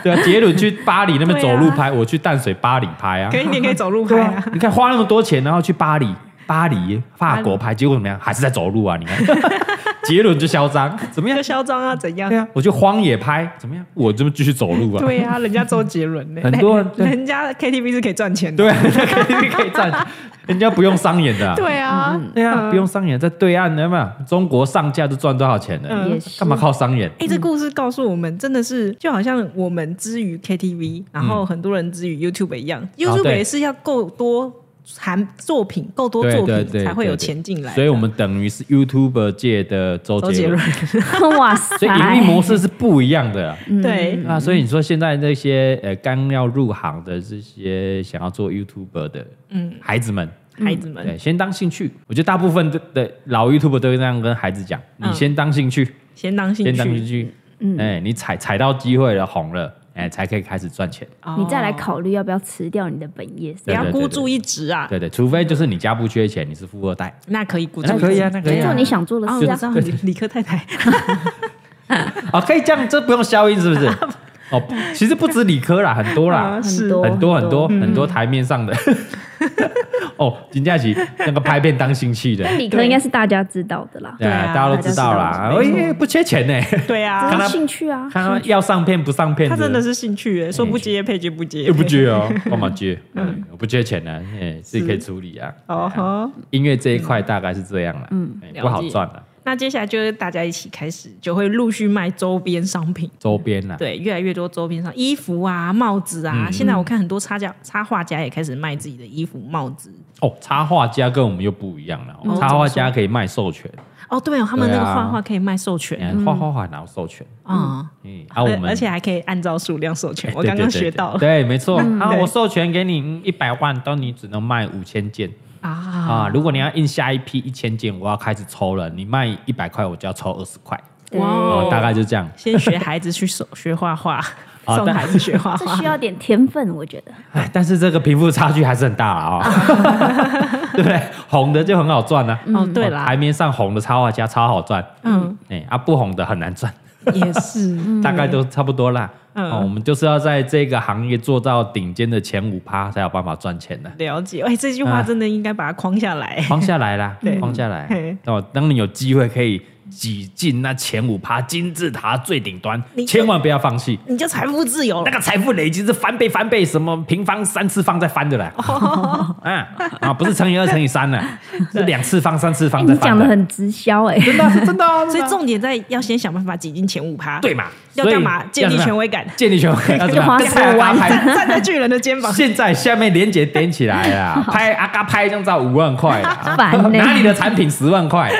Speaker 1: 对啊，杰伦去巴黎那边
Speaker 2: 对
Speaker 1: 走
Speaker 2: 啊
Speaker 1: 路拍，我去淡水巴黎拍啊
Speaker 2: 可。以，你也可以走路拍
Speaker 1: 对
Speaker 2: 啊
Speaker 1: 啊。，你看花那么多钱，然后去巴黎，巴黎法国拍，结果怎么样？还是在走路啊？你看， 杰伦就嚣张，怎么样
Speaker 2: 要？嚣张啊，怎样
Speaker 1: 对？啊，我去荒野拍，怎么样？我这么继续走路啊？
Speaker 2: 对啊，人家周杰伦呢，
Speaker 1: 很 多人对
Speaker 2: 人人家 KTV 是可以赚钱的。
Speaker 1: 对啊， 那肯定可以赚钱，人家不用商演的啊。
Speaker 2: 对啊，
Speaker 1: 对啊，不用商演，在对岸的嘛，中国上架就赚多少钱了？
Speaker 2: 嗯
Speaker 3: 也是
Speaker 1: 干嘛靠商演？
Speaker 2: 哎，这故事告诉我们，真的是就好像我们之于 KTV，然后很多人之于 YouTube 一样
Speaker 1: 嗯
Speaker 2: ，YouTube
Speaker 1: 啊对
Speaker 2: 也是要够多含作品，够多
Speaker 1: 对
Speaker 2: 作
Speaker 1: 对
Speaker 2: 品
Speaker 1: 对，
Speaker 2: 才会有
Speaker 1: 对对
Speaker 2: 钱进来。
Speaker 1: 所以我们等于是 YouTube 界的周
Speaker 2: 周
Speaker 1: 杰
Speaker 2: 杰
Speaker 1: 伦
Speaker 2: 伦，，
Speaker 3: 哇塞，
Speaker 1: 所以
Speaker 2: 哎
Speaker 1: 盈利模式是不一样的啊。
Speaker 2: 对，
Speaker 3: 嗯
Speaker 1: 那所以你说现在那些呃刚要入行的这些想要做 YouTuber 的
Speaker 2: 嗯
Speaker 1: 孩子们，
Speaker 2: 孩子们
Speaker 1: 对，先当兴趣。我觉得大部分的的老 YouTuber 都会这样跟孩子讲：
Speaker 2: 嗯
Speaker 1: 你先当兴趣，
Speaker 2: 先当兴
Speaker 1: 先当兴
Speaker 2: 趣，嗯
Speaker 1: 趣。哎，你踩踩到机会了，红了，哎，才可以开始赚钱。
Speaker 2: 哦
Speaker 3: 你再来考虑要不要辞掉你的本业，
Speaker 2: 不要
Speaker 1: 对对
Speaker 2: 孤
Speaker 1: 对
Speaker 2: 注一掷啊，
Speaker 1: 对对，除非就是你家不缺钱，你是富二代，
Speaker 2: 那可以孤注
Speaker 1: 那
Speaker 2: 一掷，
Speaker 1: 可以啊，那可以
Speaker 3: 做
Speaker 1: 啊。
Speaker 3: 你想做的
Speaker 2: 哦，我
Speaker 3: 事
Speaker 2: 知
Speaker 3: 啊。
Speaker 2: 道理理科太太，
Speaker 1: 啊，可以这样，这不用消音是不 是？哦，不其实不止理科啦，很多啦
Speaker 2: 啊，
Speaker 3: 很
Speaker 2: 是
Speaker 3: 多
Speaker 1: 很多很多很多台面上的。 哦，金佳琪那个拍片当兴趣的，
Speaker 3: 理科应该是大家知道的啦，
Speaker 1: 对啊，
Speaker 2: 对
Speaker 1: 大
Speaker 2: 啊
Speaker 1: 家都知道啦。
Speaker 3: 大家知道
Speaker 1: 哎，不缺钱呢，
Speaker 2: 对啊，
Speaker 1: 看
Speaker 3: 这
Speaker 1: 他
Speaker 3: 是兴趣啊，
Speaker 1: 看他要上片不上片，
Speaker 2: 他真的是兴趣耶，说不接配就不接，
Speaker 1: 又不缺哦，干嘛缺？嗯，我不缺钱呢，哎，自己可以处理啊。
Speaker 2: 哦吼。
Speaker 1: 音乐这一块大概是这样啦，嗯，不好赚啦，
Speaker 2: 那接下来就是大家一起开始，就会陆续卖周边商品。
Speaker 1: 周边啊啦，
Speaker 2: 对，越来越多周边商衣服啊、帽子
Speaker 1: 嗯
Speaker 2: 啊。现在我看很多插家插画家也开始卖自己的衣服、帽子。
Speaker 1: 哦，插画家跟我们又不一样了哦
Speaker 2: 嗯，
Speaker 1: 插画家可以卖授权，
Speaker 2: 哦，对哦，他们那个
Speaker 1: 对啊
Speaker 2: 画画可以卖授权
Speaker 1: 哎画画画哪有授权？
Speaker 2: 啊，
Speaker 1: 嗯，啊，
Speaker 2: 而
Speaker 1: 我们
Speaker 2: 而且还可以按照数量授权。
Speaker 1: 哎
Speaker 2: 我
Speaker 1: 对
Speaker 2: 刚刚
Speaker 1: 对对
Speaker 2: 学
Speaker 1: 对
Speaker 2: 到了嗯
Speaker 1: 对，没错。啊，
Speaker 2: 对
Speaker 1: 我授权给你一百万，但你只能卖五千件啊
Speaker 2: 啊。。
Speaker 1: 如果你要印下一批一千件，我要开始抽了。你卖一百块，我就要抽二十块。
Speaker 3: 对
Speaker 2: 哇哦
Speaker 1: 哦，大概就这样。
Speaker 2: 先学孩子去手学画画，
Speaker 1: 啊
Speaker 2: 送
Speaker 1: 但
Speaker 2: 孩子学画
Speaker 3: 这
Speaker 2: 画
Speaker 3: 需。要点天分，我觉得。
Speaker 1: 哎，但是这个贫富差距还是很大啊、 哦，对不对？红的就很好赚啊，
Speaker 3: 嗯
Speaker 2: 哦，对啦，
Speaker 1: 台面上红的插画家超好赚，
Speaker 2: 嗯，
Speaker 1: 哎、啊不红的很难赚，
Speaker 2: 也是，
Speaker 3: 嗯
Speaker 1: 大概都差不多啦。
Speaker 2: 嗯
Speaker 1: 哦，我们就是要在这个行业做到顶尖的前五趴，才有办法赚钱的。
Speaker 2: 了解。哎，这句话
Speaker 1: 啊
Speaker 2: 真的应该把它框下来。
Speaker 1: 框下来啦
Speaker 2: 对，
Speaker 1: 框下来
Speaker 2: 嘿。
Speaker 1: 哦，当你有机会可以挤进那前五趴金字塔最顶端
Speaker 2: 你，哦
Speaker 1: 千万不要放弃。
Speaker 2: 你就财富自由
Speaker 1: 那
Speaker 2: 了，
Speaker 1: 个财富累积是翻倍、翻倍，什么平方三次方再翻的啦。
Speaker 2: 哦
Speaker 1: 啊啊，不是乘以二乘以三 了，是两次方、三次
Speaker 3: 哎，
Speaker 1: 方再
Speaker 3: 你
Speaker 1: 翻
Speaker 3: 讲的。很直销哎，
Speaker 1: 真的啊是 真的啊，
Speaker 2: 所
Speaker 1: 真的
Speaker 2: 以
Speaker 1: 啊
Speaker 2: 重点在要先想办法挤进前五趴。
Speaker 1: 对，嘛？
Speaker 2: 要
Speaker 1: 所以
Speaker 2: 干嘛？建立
Speaker 1: 要怎么样
Speaker 2: 权威感，
Speaker 1: 建立权 威，要怎
Speaker 3: 就
Speaker 1: 么
Speaker 3: 花
Speaker 1: 样
Speaker 3: 四
Speaker 1: 大
Speaker 3: 万
Speaker 1: 家拍。
Speaker 2: 站站在巨人的肩 膀
Speaker 1: 现在下面连接点起来啦，拍阿嘎拍一张照五万块啦，
Speaker 3: 烦呢
Speaker 1: 拿你的产品十万 块，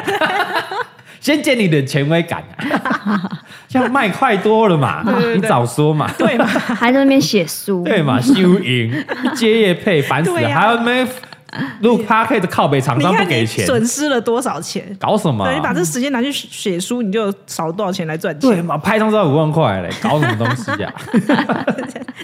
Speaker 1: 先建立你的权威感，啊 像卖快多了嘛，你早说嘛，
Speaker 2: 对嘛？
Speaker 3: 还在那边写书，
Speaker 1: 对嘛，修营接业配烦死
Speaker 2: 对
Speaker 1: 了，
Speaker 2: 啊
Speaker 1: 还要没录 p a r k 的靠北厂
Speaker 2: 你
Speaker 1: 商不
Speaker 2: 看你
Speaker 1: 给钱，
Speaker 2: 损失了多少钱？
Speaker 1: 搞什么
Speaker 2: 对，你把
Speaker 1: 啊？
Speaker 2: 这时间拿去写书，你就少了多少钱来赚
Speaker 1: 对
Speaker 2: 钱？
Speaker 1: 嘛，拍张照五万块嘞，搞什么东西 呀、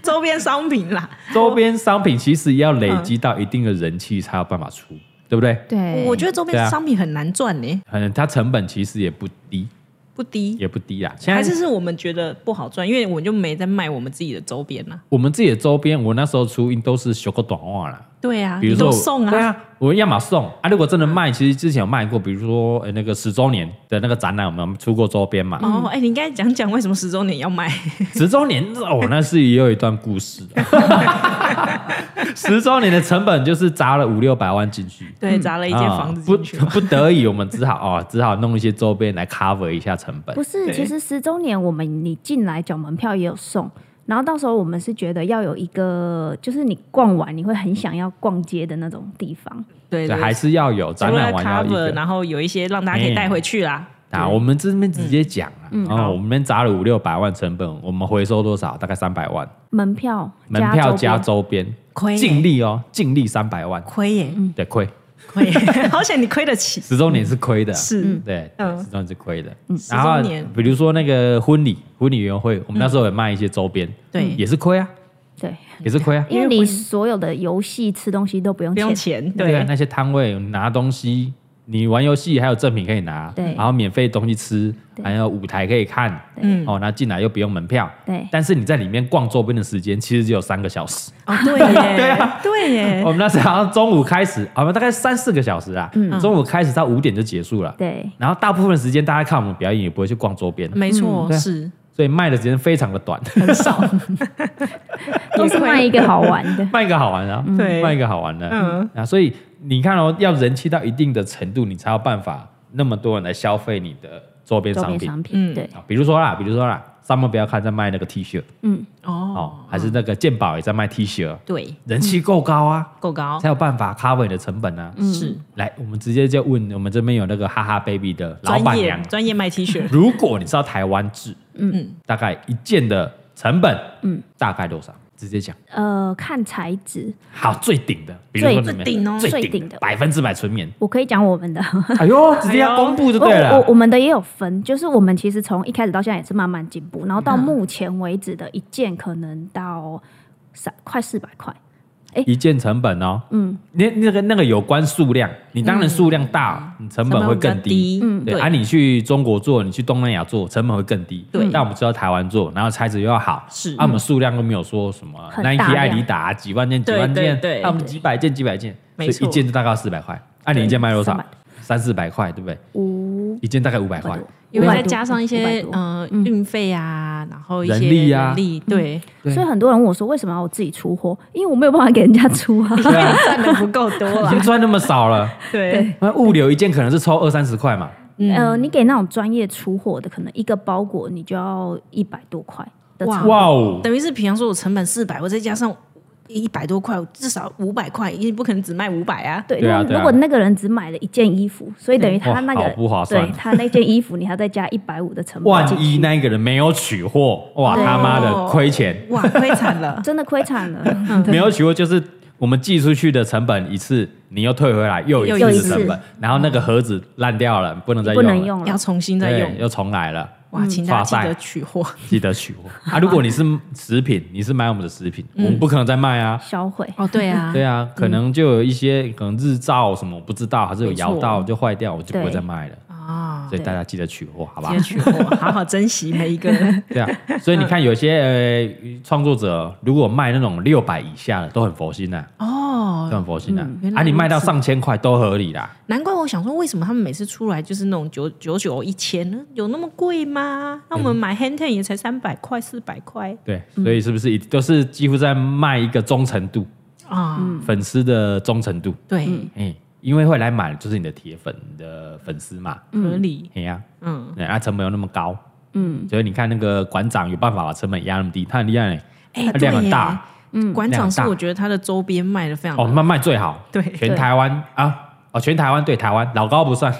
Speaker 2: 周边商品啦，
Speaker 1: 周边商品其实也要
Speaker 2: 嗯
Speaker 1: 累积到一定的人气才有办法出，对不对？
Speaker 3: 对，
Speaker 2: 我觉得周
Speaker 1: 对
Speaker 2: 边
Speaker 1: 啊
Speaker 2: 商品很难赚呢，
Speaker 1: 嗯，它成本其实也不低，
Speaker 2: 不低。
Speaker 1: 也不低啦。现在
Speaker 2: 还是是我们觉得不好赚，因为我们就没在卖我们自己的周边啊啦。
Speaker 1: 我们自己的周边，我那时候出印都是修个短袜啦，
Speaker 2: 对啊，
Speaker 1: 比如
Speaker 2: 你
Speaker 1: 说
Speaker 2: 都
Speaker 1: 我
Speaker 2: 送
Speaker 1: 对
Speaker 2: 啊，
Speaker 1: 啊，我要么送啊。如果真的卖，其实之前有卖过，比如说呃那个十周年的那个展览，我们出过周边嘛。
Speaker 2: 哦，哎，你应该讲讲为什么十周年要卖？
Speaker 1: 十周年哦，那是也有一段故事的。十周年的成本就是砸了五六百万进去。
Speaker 2: 对，嗯砸了一间房子进去
Speaker 1: 啊
Speaker 2: 嘛。
Speaker 1: 不不得已，我们只好哦，只好弄一些周边来 cover 一下成本
Speaker 3: 不。是，
Speaker 2: 对
Speaker 3: 其实十周年我们你进来缴门票也有送，然后到时候我们是觉得要有一个，就是你逛完你会很想要逛街的那种地方。
Speaker 2: 对
Speaker 1: 对，还是要有
Speaker 2: 除
Speaker 1: 展
Speaker 2: 了
Speaker 1: 览完要一
Speaker 2: cover，
Speaker 1: 个哎
Speaker 2: 然后有一些让大家可以带回去啦。
Speaker 1: 啊，我们这边直接讲啊，然后我们这边砸了五六百万成本，我们回收多少？大概三百万，
Speaker 3: 门票、
Speaker 1: 门票
Speaker 3: 加
Speaker 1: 加
Speaker 3: 周
Speaker 1: 周边，
Speaker 2: 亏耶
Speaker 1: 净利哦，净利三百万，
Speaker 2: 亏耶，
Speaker 1: 对，亏
Speaker 2: 亏， 好险你亏得起。
Speaker 1: 十周年是亏的，
Speaker 2: 是，
Speaker 1: 对，
Speaker 2: 嗯
Speaker 1: 对十周年是亏的。
Speaker 2: 十
Speaker 1: 然后
Speaker 2: 周年
Speaker 1: 比如说那个婚礼，婚礼委员会，我们那时候也卖一些周边，
Speaker 2: 对
Speaker 1: 也是亏啊，
Speaker 3: 边，
Speaker 1: 也是亏啊
Speaker 3: 对，，因为你所有的游戏、吃东西都不用
Speaker 2: 不
Speaker 3: 钱
Speaker 2: 用。钱，
Speaker 1: 对啊，
Speaker 2: 对，
Speaker 1: 那些摊位拿东西。你玩游戏还有赠品可以拿，
Speaker 3: 对
Speaker 1: 然后免费东西吃，
Speaker 3: 对
Speaker 1: 还有舞台可以看，
Speaker 2: 嗯，
Speaker 1: 哦，那进来又不用门票，
Speaker 3: 对
Speaker 1: 但是你在里面逛周边的时间其实只有三个小时。
Speaker 2: 哦， 对耶，
Speaker 1: 对啊，
Speaker 2: 对耶，
Speaker 1: 我们那时候好像中午开始，我们大概三四个小时啊，中午开始到五点就结束了。
Speaker 3: 对，
Speaker 1: 然后大部分时间大家看我们表演，也不会去逛周边，
Speaker 2: 没错，
Speaker 1: 对啊
Speaker 2: 是
Speaker 1: 所以卖的时间非常的短， 。
Speaker 2: 很少，
Speaker 3: 也是卖一个好玩的
Speaker 1: 卖一个好玩的啊，
Speaker 2: 对
Speaker 1: 卖一个好玩的
Speaker 2: 嗯
Speaker 1: 啊。所以你看哦，要人气到一定的程度，你才有办法那么多人来消费你的周边
Speaker 3: 周
Speaker 1: 商
Speaker 3: 边
Speaker 1: 品
Speaker 3: 商品，
Speaker 2: 嗯
Speaker 3: 对，
Speaker 1: 啊。比如说啦，比如说啦，上面不要看在卖那个 T 恤
Speaker 3: 嗯，
Speaker 2: 哦，
Speaker 1: 哦，还是那个鉴宝也在卖 T 恤，
Speaker 2: 对，
Speaker 1: 人气够高啊，
Speaker 2: 够高
Speaker 1: 才，有办法 cover 你的成本啊。
Speaker 2: 是
Speaker 1: 来，我们直接就问我们这边有那个哈哈 baby 的老板
Speaker 2: 专业
Speaker 1: 娘，
Speaker 2: 专业卖 T 恤，
Speaker 1: 如果你知道台湾制，嗯，大概一件的成本，嗯，大概多少？直接讲，
Speaker 3: 呃，看材质，
Speaker 1: 好，最顶的，比如说你们
Speaker 2: 最顶哦
Speaker 1: 最
Speaker 3: 最
Speaker 1: 顶
Speaker 3: 顶
Speaker 1: 的
Speaker 3: 的
Speaker 1: 百分之百纯棉，
Speaker 3: 我可以讲我们的，
Speaker 1: 哎呦，直接要公布就
Speaker 3: 我
Speaker 1: 对
Speaker 3: 我我
Speaker 1: 了，
Speaker 3: 们的也有分，就是我们其实从一开始到现在也是慢慢进步，然后到目前为止的一件可能到三快四百块，
Speaker 1: 一件成本哦，
Speaker 3: 嗯，
Speaker 1: 那那个那个有关数量，你当然数量大，你成本会更低。
Speaker 2: 成本比较低，
Speaker 1: 对，
Speaker 2: 嗯对，
Speaker 1: 啊，你去中国做，你去东南亚做，成本会更低。
Speaker 2: 对
Speaker 1: 但我们知道台湾做，然后材质又要好，
Speaker 2: 是嗯
Speaker 1: 啊，我们数量都没有说什么
Speaker 3: 很大
Speaker 1: Nike、
Speaker 3: 量
Speaker 1: 艾迪达几万件、几万
Speaker 2: 对对
Speaker 1: 件，
Speaker 2: 对
Speaker 1: 啊我们几百件、几百件，所以
Speaker 2: 没错
Speaker 1: 一件就大概四百块。啊，你一件卖多少
Speaker 3: 300？
Speaker 1: 三四百块，对不对？
Speaker 3: 五
Speaker 1: 一件大概五百
Speaker 3: 百嗯
Speaker 1: 块
Speaker 3: 多，
Speaker 2: 因为
Speaker 3: 500
Speaker 2: 再
Speaker 3: 多
Speaker 2: 加上一些
Speaker 3: 500多
Speaker 2: 呃运费啊，然后一些
Speaker 1: 人力啊
Speaker 2: 人力，对，
Speaker 1: 对
Speaker 3: 所以很多人问我说为什么要我自己出货，因为我没有办法给人家出 啊，
Speaker 1: 对 啊，
Speaker 2: 赚的不够多
Speaker 1: 已
Speaker 2: 啦
Speaker 1: 经，赚那么少了，
Speaker 2: 对，
Speaker 1: 那物流一件可能是抽二三十块嘛，
Speaker 2: 嗯
Speaker 3: 呃，你给那种专业出货的，可能一个包裹你就要一百多块的
Speaker 2: 哇
Speaker 3: 成本，
Speaker 1: 哇哦，
Speaker 2: 等于是，比方说我成本四百，我再加上一百多块，我至少五百块，因为不可能只卖五百啊。
Speaker 3: 对，
Speaker 1: 对啊
Speaker 3: 那
Speaker 1: 对啊
Speaker 3: 如果那个人只买了一件衣服，所以等于他
Speaker 1: 哇
Speaker 3: 那 个
Speaker 1: 好不划算
Speaker 3: 对他那件衣服，你还要再加一百五的成本进
Speaker 1: 万
Speaker 3: 去，
Speaker 1: 一那一个人没有取货，哇
Speaker 3: 对！
Speaker 1: 他妈的亏钱，
Speaker 2: 哇，亏惨了
Speaker 3: 真的亏 惨了，
Speaker 1: 没有取货就是我们寄出去的成本一次，你又退回来又一
Speaker 2: 又一
Speaker 1: 次
Speaker 2: 次
Speaker 1: 的成本，然后那个盒子烂掉了，不能再
Speaker 3: 嗯不
Speaker 1: 用了，
Speaker 3: 能用
Speaker 2: 要
Speaker 3: 了。
Speaker 2: 重新再
Speaker 1: 对，
Speaker 2: 用，
Speaker 1: 又重来了。
Speaker 2: 哇，请
Speaker 1: 发
Speaker 2: 大家
Speaker 1: 带
Speaker 2: 记得取货，
Speaker 1: 记得取货啊！如果你是食品，你是买我们的食品，我们不可能再卖啊。
Speaker 3: 销毁。
Speaker 2: 哦，对嗯 啊
Speaker 1: 对啊，可能就有一些可能日照什么我不知道，还是有摇到
Speaker 2: 没错
Speaker 1: 就坏掉，我就不会
Speaker 3: 对
Speaker 1: 再卖了。
Speaker 2: 啊，
Speaker 1: 所以
Speaker 3: 对
Speaker 1: 大家记得取货，好吧
Speaker 2: 记得？取货，好好珍惜每一个人。
Speaker 1: 对啊，所以你看有些呃创作者，如果卖那种六百以下的，都很佛心呐，啊都
Speaker 2: 哦，
Speaker 1: 很佛心呐
Speaker 2: 原。来
Speaker 1: 啊，你卖到
Speaker 2: 如此
Speaker 1: 上千块都合理啦。
Speaker 2: 难怪我想说，为什么他们每次出来就是那种九九九一千呢？有那么贵吗？那我们买 hand ten 也才三百块、四百块
Speaker 1: 对，所以是不是一都是几乎在卖一个忠诚度，
Speaker 2: 啊？嗯
Speaker 1: 粉丝的忠诚度？
Speaker 2: 对，
Speaker 1: 哎，因为会来买就是你的铁粉你的粉丝嘛，
Speaker 2: 合理。
Speaker 1: 哎呀，
Speaker 2: 嗯，
Speaker 1: 对啊，成本又那么高，
Speaker 3: 嗯，
Speaker 1: 所以你看那个馆长有办法把成本压那么低，他很厉害欸，
Speaker 2: 哎，
Speaker 1: 他量
Speaker 2: 对
Speaker 1: 很
Speaker 2: 耶
Speaker 1: 大。
Speaker 2: 嗯，馆长是
Speaker 1: 量大
Speaker 2: 我觉得他的周边卖的非常
Speaker 1: 哦，
Speaker 2: 好
Speaker 1: 慢慢最好，
Speaker 2: 对
Speaker 1: 全台湾啊，哦，全台湾对台湾，老高不算，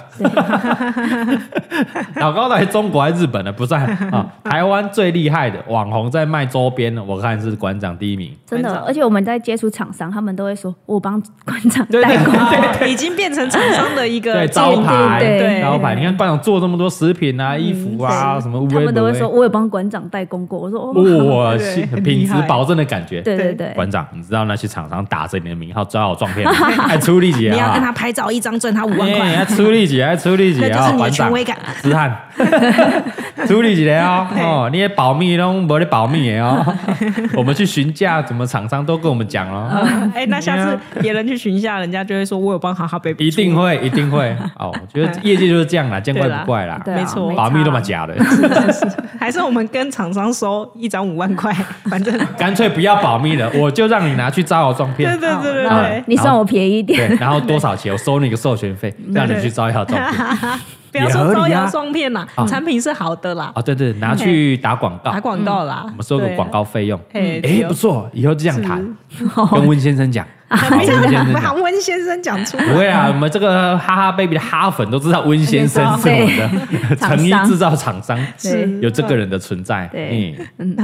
Speaker 1: 老高在中国还是日本的不算啊，台湾最厉害的网红在卖周边的，我看是馆长第一名，
Speaker 3: 真
Speaker 2: 馆
Speaker 3: 的，
Speaker 2: 长
Speaker 3: 而且我们在接触厂商，他们都会说：“我帮馆长
Speaker 1: 对
Speaker 3: 代 工。
Speaker 2: 哦已经变成厂商的一个
Speaker 1: 对招牌，
Speaker 3: 对
Speaker 2: 啊对
Speaker 1: 招牌，你看馆长做这么多食品啊、衣服啊，
Speaker 3: 对
Speaker 1: 什么乌
Speaker 3: 他
Speaker 1: 龟，
Speaker 3: 们都会说：“我有帮馆长代工过。”我说：“哦，
Speaker 1: 哇，
Speaker 2: 对
Speaker 1: 是
Speaker 2: 很
Speaker 1: 品
Speaker 2: 厉
Speaker 1: 质
Speaker 2: 害
Speaker 1: 保证的感觉。
Speaker 3: 对对对，
Speaker 1: 馆长，你知道那些厂商打着你的名号招摇撞骗吗，还出力姐
Speaker 2: 你要跟他
Speaker 1: 啊！
Speaker 2: 拍照一张赚他五万
Speaker 1: 哎，
Speaker 2: 块，
Speaker 1: 还出力姐，还出力姐
Speaker 2: 那就
Speaker 1: 啊！
Speaker 2: 是你的
Speaker 1: 馆
Speaker 2: 权
Speaker 1: 长，
Speaker 2: 威感。
Speaker 1: 子涵， 处理一下哦，哦，你也保密拢无咧保密的哦。 我们去询价，怎么厂商都跟我们讲哦，
Speaker 2: 哎，那下次别人去询价，人家就会说我有帮好好 baby，
Speaker 1: 一定 会，一定会。哦，我觉得业界就是这 样啦，见怪不怪啦，
Speaker 3: 对啊
Speaker 2: 没错
Speaker 1: 保密都嘛
Speaker 3: 差
Speaker 1: 假的，
Speaker 2: 还是我们跟厂商收一张五万 块，反正
Speaker 1: 干脆不要保密了，我就让你拿去招摇撞
Speaker 2: 对
Speaker 1: 骗。
Speaker 2: 对对对
Speaker 3: 哦
Speaker 1: 然后
Speaker 2: 对
Speaker 3: 那，你算我便宜一点。
Speaker 1: 对，然后多少钱？我收你一个授权费，让你去招摇撞 骗。
Speaker 2: 不要说
Speaker 1: 也合
Speaker 2: 招
Speaker 1: 理啊
Speaker 2: 摇撞骗啦，产品是好的啦，
Speaker 1: 啊，对对，拿去打广 告
Speaker 2: 打，广告啦，
Speaker 1: 我们收个
Speaker 2: 对啊
Speaker 1: 广，告费用。
Speaker 2: 哎
Speaker 1: 哎，不错，以后就这样谈，跟温先 生讲，好
Speaker 2: 不
Speaker 1: 温
Speaker 2: 要
Speaker 1: 先生 讲
Speaker 2: 把。温先生 讲出
Speaker 1: 不
Speaker 2: 来，
Speaker 1: 会啊，我们这个哈哈 baby 的哈粉都知道温先生是我们的
Speaker 3: 厂商
Speaker 1: 成衣制造厂商，
Speaker 3: 对
Speaker 1: 有这个人的存在，
Speaker 3: 对
Speaker 1: 嗯，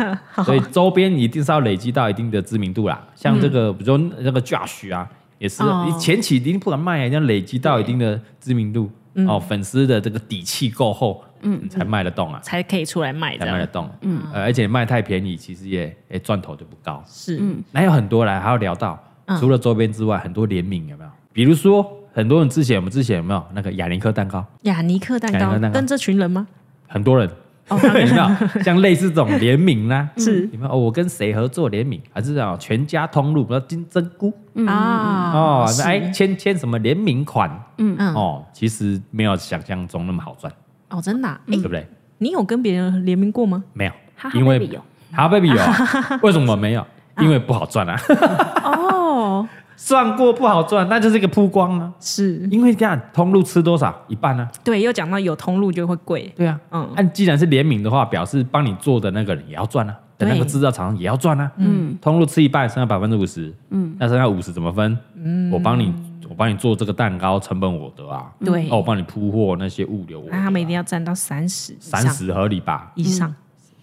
Speaker 1: 所以周边一定是要累积到一定的知名度啦。像这个，比如说那个 Josh 啊，也是
Speaker 2: 哦
Speaker 1: 前期一定不敢卖，一定要累积到一定的知名度哦，粉丝的这个底气够厚，嗯，才卖得动啊，
Speaker 2: 才可以出来卖
Speaker 1: 才
Speaker 2: 这
Speaker 1: 卖得
Speaker 2: 样，
Speaker 1: 动。嗯，而且卖太便宜，其实也也赚头就不高。
Speaker 2: 是
Speaker 1: 那有很多来，还要聊到
Speaker 2: 嗯
Speaker 1: 除了周边之外，很多联名有没有？比如说，很多人之前我们之前有没有那个雅尼克蛋糕？
Speaker 2: 雅尼克蛋
Speaker 1: 雅尼克
Speaker 2: 糕
Speaker 1: 蛋糕
Speaker 2: 跟这群人吗？
Speaker 1: 很多人。 有没有像类似这种联名啦、
Speaker 2: 是
Speaker 1: 有没有？哦，我跟谁合作联名？还是啊，全家通路，比如说金针菇
Speaker 2: 啊
Speaker 1: 哦，
Speaker 2: 是
Speaker 1: 那哎签签什么联名款
Speaker 2: 嗯
Speaker 1: 哦，其实没有想象中那么好赚，
Speaker 2: 哦，真的啊，哎
Speaker 1: 对不对？
Speaker 2: 你有跟别人联名过吗？
Speaker 1: 没有
Speaker 3: 哈，哈
Speaker 1: 因为
Speaker 3: baby 有
Speaker 1: 哈 baby 有啊，为什么没有？因为不好赚啊，
Speaker 2: 哦，
Speaker 1: 算过不好赚，那就是一个曝光啊。
Speaker 2: 是
Speaker 1: 因为这样通路吃多少一半啊呢、
Speaker 2: 对，又讲到有通路就会贵，
Speaker 1: 对啊，
Speaker 2: 嗯
Speaker 1: 按、既然是联名的话，表示帮你做的那个人也要赚啊，
Speaker 2: 对
Speaker 1: 那个制造厂也要赚啊。嗯，通路吃一半，剩下百分之五十，嗯，那剩下五十怎么分？嗯，我帮你，我帮你做这个蛋糕，成本我的啊，
Speaker 2: 对
Speaker 1: 哦，我帮你铺货那些物流我的
Speaker 2: 那
Speaker 1: 啊，
Speaker 2: 他们一定要占到三十
Speaker 1: 三十合理吧？
Speaker 2: 以上。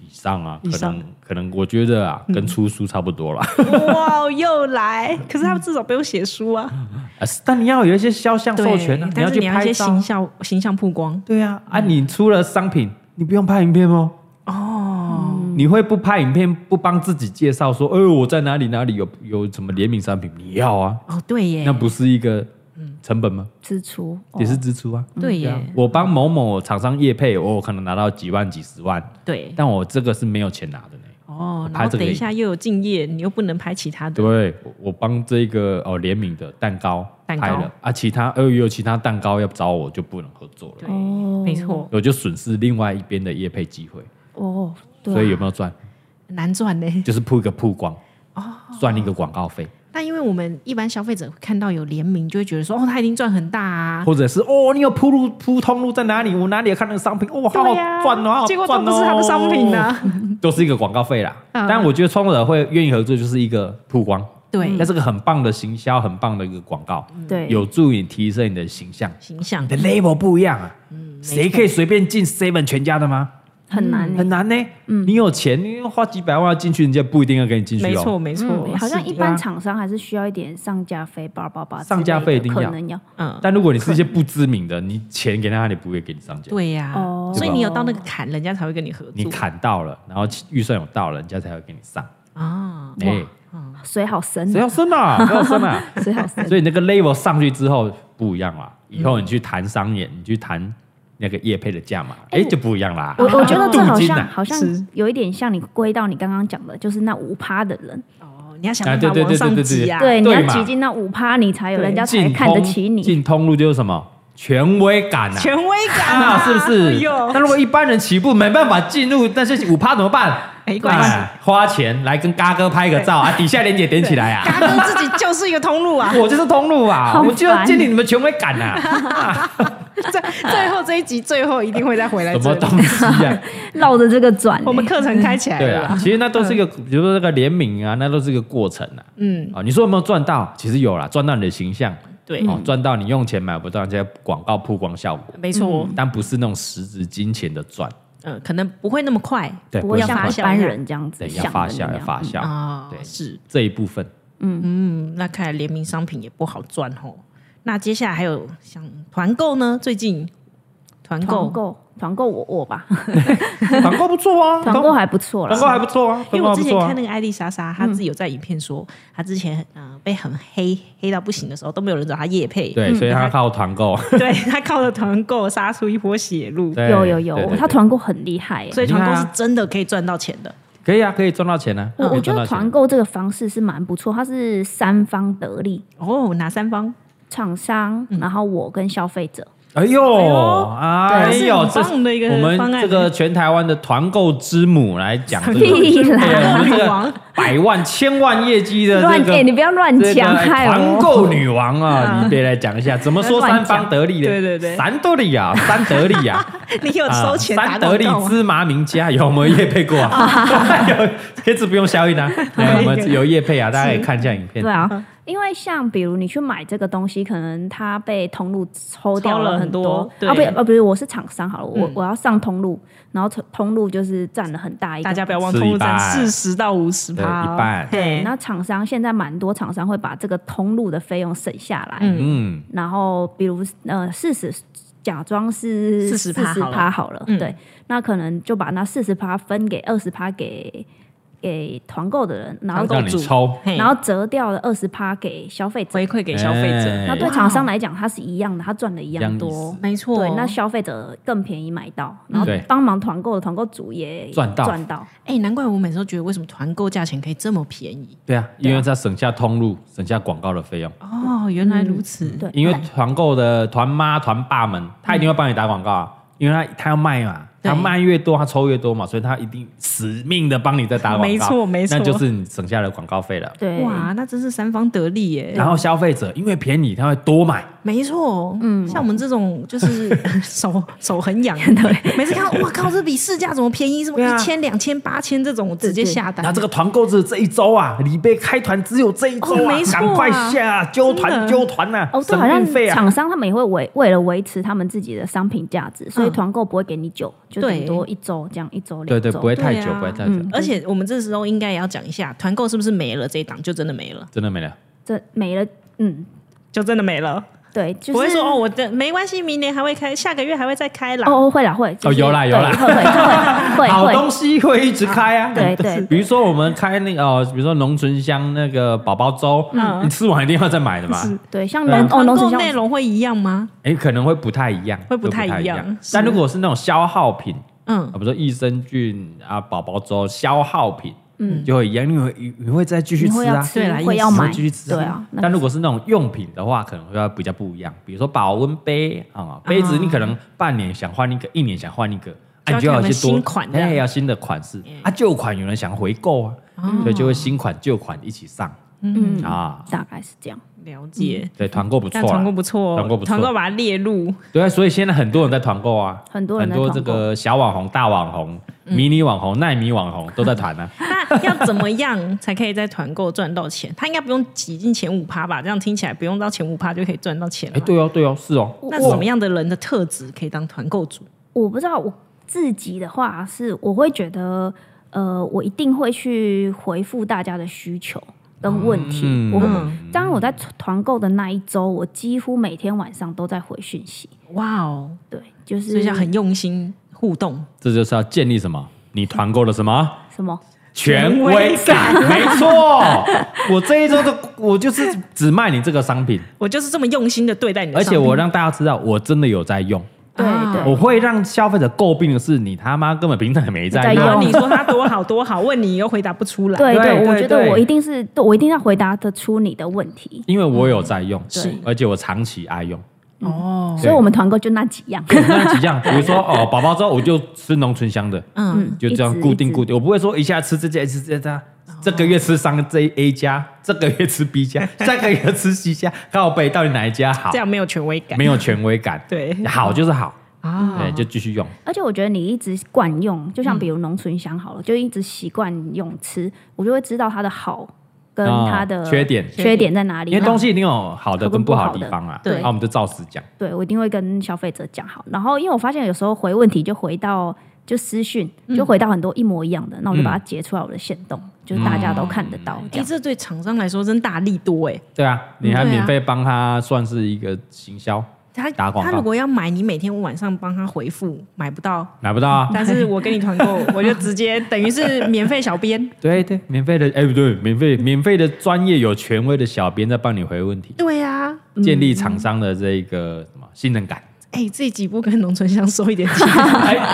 Speaker 1: 以上啊，
Speaker 2: 以
Speaker 1: 可
Speaker 2: 上嗯
Speaker 1: 能可能我觉得啊，跟出书差不多了。
Speaker 2: 哇，又来！可是他们至少不用写书啊，
Speaker 1: 啊但你要有一些肖像授权啊，
Speaker 2: 但
Speaker 1: 要
Speaker 2: 是
Speaker 1: 去
Speaker 2: 你要一
Speaker 1: 拍
Speaker 2: 些
Speaker 1: 照
Speaker 2: 形。象形象曝光
Speaker 1: 对啊，啊，你出了商品，你不用拍影片哦。
Speaker 2: 哦，
Speaker 1: 你会不拍影片，不帮自己介绍说，哎、我在哪里哪里有有什么联名商品，你要啊？
Speaker 2: 哦，对耶，
Speaker 1: 那不是一个成本吗？
Speaker 3: 支出
Speaker 1: 也是支出啊。
Speaker 2: 对
Speaker 1: 对啊
Speaker 2: 耶，，
Speaker 1: 我帮某某厂商业配，我可能拿到几万、几十万，
Speaker 2: 对
Speaker 1: 但我这个是没有钱拿的呢。
Speaker 2: 哦
Speaker 1: 我。拍
Speaker 2: 然后
Speaker 1: 这个
Speaker 2: 等一下又有敬业，你又不能拍其他的，
Speaker 1: 对，我我帮这个哦联名的蛋糕
Speaker 2: 蛋
Speaker 1: 拍
Speaker 2: 糕
Speaker 1: 了啊，其他呃有其他蛋糕要找我就不能合作了，
Speaker 2: 对，没错，
Speaker 1: 我就损失另外一边的业配机会。
Speaker 3: 哦，对啊
Speaker 1: 所以有没有赚？
Speaker 2: 难赚 呢。
Speaker 1: 就是铺一个曝光，
Speaker 2: 哦
Speaker 1: 赚一个广告费。
Speaker 2: 那因为我们一般消费者看到有联名，就会觉得说，哦，他一定赚很大啊。
Speaker 1: 或者是哦，你有铺路铺通路在哪里？我哪里有看那个商品？哦，好好
Speaker 2: 对呀
Speaker 1: 赚哦，好好
Speaker 2: 结果都
Speaker 1: 赚
Speaker 2: 不是他们商品
Speaker 1: 呢、
Speaker 2: 啊，
Speaker 1: 都是一个广告费啦。
Speaker 2: 嗯
Speaker 1: 但我觉得创作者会愿意合作，就是一个曝光，
Speaker 2: 对
Speaker 1: 那，是个很棒的行销，很棒的一个广告，
Speaker 3: 对
Speaker 1: 有助于提升你的形象。
Speaker 2: 形象
Speaker 1: 你的 label 不一样啊，谁
Speaker 2: 嗯没错
Speaker 1: 可以随便进 seven 全家的吗？
Speaker 3: 很难欸、
Speaker 1: 很难呢、你有钱，你花几百万要进去，人家不一定要给你进去
Speaker 2: 嗯没
Speaker 1: 哦。
Speaker 2: 错没错、
Speaker 3: 嗯，好像
Speaker 2: 是的
Speaker 3: 一般厂商还是需要一点上架费，叭叭叭之类的，
Speaker 1: 上架费一定要
Speaker 3: 可能要
Speaker 2: 嗯，
Speaker 1: 但如果你是一些不知名的，你钱给他，他也不会给你上架。
Speaker 2: 对呀、
Speaker 3: 哦
Speaker 2: 所以你有到那个坎，人家才会跟你合
Speaker 1: 你
Speaker 2: 作
Speaker 1: 砍到了，然后预算有到了，人家才会给你上。
Speaker 2: 啊。
Speaker 1: 哎、
Speaker 3: 水好深
Speaker 1: 谁，要升 啊？谁要升啊？
Speaker 3: 水好深，
Speaker 1: 所以那个 level 上去之后不一样啦。以后你去谈商演，你去谈那个业配的价码，哎、就不一样啦。
Speaker 3: 我我觉得这好
Speaker 1: 镀金
Speaker 3: 像
Speaker 1: 啊
Speaker 3: 好像
Speaker 2: 是
Speaker 3: 有一点像你归到你刚刚讲的，就是那五趴的人，
Speaker 2: 哦，你要想
Speaker 1: 啊
Speaker 2: 办
Speaker 1: 对
Speaker 2: 法
Speaker 1: 对对
Speaker 2: 往上
Speaker 1: 对对
Speaker 2: 挤啊。
Speaker 3: 对，你要
Speaker 1: 对嘛
Speaker 3: 挤进那五趴，你才有
Speaker 2: 对
Speaker 3: 人家才
Speaker 1: 进
Speaker 3: 看
Speaker 1: 通
Speaker 3: 得起你。
Speaker 1: 进通路就是什么权威感啊。
Speaker 2: 权威感
Speaker 1: 啊，是不
Speaker 2: 哎
Speaker 1: 是
Speaker 2: 呦？
Speaker 1: 那如果一般人起步没办法进入那些五趴怎么办？
Speaker 2: 没关系
Speaker 1: 哎，花钱来跟嘎哥拍个照啊，底下连姐点起来 啊，！
Speaker 2: 嘎哥自己就是一个通路啊
Speaker 1: 我就是通路啊，
Speaker 3: 好
Speaker 1: 我就
Speaker 3: 烦
Speaker 1: 建立你们权威感啊，
Speaker 2: 最最后这一集，最后一定会再回来
Speaker 1: 什
Speaker 2: 这
Speaker 1: 么
Speaker 2: 里。
Speaker 1: 东西啊？
Speaker 3: 绕着这个转欸、
Speaker 2: 我们课程开起来
Speaker 1: 对
Speaker 2: 了
Speaker 1: 啊
Speaker 2: 啦，，
Speaker 1: 其实那都是一个，比如说那个联名啊，那都是一个过程啊。
Speaker 2: 嗯，
Speaker 1: 啊，你说有没有赚到？其实有啦，赚到你的形象，
Speaker 2: 对，
Speaker 1: 哦，赚到你用钱买不到这些广告曝光效果，
Speaker 2: 没错，
Speaker 1: 但不是那种实质金钱的赚，
Speaker 2: 嗯，可能不会那么快
Speaker 1: 对，
Speaker 3: 不
Speaker 1: 不
Speaker 3: 会
Speaker 1: 是
Speaker 2: 要
Speaker 3: 像
Speaker 2: 发
Speaker 3: 一
Speaker 2: 酵
Speaker 3: 般
Speaker 2: 一下
Speaker 3: 人这样子
Speaker 1: 对，
Speaker 3: 想
Speaker 1: 要
Speaker 3: 的
Speaker 1: 发酵，
Speaker 3: 那
Speaker 1: 要
Speaker 3: 样
Speaker 1: 发酵，
Speaker 2: 啊
Speaker 1: 对，
Speaker 2: 是，
Speaker 1: 这一部分。
Speaker 2: 嗯，那看来联名商品也不好赚哦。那接下来还有像团购呢？最近团购
Speaker 3: 嗯团，购，团购我我吧，
Speaker 1: 团购不错啊，
Speaker 3: 团购还不错
Speaker 1: 团
Speaker 3: 啦。
Speaker 1: 购还不错啊，团
Speaker 2: 因
Speaker 1: 购还
Speaker 2: 为我之
Speaker 1: 不
Speaker 2: 前
Speaker 1: 错啊
Speaker 2: 看那。个艾丽莎莎，她自己有在影片说，她之前嗯被很黑黑到不行的时候，都没有人找她夜配，
Speaker 1: 对，所以他靠团购，
Speaker 2: 对她靠着团购杀出一波血路，
Speaker 1: 对
Speaker 3: 有有有，
Speaker 1: 对对对
Speaker 3: 他团购很厉害、欸。
Speaker 2: 所以团购
Speaker 1: 你看
Speaker 2: 是
Speaker 1: 啊
Speaker 2: 真的可以赚到钱的。
Speaker 1: 可以啊，可以赚到钱啊。
Speaker 3: 我
Speaker 1: 可以
Speaker 3: 我觉
Speaker 1: 赚
Speaker 3: 得
Speaker 1: 到钱
Speaker 3: 团购这个方式是蛮不错，它是三方得利，
Speaker 2: 哦，哪三方？
Speaker 3: 厂商，
Speaker 2: 嗯
Speaker 3: 然后我跟消费者。
Speaker 1: 哎
Speaker 2: 哎
Speaker 1: 呦，
Speaker 2: 呦
Speaker 1: 哎
Speaker 2: 对
Speaker 1: 呦，
Speaker 2: 是很棒的一个
Speaker 1: 我
Speaker 2: 方
Speaker 1: 们
Speaker 2: 案
Speaker 1: 这个全台湾的团购之母来讲 这个，
Speaker 3: 屁啦
Speaker 1: 对我们这
Speaker 2: 女
Speaker 1: 个
Speaker 2: 王
Speaker 1: 百万千万业绩
Speaker 2: 啊
Speaker 1: 的
Speaker 3: 乱
Speaker 1: 这
Speaker 3: 哎、
Speaker 1: 个
Speaker 3: 你不要乱
Speaker 1: 这个
Speaker 3: 讲，害
Speaker 2: 哦
Speaker 1: 团
Speaker 3: 我。
Speaker 1: 购 女王 啊，你别来讲一下，怎么说三方得利的？
Speaker 2: 乱讲对对对
Speaker 1: 三得利啊，三得利啊，
Speaker 2: 你有
Speaker 1: 啊
Speaker 2: 收钱打
Speaker 1: 三得
Speaker 2: 广
Speaker 1: 利
Speaker 2: 告吗？
Speaker 1: 芝麻名家有没有业配过 啊？ 有，这次不用消音啊，哎我们有业配啊，大家可以看一下影片
Speaker 2: 嗯
Speaker 3: 对。啊，因为像比如你去买这个东西，可能它被通路抽掉
Speaker 2: 抽了
Speaker 3: 很
Speaker 2: 很多
Speaker 3: 啊不
Speaker 2: 对
Speaker 3: 啊，不是，我是厂商好了，我、
Speaker 2: 嗯
Speaker 3: 我要上通路，然后通通路就是占了很大一个。
Speaker 2: 大家不要忘通路站
Speaker 1: 吃一半
Speaker 2: 四十到五十趴，
Speaker 1: 对
Speaker 2: 哦
Speaker 1: 一半
Speaker 3: 对，
Speaker 2: 对
Speaker 3: 那厂商现在蛮多厂商会把这个通路的费用省下来，
Speaker 2: 嗯
Speaker 1: 嗯，
Speaker 3: 然后比如呃四十假装是
Speaker 2: 40%
Speaker 3: 四十趴好了，
Speaker 2: 嗯
Speaker 3: 对，那可能就把那四十趴分给二十趴给给团购的人，然
Speaker 2: 团
Speaker 3: 后
Speaker 2: 购
Speaker 1: 让你
Speaker 2: 主
Speaker 1: 抽，
Speaker 2: 嘿
Speaker 3: 然后折掉了二十趴给消费者。
Speaker 2: 回馈给消费者，
Speaker 1: 哎
Speaker 3: 那对厂商来讲，它是一样的，它赚的一
Speaker 1: 一样
Speaker 3: 样
Speaker 1: 意
Speaker 3: 多。
Speaker 2: 没错
Speaker 3: 对，那消费者更便宜买到，然后
Speaker 1: 对
Speaker 3: 帮忙团购的团购主也
Speaker 1: 赚到
Speaker 3: 赚到。
Speaker 2: 哎、难怪我每次都觉得为什么团购价钱可以这么便宜
Speaker 1: 对啊，因为它省下通路，省下广告的费用。
Speaker 2: 哦，原来如此，
Speaker 3: 对，
Speaker 1: 因为团购的团妈、团爸们，他一定会帮你打广告啊，因为他他要卖嘛，
Speaker 2: 嗯对
Speaker 1: 他卖越多，他抽越多嘛，所以他一定死命的帮你在打广告。
Speaker 2: 没错没错
Speaker 1: 那就是你省下的广告费了。
Speaker 3: 对，
Speaker 2: 哇，那真是三方得利耶，
Speaker 1: 然后消费者因为便宜，他会多买。
Speaker 2: 没错，嗯，像我们这种就是 手手很痒，对，每次看到哇靠，这比市价怎么便宜，什么
Speaker 1: 对啊
Speaker 2: 一千、两千、八千这种，我直接下单
Speaker 1: 那，这个团购是这一周啊，李贝开团只有这一周啊，
Speaker 2: 哦没错啊
Speaker 1: 赶快下啊揪
Speaker 2: 真
Speaker 1: 团
Speaker 2: 的
Speaker 1: 揪团呐，
Speaker 3: 哦，对，
Speaker 1: 省
Speaker 3: 好像
Speaker 1: 运费啊。
Speaker 3: 厂商他们也会维为了维持他们自己的商品价值，所以
Speaker 2: 嗯
Speaker 3: 团购不会给你久，就
Speaker 2: 对
Speaker 3: 顶多一周这样，一周
Speaker 1: 对
Speaker 3: 两
Speaker 1: 对，
Speaker 3: 周。
Speaker 1: 不会太
Speaker 2: 对
Speaker 1: 久，
Speaker 2: 啊
Speaker 1: 不会太久，
Speaker 2: 而且我们这时候应该也要讲一下，团购是不是没了这一档就真的没了，
Speaker 1: 真的没了。
Speaker 3: 这没了，嗯，
Speaker 2: 就真的没了，
Speaker 3: 对，就是
Speaker 2: 不会说哦，我的没关系，明年还会开，下个月还会再开啦。
Speaker 3: 哦，哦会啦会就是
Speaker 1: 有啦有啦
Speaker 3: 对会会
Speaker 1: 好
Speaker 3: 会会
Speaker 1: 东西会一直开啊。
Speaker 3: 对对
Speaker 1: 比如说我们开那个哦，比如说农村乡那个宝宝粥，
Speaker 2: 嗯
Speaker 1: 你吃完一定要再买的嘛。
Speaker 2: 是
Speaker 3: 对，像
Speaker 1: 对啊
Speaker 3: 农哦农
Speaker 2: 团购
Speaker 3: 村像
Speaker 2: 内容会一样吗？
Speaker 1: 哎，可能会不太一样，
Speaker 2: 会不太一样
Speaker 1: 一
Speaker 2: 是
Speaker 1: 但如果是那种消耗品
Speaker 2: 嗯
Speaker 1: 啊，，比如说益生菌啊、宝宝粥消耗品，嗯，就会一样，你会你你会再继续
Speaker 3: 你会
Speaker 1: 吃
Speaker 3: 要
Speaker 1: 啊。
Speaker 3: 吃
Speaker 2: 对啦，
Speaker 3: 会
Speaker 2: 一
Speaker 3: 要
Speaker 1: 你会
Speaker 3: 买，
Speaker 1: 继续吃
Speaker 3: 对啊，那
Speaker 1: 但如果是那种用品的话，可能会要比较不一样。比如说保温杯啊，杯子你可能半年想换一个，一年想换一个，啊，你
Speaker 2: 就
Speaker 1: 就
Speaker 2: 要
Speaker 1: 要
Speaker 2: 看
Speaker 1: 有一些
Speaker 2: 有没
Speaker 1: 多
Speaker 2: 有新款这样
Speaker 1: 哎，要新的款式啊，旧款有人想回购啊，所以就会新款旧款一起上
Speaker 3: 哦嗯
Speaker 1: 啊。
Speaker 3: 大概是这样。
Speaker 2: 了解。
Speaker 1: 对，团购不错
Speaker 2: 嗯但团购
Speaker 1: 啦，
Speaker 2: 不错，
Speaker 1: 团购不错
Speaker 2: 把它列入，
Speaker 1: 对啊，所以现在很多人在团购啊，
Speaker 3: 很多人在
Speaker 1: 很多这
Speaker 3: 团购嗯
Speaker 1: 个小网红、大网红、迷你网红、奈米网红都在团啊。
Speaker 2: 那要怎么样才可以在团购赚到钱？他应该不用挤进前五趴吧？这样听起来不用到前五趴就可以
Speaker 1: 哎
Speaker 2: 赚到钱了。
Speaker 1: 哎，对哦，对哦，是哦，
Speaker 2: 那
Speaker 1: 是哦
Speaker 2: 什么样的人的特质可以当团购主？
Speaker 3: 我不知道，我自己的话是，我会觉得，呃，我一定会去回复大家的需求跟问题。
Speaker 1: 嗯
Speaker 3: 我会
Speaker 2: 嗯
Speaker 3: 当然我在团购的那一周，我几乎每天晚上都在回讯息。
Speaker 2: 哇哦，
Speaker 3: 对，就
Speaker 2: 所
Speaker 3: 是
Speaker 2: 以要很用心互动，
Speaker 1: 这就是要建立什么？你团购了什么？
Speaker 3: 什
Speaker 2: 啊
Speaker 3: 么
Speaker 1: 权威感，没错。 我这一周的我就是只卖你这个商品，
Speaker 2: 我就是这么用心的对待你的
Speaker 1: 而
Speaker 2: 商
Speaker 1: 且
Speaker 2: 品，
Speaker 1: 我让大家知道我真的有在用。
Speaker 3: 对
Speaker 2: 啊
Speaker 3: 对
Speaker 1: 我会让消费者诟病的是，你他妈根本平常也没在
Speaker 3: 在
Speaker 2: 然
Speaker 1: 用
Speaker 3: 用。
Speaker 2: 后哎你说他多好多好，问你又回答不出来，
Speaker 3: 对
Speaker 1: 对
Speaker 3: 对，我
Speaker 1: 对
Speaker 3: 觉得
Speaker 1: 对
Speaker 3: 我一定是，对我一定要回答得出你的问题。
Speaker 1: 因为我有在用，
Speaker 2: 是对
Speaker 1: 而且我长期爱用。
Speaker 2: 哦，
Speaker 3: 所以我们团购就那几样，
Speaker 1: 那几样，比如说哦，宝宝之后我就吃浓醇香的，
Speaker 2: 嗯，
Speaker 3: 嗯，
Speaker 1: 就这
Speaker 3: 一
Speaker 1: 样
Speaker 3: 直
Speaker 1: 固定
Speaker 3: 一直哦
Speaker 1: 固定，我不会说一下吃这家，一下吃这家，这个月吃三个 J A 加，这个月吃 B 加，下个月吃 C 加，靠背到底哪一家好
Speaker 2: 这？样没有权威感，
Speaker 1: 没有权威感，
Speaker 2: 对
Speaker 1: 好就是好，
Speaker 3: 嗯
Speaker 2: 啊，
Speaker 1: 对，就继续用。
Speaker 3: 而且我觉得你一直惯用，就
Speaker 2: 嗯
Speaker 3: 像比如浓醇香好了，就一直习惯用吃，我就会知道它的好跟
Speaker 1: 哦
Speaker 3: 它的
Speaker 1: 缺点
Speaker 3: 缺点在哪里。
Speaker 1: 因为东
Speaker 3: 那
Speaker 1: 西一定有好的
Speaker 3: 好
Speaker 1: 跟
Speaker 3: 跟
Speaker 1: 不
Speaker 3: 不
Speaker 1: 好
Speaker 3: 好
Speaker 1: 的
Speaker 3: 的
Speaker 1: 地方啊，
Speaker 3: 对
Speaker 1: 那我们就照实讲。
Speaker 3: 对我一定会跟消费者讲好。然后因为我发现有时候回问题就回到就私讯，
Speaker 2: 嗯
Speaker 3: 就回到很多一模一样的，那
Speaker 1: 嗯
Speaker 3: 我就把它截出来我的线动，就是大家都看得到这
Speaker 2: 哎，
Speaker 3: 样。
Speaker 2: 这对厂商来说真大力多哎，
Speaker 1: 对啊，你还
Speaker 2: 嗯对啊
Speaker 1: 免费帮他算是一个行销，
Speaker 2: 他
Speaker 1: 打广告
Speaker 2: 他如果要买，你每天晚上帮他回复，买不到。
Speaker 1: 拿不到啊？
Speaker 2: 但是我跟你团 购，我就直接等于是免费小编。
Speaker 1: 对对，免费的，哎，不对，免费免费的专业有权威的小编在帮你回问题，
Speaker 2: 对呀、啊，
Speaker 3: 嗯
Speaker 1: 建立厂商的这个什么信任感。
Speaker 2: 哎、这几步跟农村乡收一点 钱
Speaker 1: 哎你看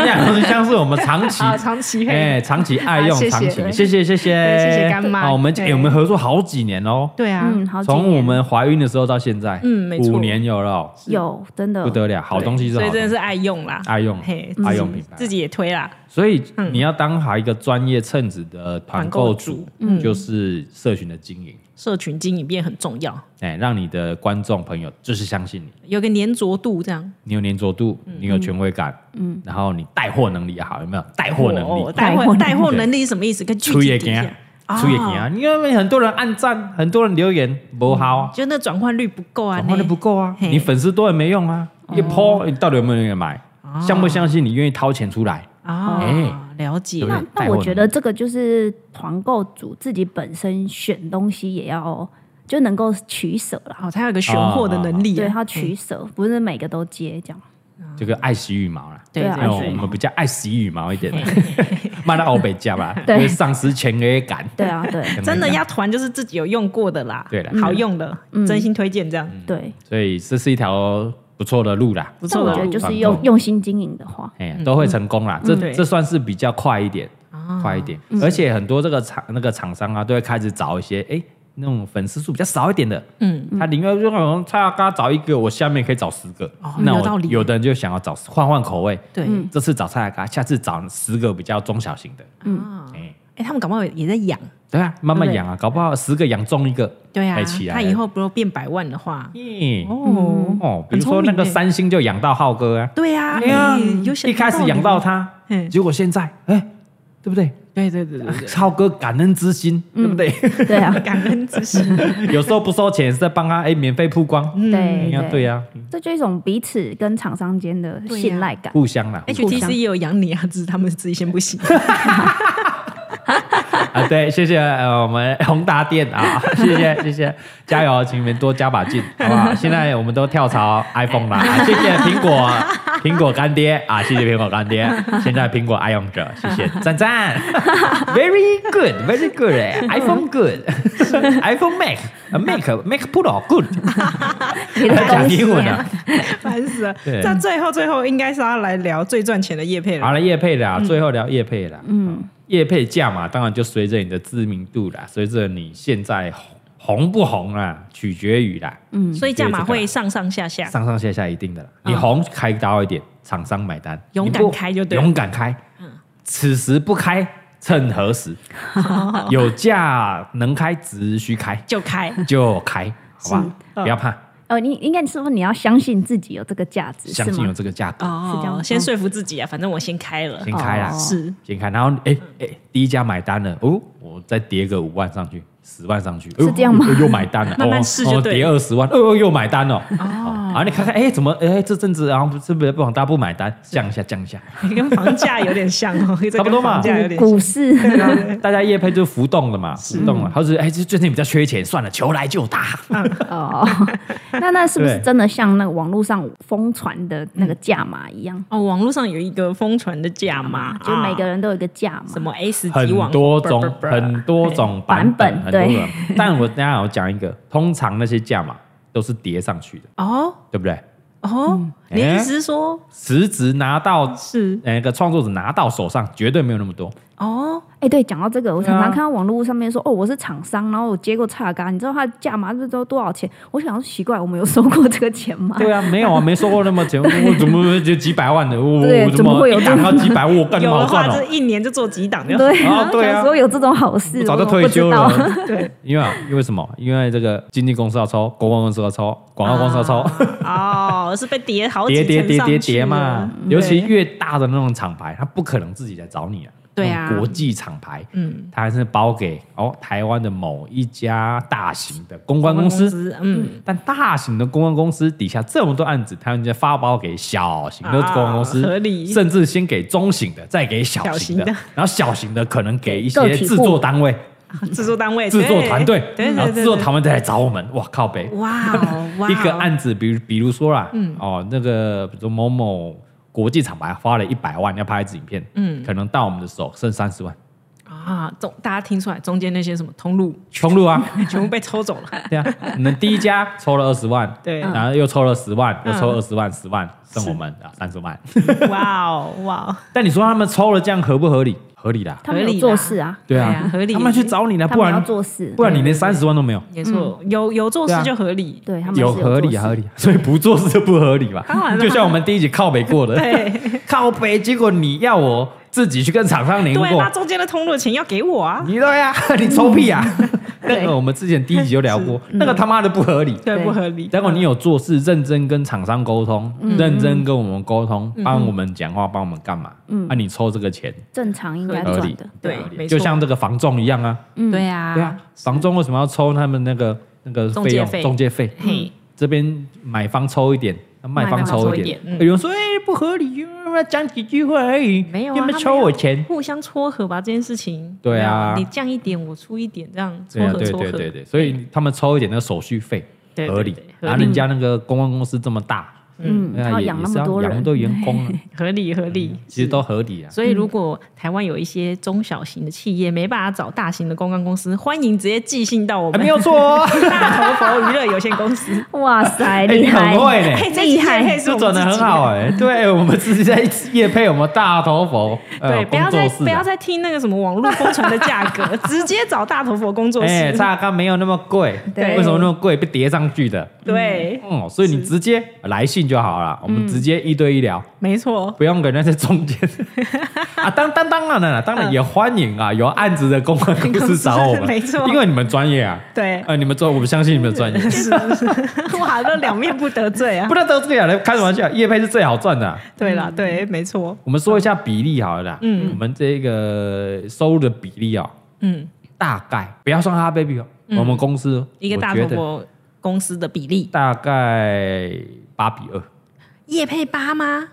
Speaker 1: 这样，就是像是我们长期
Speaker 2: 啊，长期嘿。
Speaker 1: 哎长期爱用，
Speaker 2: 啊谢谢
Speaker 1: 长期
Speaker 2: 对
Speaker 1: 谢谢谢谢
Speaker 2: 对谢谢干妈
Speaker 1: 好我们
Speaker 2: 对
Speaker 1: 哎我们合作好几年哦，
Speaker 2: 对啊，
Speaker 3: 嗯，好几年，
Speaker 1: 从我们怀孕的时候到现在，
Speaker 2: 嗯没错
Speaker 1: 五年有了哦，
Speaker 3: 有真的
Speaker 1: 不得了，好东西是
Speaker 2: 所
Speaker 1: 好
Speaker 2: 以真
Speaker 1: 东
Speaker 2: 的
Speaker 1: 西
Speaker 2: 是，爱用啦，
Speaker 1: 爱用
Speaker 2: 嘿，
Speaker 1: 爱用品牌，
Speaker 2: 自己也推啦，
Speaker 1: 所以你要当好一个专业称职的团购主，
Speaker 2: 团购主嗯
Speaker 1: 就是社群的经营，
Speaker 2: 社群经营变很重要，
Speaker 1: 哎，让你的观众朋友就是相信你，
Speaker 2: 有个粘着度这样。
Speaker 1: 你有粘着度，你有权威感，嗯，然后你带货能力也好，有没有带货能
Speaker 2: 哦
Speaker 1: 力？
Speaker 2: 带
Speaker 3: 带货
Speaker 2: 货
Speaker 3: 能力
Speaker 2: 带货能力是什么意思？跟具体一下，
Speaker 1: 出也行啊！因为很多人按赞，很多人留言，不好啊，
Speaker 2: 就那转换率不够啊，
Speaker 1: 转化的不
Speaker 2: 呢
Speaker 1: 够啊，
Speaker 2: 嘿
Speaker 1: 你粉丝多也没用啊，一泼你到底有没有人买？相不相信你愿意掏钱出来？
Speaker 2: 啊，
Speaker 1: 哎
Speaker 2: 了解
Speaker 1: 对不对
Speaker 3: 那那我觉得这个就是团购组自己本身选东西也要就能够取舍啦，
Speaker 2: 哦，他有一个选货的能力啊，
Speaker 3: 对，他取舍，不是每个都接这样。
Speaker 1: 这个爱惜羽毛啦，
Speaker 2: 对
Speaker 3: 对
Speaker 1: 因为
Speaker 3: 啊
Speaker 1: 我们比较啊爱惜羽毛一点，啊 卖到欧北价 吧，
Speaker 3: 对
Speaker 1: 会丧失权威感。
Speaker 3: 对啊，对
Speaker 1: 可能
Speaker 2: 真的
Speaker 1: 这样
Speaker 2: 要团就是自己有用过的啦，
Speaker 1: 对啦
Speaker 2: 好用的，
Speaker 3: 嗯
Speaker 2: 真心推荐这样，
Speaker 3: 对。
Speaker 1: 所以这是一条不错的路啦，
Speaker 2: 嗯不
Speaker 3: 但
Speaker 2: 错哦啊
Speaker 3: 我
Speaker 2: 的
Speaker 3: 觉得
Speaker 2: 路
Speaker 3: 就
Speaker 1: 团
Speaker 3: 是
Speaker 1: 购
Speaker 3: 用用心经营的话，
Speaker 1: 哎呀，都会成功啦。这
Speaker 2: 嗯对
Speaker 1: 这算是比较快一点，
Speaker 2: 啊
Speaker 1: 快一点。而且很多这个厂那个厂商啊，都会开始找一些哎那种粉丝数比较少一点的，
Speaker 2: 嗯，
Speaker 1: 他宁愿就可能他刚找一个，我下面可以找十个
Speaker 2: 哦，
Speaker 1: 那
Speaker 2: 有道
Speaker 1: 我
Speaker 2: 理
Speaker 1: 有的人就想要找换换口味。嗯
Speaker 2: 对，
Speaker 1: 这次找蔡阿嘎，下次找十个比较中小型的，
Speaker 2: 嗯，
Speaker 1: 哎，
Speaker 2: 哎，他们搞不好也在养，
Speaker 1: 对啊，慢慢养啊，搞不好十个养中一个，
Speaker 2: 对啊
Speaker 1: 哎起，来
Speaker 2: 他
Speaker 1: 了
Speaker 2: 以后不是变百万的话，
Speaker 3: 嗯
Speaker 1: 咦
Speaker 2: 哦，
Speaker 1: 哦，比
Speaker 2: 很
Speaker 1: 如说
Speaker 2: 聪
Speaker 1: 那
Speaker 2: 明
Speaker 1: 个
Speaker 2: 耶
Speaker 1: 三星就养到浩哥啊，
Speaker 2: 对呀，
Speaker 3: 嗯
Speaker 1: 对啊
Speaker 2: 哎有想
Speaker 1: 一开始
Speaker 2: 理
Speaker 1: 养到他
Speaker 2: 嗯，
Speaker 1: 结果现在哎，对不对？
Speaker 2: 对对对对
Speaker 1: 浩哥感恩之心，对不对？
Speaker 3: 对啊
Speaker 2: 对，，感恩之心，
Speaker 1: 有时候不收钱也是在帮他哎免费曝光，
Speaker 2: 嗯
Speaker 3: 对
Speaker 1: 应该对
Speaker 3: 嗯对，
Speaker 1: 啊，
Speaker 3: 这就是一种彼此跟厂商间的
Speaker 2: 对啊
Speaker 3: 信赖感。
Speaker 1: 互相啦
Speaker 2: HTC 也有养你啊，只是他们自己先不 行。
Speaker 1: 啊，对，谢谢呃我们宏达店啊，谢谢谢谢，加油，啊请你们多加把劲，好不好？现在我们都跳槽 iPhone 啦，啊谢谢苹果苹果干爹啊，谢谢苹果干爹，现在苹果爱用者，谢谢赞赞，Very good，Very good，哎，iPhone good，iPhone Mac Mac Mac Pro good，
Speaker 3: 你的
Speaker 1: 讲
Speaker 3: 东西
Speaker 1: 英文啊
Speaker 3: 啊，。
Speaker 2: 烦死了
Speaker 1: 对！
Speaker 2: 那最后最后应该是要来聊最赚钱的嗯叶配
Speaker 1: 好
Speaker 2: 了。
Speaker 1: 了，叶配啦，最后聊叶配啦。嗯，叶配价嘛，当然就随着你的知名度啦，随着你现在红红不红啦，取决于啦，
Speaker 2: 所以价码会上上下下，
Speaker 1: 上上下下一定的啦。你红开高一点，厂商买单，
Speaker 2: 嗯勇敢
Speaker 1: 你不
Speaker 2: 开就对了嗯
Speaker 1: 勇敢开。此时不开，趁何 时？有价能开，只需开
Speaker 2: 就开。
Speaker 1: 就开，好吧？不要怕，
Speaker 3: 哦，你应该是不是你要相信自己有这个价值，
Speaker 1: 相
Speaker 3: 是
Speaker 1: 信有
Speaker 3: 吗？
Speaker 1: 这个价格，
Speaker 3: 是这样
Speaker 2: 哦
Speaker 3: 吗，
Speaker 2: 先说服自己啊，反正我先开了
Speaker 1: 先。开啦。
Speaker 3: 哦
Speaker 2: 是
Speaker 1: 先看，然后哎哎，第一家买单了，哦，我再叠个五万上去，十万上去，哦
Speaker 3: 是这样吗
Speaker 1: 哎呦又又买单了，
Speaker 2: 慢慢
Speaker 1: 哦
Speaker 2: 试就
Speaker 1: 哦
Speaker 2: 对
Speaker 1: 叠
Speaker 2: 了
Speaker 1: 二十万，哦又买单了，
Speaker 2: 哦，
Speaker 1: 然后你看看，哎，怎么，哎，这阵子然后是不是不往大家不买单，降一下，降一下，
Speaker 2: 你 跟房价有点像 哦，这
Speaker 1: 差不
Speaker 2: 跟
Speaker 1: 多嘛
Speaker 2: 房价有点像
Speaker 3: 股市
Speaker 1: 大家业配就浮动了嘛，浮动了，或者是哎，这最近比较缺钱，算了，求来就打，
Speaker 3: 哦， 那那是不是
Speaker 1: 对
Speaker 3: 真的像那个网络上疯传的那
Speaker 2: 嗯
Speaker 3: 个价码一样？
Speaker 2: 哦。网络上有一个疯传的价码，
Speaker 3: 就是每个
Speaker 2: 啊
Speaker 3: 人都有一个价码
Speaker 2: 什，么 S 级网
Speaker 1: 很多种
Speaker 2: 不不不
Speaker 1: 很多种版
Speaker 3: 版
Speaker 1: 本，
Speaker 3: 本
Speaker 1: 很多
Speaker 3: 对
Speaker 1: 种。但我等一下我讲一个，通常那些价码都是叠上去的，
Speaker 2: 哦
Speaker 1: 对不对？
Speaker 2: 哦，你的意思是说
Speaker 1: 实质拿到
Speaker 2: 是
Speaker 1: 呃那个创作者拿到手上，绝对没有那么多。
Speaker 2: 哦
Speaker 3: 哎，对，讲到这个，我常
Speaker 1: 对啊
Speaker 3: 常看到网络上面说，哦，我是厂商，然后我接过差嘎，你知道它的价码是都多少钱？我想说奇怪，我们有收过这个钱吗？
Speaker 1: 对啊，没有啊，没收过那么钱，我怎么就几百万的？我
Speaker 3: 对
Speaker 1: 我
Speaker 3: 怎么会有
Speaker 1: 一打到几百？我 干
Speaker 2: 有
Speaker 1: 嘛
Speaker 2: 的
Speaker 1: 好
Speaker 2: 话，
Speaker 1: 赚
Speaker 2: 这
Speaker 1: 哦？
Speaker 2: 一年就做几档就好。
Speaker 3: 对，
Speaker 1: 啊对啊
Speaker 3: 想说有这种好事，
Speaker 1: 我早就
Speaker 3: 我怎么
Speaker 1: 退
Speaker 3: 不知
Speaker 1: 休
Speaker 3: 道。
Speaker 1: 了。
Speaker 2: 对，
Speaker 1: 因为啊因为什么？因为这个经纪公司要抽，公关公司要抽，广告公司要抽，
Speaker 2: 啊哦，是被叠好几
Speaker 1: 叠叠
Speaker 2: 层
Speaker 1: 叠
Speaker 2: 上
Speaker 1: 叠
Speaker 2: 去
Speaker 1: 叠
Speaker 2: 了
Speaker 1: 嘛。
Speaker 2: 嗯
Speaker 1: 尤其
Speaker 2: 对
Speaker 1: 越大的那种厂牌，他不可能自己来找你啊。
Speaker 2: 对
Speaker 1: 那
Speaker 2: 啊
Speaker 1: 种国际厂牌，
Speaker 2: 嗯
Speaker 1: 他还是包给哦台湾的某一家大型的公关公
Speaker 2: 公
Speaker 1: 司。
Speaker 2: 司，嗯，
Speaker 1: 但大型的公关公司底下这么多案子，他们就发包给小型的公关公司，
Speaker 2: 啊合理
Speaker 1: 甚至先给中型的，再给小型的，
Speaker 2: 小型的
Speaker 1: 然后小型的可能给一
Speaker 3: 个
Speaker 1: 些
Speaker 3: 体户
Speaker 1: 制作单位、
Speaker 2: 制作单位、
Speaker 1: 制作
Speaker 2: 对
Speaker 1: 团队，
Speaker 2: 对
Speaker 1: 然后
Speaker 2: 对
Speaker 1: 制
Speaker 2: 对
Speaker 1: 作
Speaker 2: 对，
Speaker 1: 团队再来找我们，哇靠北！
Speaker 2: 哇哦哇哦， 嗯
Speaker 1: 一个案子，比如比如说啦，哦，那个比如说某某国际厂牌花了一百万要拍一支影片，
Speaker 2: 嗯
Speaker 1: 可能到我们的手剩三十万，
Speaker 2: 啊，中大家听出来中间那些什么通 路
Speaker 1: 冲入啊，
Speaker 2: 全部被抽走了，
Speaker 1: 对啊，我们第一家抽了二十万，
Speaker 2: 对
Speaker 1: 然后又抽了十万，又抽
Speaker 2: 嗯
Speaker 1: 二十万，十万剩我们啊三十万。
Speaker 2: 哇哦哇哦，
Speaker 1: 但你说他们抽了这样合不合理？合理啦，
Speaker 3: 他们
Speaker 2: 合理
Speaker 3: 有
Speaker 2: 啦
Speaker 3: 做事啊，
Speaker 1: 对
Speaker 2: 对啊
Speaker 1: 啊，
Speaker 2: 合理
Speaker 1: 他们去找你了，
Speaker 3: 他
Speaker 1: 不
Speaker 3: 们要
Speaker 1: 然
Speaker 3: 做事
Speaker 1: 不，然你连
Speaker 2: 对对
Speaker 1: 三十万都没有，
Speaker 2: 没错，有有做
Speaker 1: 对啊
Speaker 2: 事就合理，
Speaker 3: 对他们
Speaker 1: 有
Speaker 3: 是
Speaker 1: 合理
Speaker 3: 做
Speaker 1: 啊
Speaker 3: 事
Speaker 1: 合理啊，所以不做事就不合理嘛
Speaker 2: 当然。啦
Speaker 1: 就像我们第一集靠北过的，
Speaker 2: 对
Speaker 1: 靠北，结果你要我自己去跟厂商联
Speaker 2: 对，啊
Speaker 1: 络
Speaker 2: 那，中间的通路的钱要给我啊，
Speaker 1: 你对呀，你臭屁啊！
Speaker 2: 嗯
Speaker 1: 那
Speaker 3: 对
Speaker 1: 个我们之前第一集就聊过，那个他妈的不合理。
Speaker 2: 对，
Speaker 3: 对
Speaker 2: 不合理，
Speaker 1: 待会你有做事，认真跟厂商沟通，
Speaker 2: 嗯
Speaker 1: 认真跟我们沟通，帮我们讲话，帮我们干嘛？嗯，啊，你抽这个钱
Speaker 3: 正常应该
Speaker 1: 合
Speaker 3: 赚
Speaker 1: 理
Speaker 3: 的，，嗯
Speaker 2: 对
Speaker 1: 合理
Speaker 2: 没错
Speaker 1: 就像这个房仲一样啊，
Speaker 2: 对啊
Speaker 1: 对啊，，房仲为什么要抽他们那个那个费
Speaker 2: 中介
Speaker 1: 用
Speaker 2: 费
Speaker 1: 中介费？
Speaker 2: 嘿，
Speaker 1: 这边买方抽一点，那卖方
Speaker 3: 卖方
Speaker 1: 抽
Speaker 2: 抽一
Speaker 1: 点
Speaker 2: 点。嗯
Speaker 1: 有人说，哎，不合理，因为讲几句话而已，
Speaker 2: 没有啊
Speaker 1: 有没有
Speaker 2: 他
Speaker 1: 抽
Speaker 2: 没有
Speaker 1: 我钱？
Speaker 2: 互相撮合吧，这件事情，
Speaker 1: 对啊
Speaker 2: 你降一点，我出一点，这样撮
Speaker 1: 对啊，
Speaker 2: 合
Speaker 1: 对
Speaker 2: 撮合
Speaker 1: 对，对对，所以他们抽一点那个手续费
Speaker 2: 对对
Speaker 1: 合理
Speaker 2: 对，合理
Speaker 1: 然后人家那个公关公司这么大，
Speaker 3: 嗯，
Speaker 1: 对啊
Speaker 3: 他要
Speaker 1: 也
Speaker 3: 养
Speaker 1: 也
Speaker 3: 那
Speaker 1: 是
Speaker 3: 么
Speaker 1: 要
Speaker 3: 多
Speaker 1: 养那么
Speaker 3: 人，
Speaker 1: 多员工啊，
Speaker 2: 合理合理，
Speaker 1: 其实都合理啊。
Speaker 2: 所以，如果台湾有一些中小型的企业没办法找大型的公关公司，欢迎直接寄信到我
Speaker 1: 啊
Speaker 2: 们
Speaker 1: 没有错 哦，
Speaker 2: 大头佛娱乐有限公司。
Speaker 3: 哇塞，
Speaker 1: 哎
Speaker 3: 厉
Speaker 1: 你很
Speaker 3: 害，
Speaker 1: 会呢
Speaker 2: 嘿， 这期
Speaker 3: 厉害
Speaker 2: 业配是
Speaker 1: 这
Speaker 2: 我
Speaker 1: 转
Speaker 2: 们
Speaker 1: 的
Speaker 2: 自己
Speaker 1: 很好。哎，对我们自己在夜配我们大头佛呃
Speaker 2: 对，不要
Speaker 1: 工
Speaker 2: 再
Speaker 1: 作室
Speaker 2: 不要
Speaker 1: 啊，
Speaker 2: 再听那个什么网络疯传的价 格，直接找大头佛工作
Speaker 1: 哎，
Speaker 2: 室。
Speaker 1: 榨干没有那么贵，
Speaker 3: 对
Speaker 1: 为什么那么贵？被叠上去的。
Speaker 2: 对，
Speaker 1: 哦，所以你直接来信就好了，我们直接一对一聊，
Speaker 2: 没错，
Speaker 1: 不用给那些中 间啊。当当当然了，当然也欢迎啊，有案子的公关公司 找我们，
Speaker 2: 嗯 没错
Speaker 1: 因为你们专业啊，
Speaker 2: 对，
Speaker 1: 呃，你们专，我们相信你们 专业，
Speaker 2: 哇，那两面不得罪啊
Speaker 1: 不。能得罪啊，来开什么玩笑，业配是最好赚的啊、
Speaker 2: 对啦，对，没错，
Speaker 1: 我们说一下比例好了啦，
Speaker 2: 嗯
Speaker 1: 我们这个收入的比例哦，
Speaker 2: 嗯，
Speaker 1: 大概不要算哈 baby 哦，我们公司
Speaker 2: 一个大
Speaker 1: 我觉
Speaker 2: 头
Speaker 1: 得
Speaker 2: 佛公司的比例，
Speaker 1: 大概八比二，
Speaker 2: 业配八吗？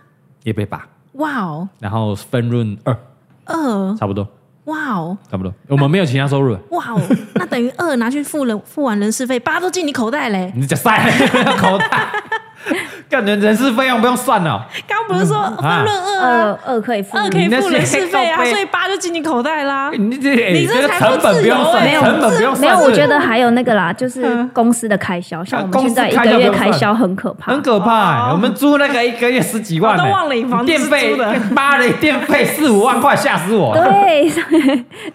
Speaker 1: 业配八，
Speaker 2: 哇哦，
Speaker 1: 然后分润二，
Speaker 2: 二，
Speaker 1: 差不多。
Speaker 2: 哇哦，
Speaker 1: 差不多，我们没有其他收入了。
Speaker 2: 哇哦，那等于二拿去付人付完人事费，八都进你口袋嘞。
Speaker 1: 你这塞 口袋， 感觉人事费用不用算哦了。
Speaker 2: 刚刚不是说分论二
Speaker 3: 二
Speaker 2: 啊，
Speaker 3: 二可以付，
Speaker 2: 二可以付人事费
Speaker 1: 嗯你那
Speaker 2: 啊，
Speaker 1: 是
Speaker 2: 所以八就进你口袋啦。
Speaker 1: 你这哎
Speaker 2: 你这
Speaker 1: 这个
Speaker 2: 财富
Speaker 1: 成本不用
Speaker 2: 自由
Speaker 1: 算，
Speaker 2: 哎
Speaker 1: 成本不用算。
Speaker 3: 没有，我
Speaker 1: 是
Speaker 3: 觉得还有那个啦，就是
Speaker 2: 嗯
Speaker 3: 公司的开销，像我
Speaker 1: 啊
Speaker 3: 们
Speaker 1: 公
Speaker 3: 现
Speaker 1: 司
Speaker 3: 在一
Speaker 1: 开销
Speaker 3: 个
Speaker 1: 不
Speaker 3: 月
Speaker 1: 用
Speaker 3: 开
Speaker 1: 算
Speaker 3: 销很可怕
Speaker 1: 很，可怕、欸
Speaker 2: 哦
Speaker 1: 我们租那个一个月十几万、
Speaker 2: 我
Speaker 1: 呢，
Speaker 2: 都忘了你房子
Speaker 1: 电
Speaker 2: 是
Speaker 1: 费
Speaker 2: 租的，啊
Speaker 1: 妈的，电费四五万块，吓死我！
Speaker 3: 对，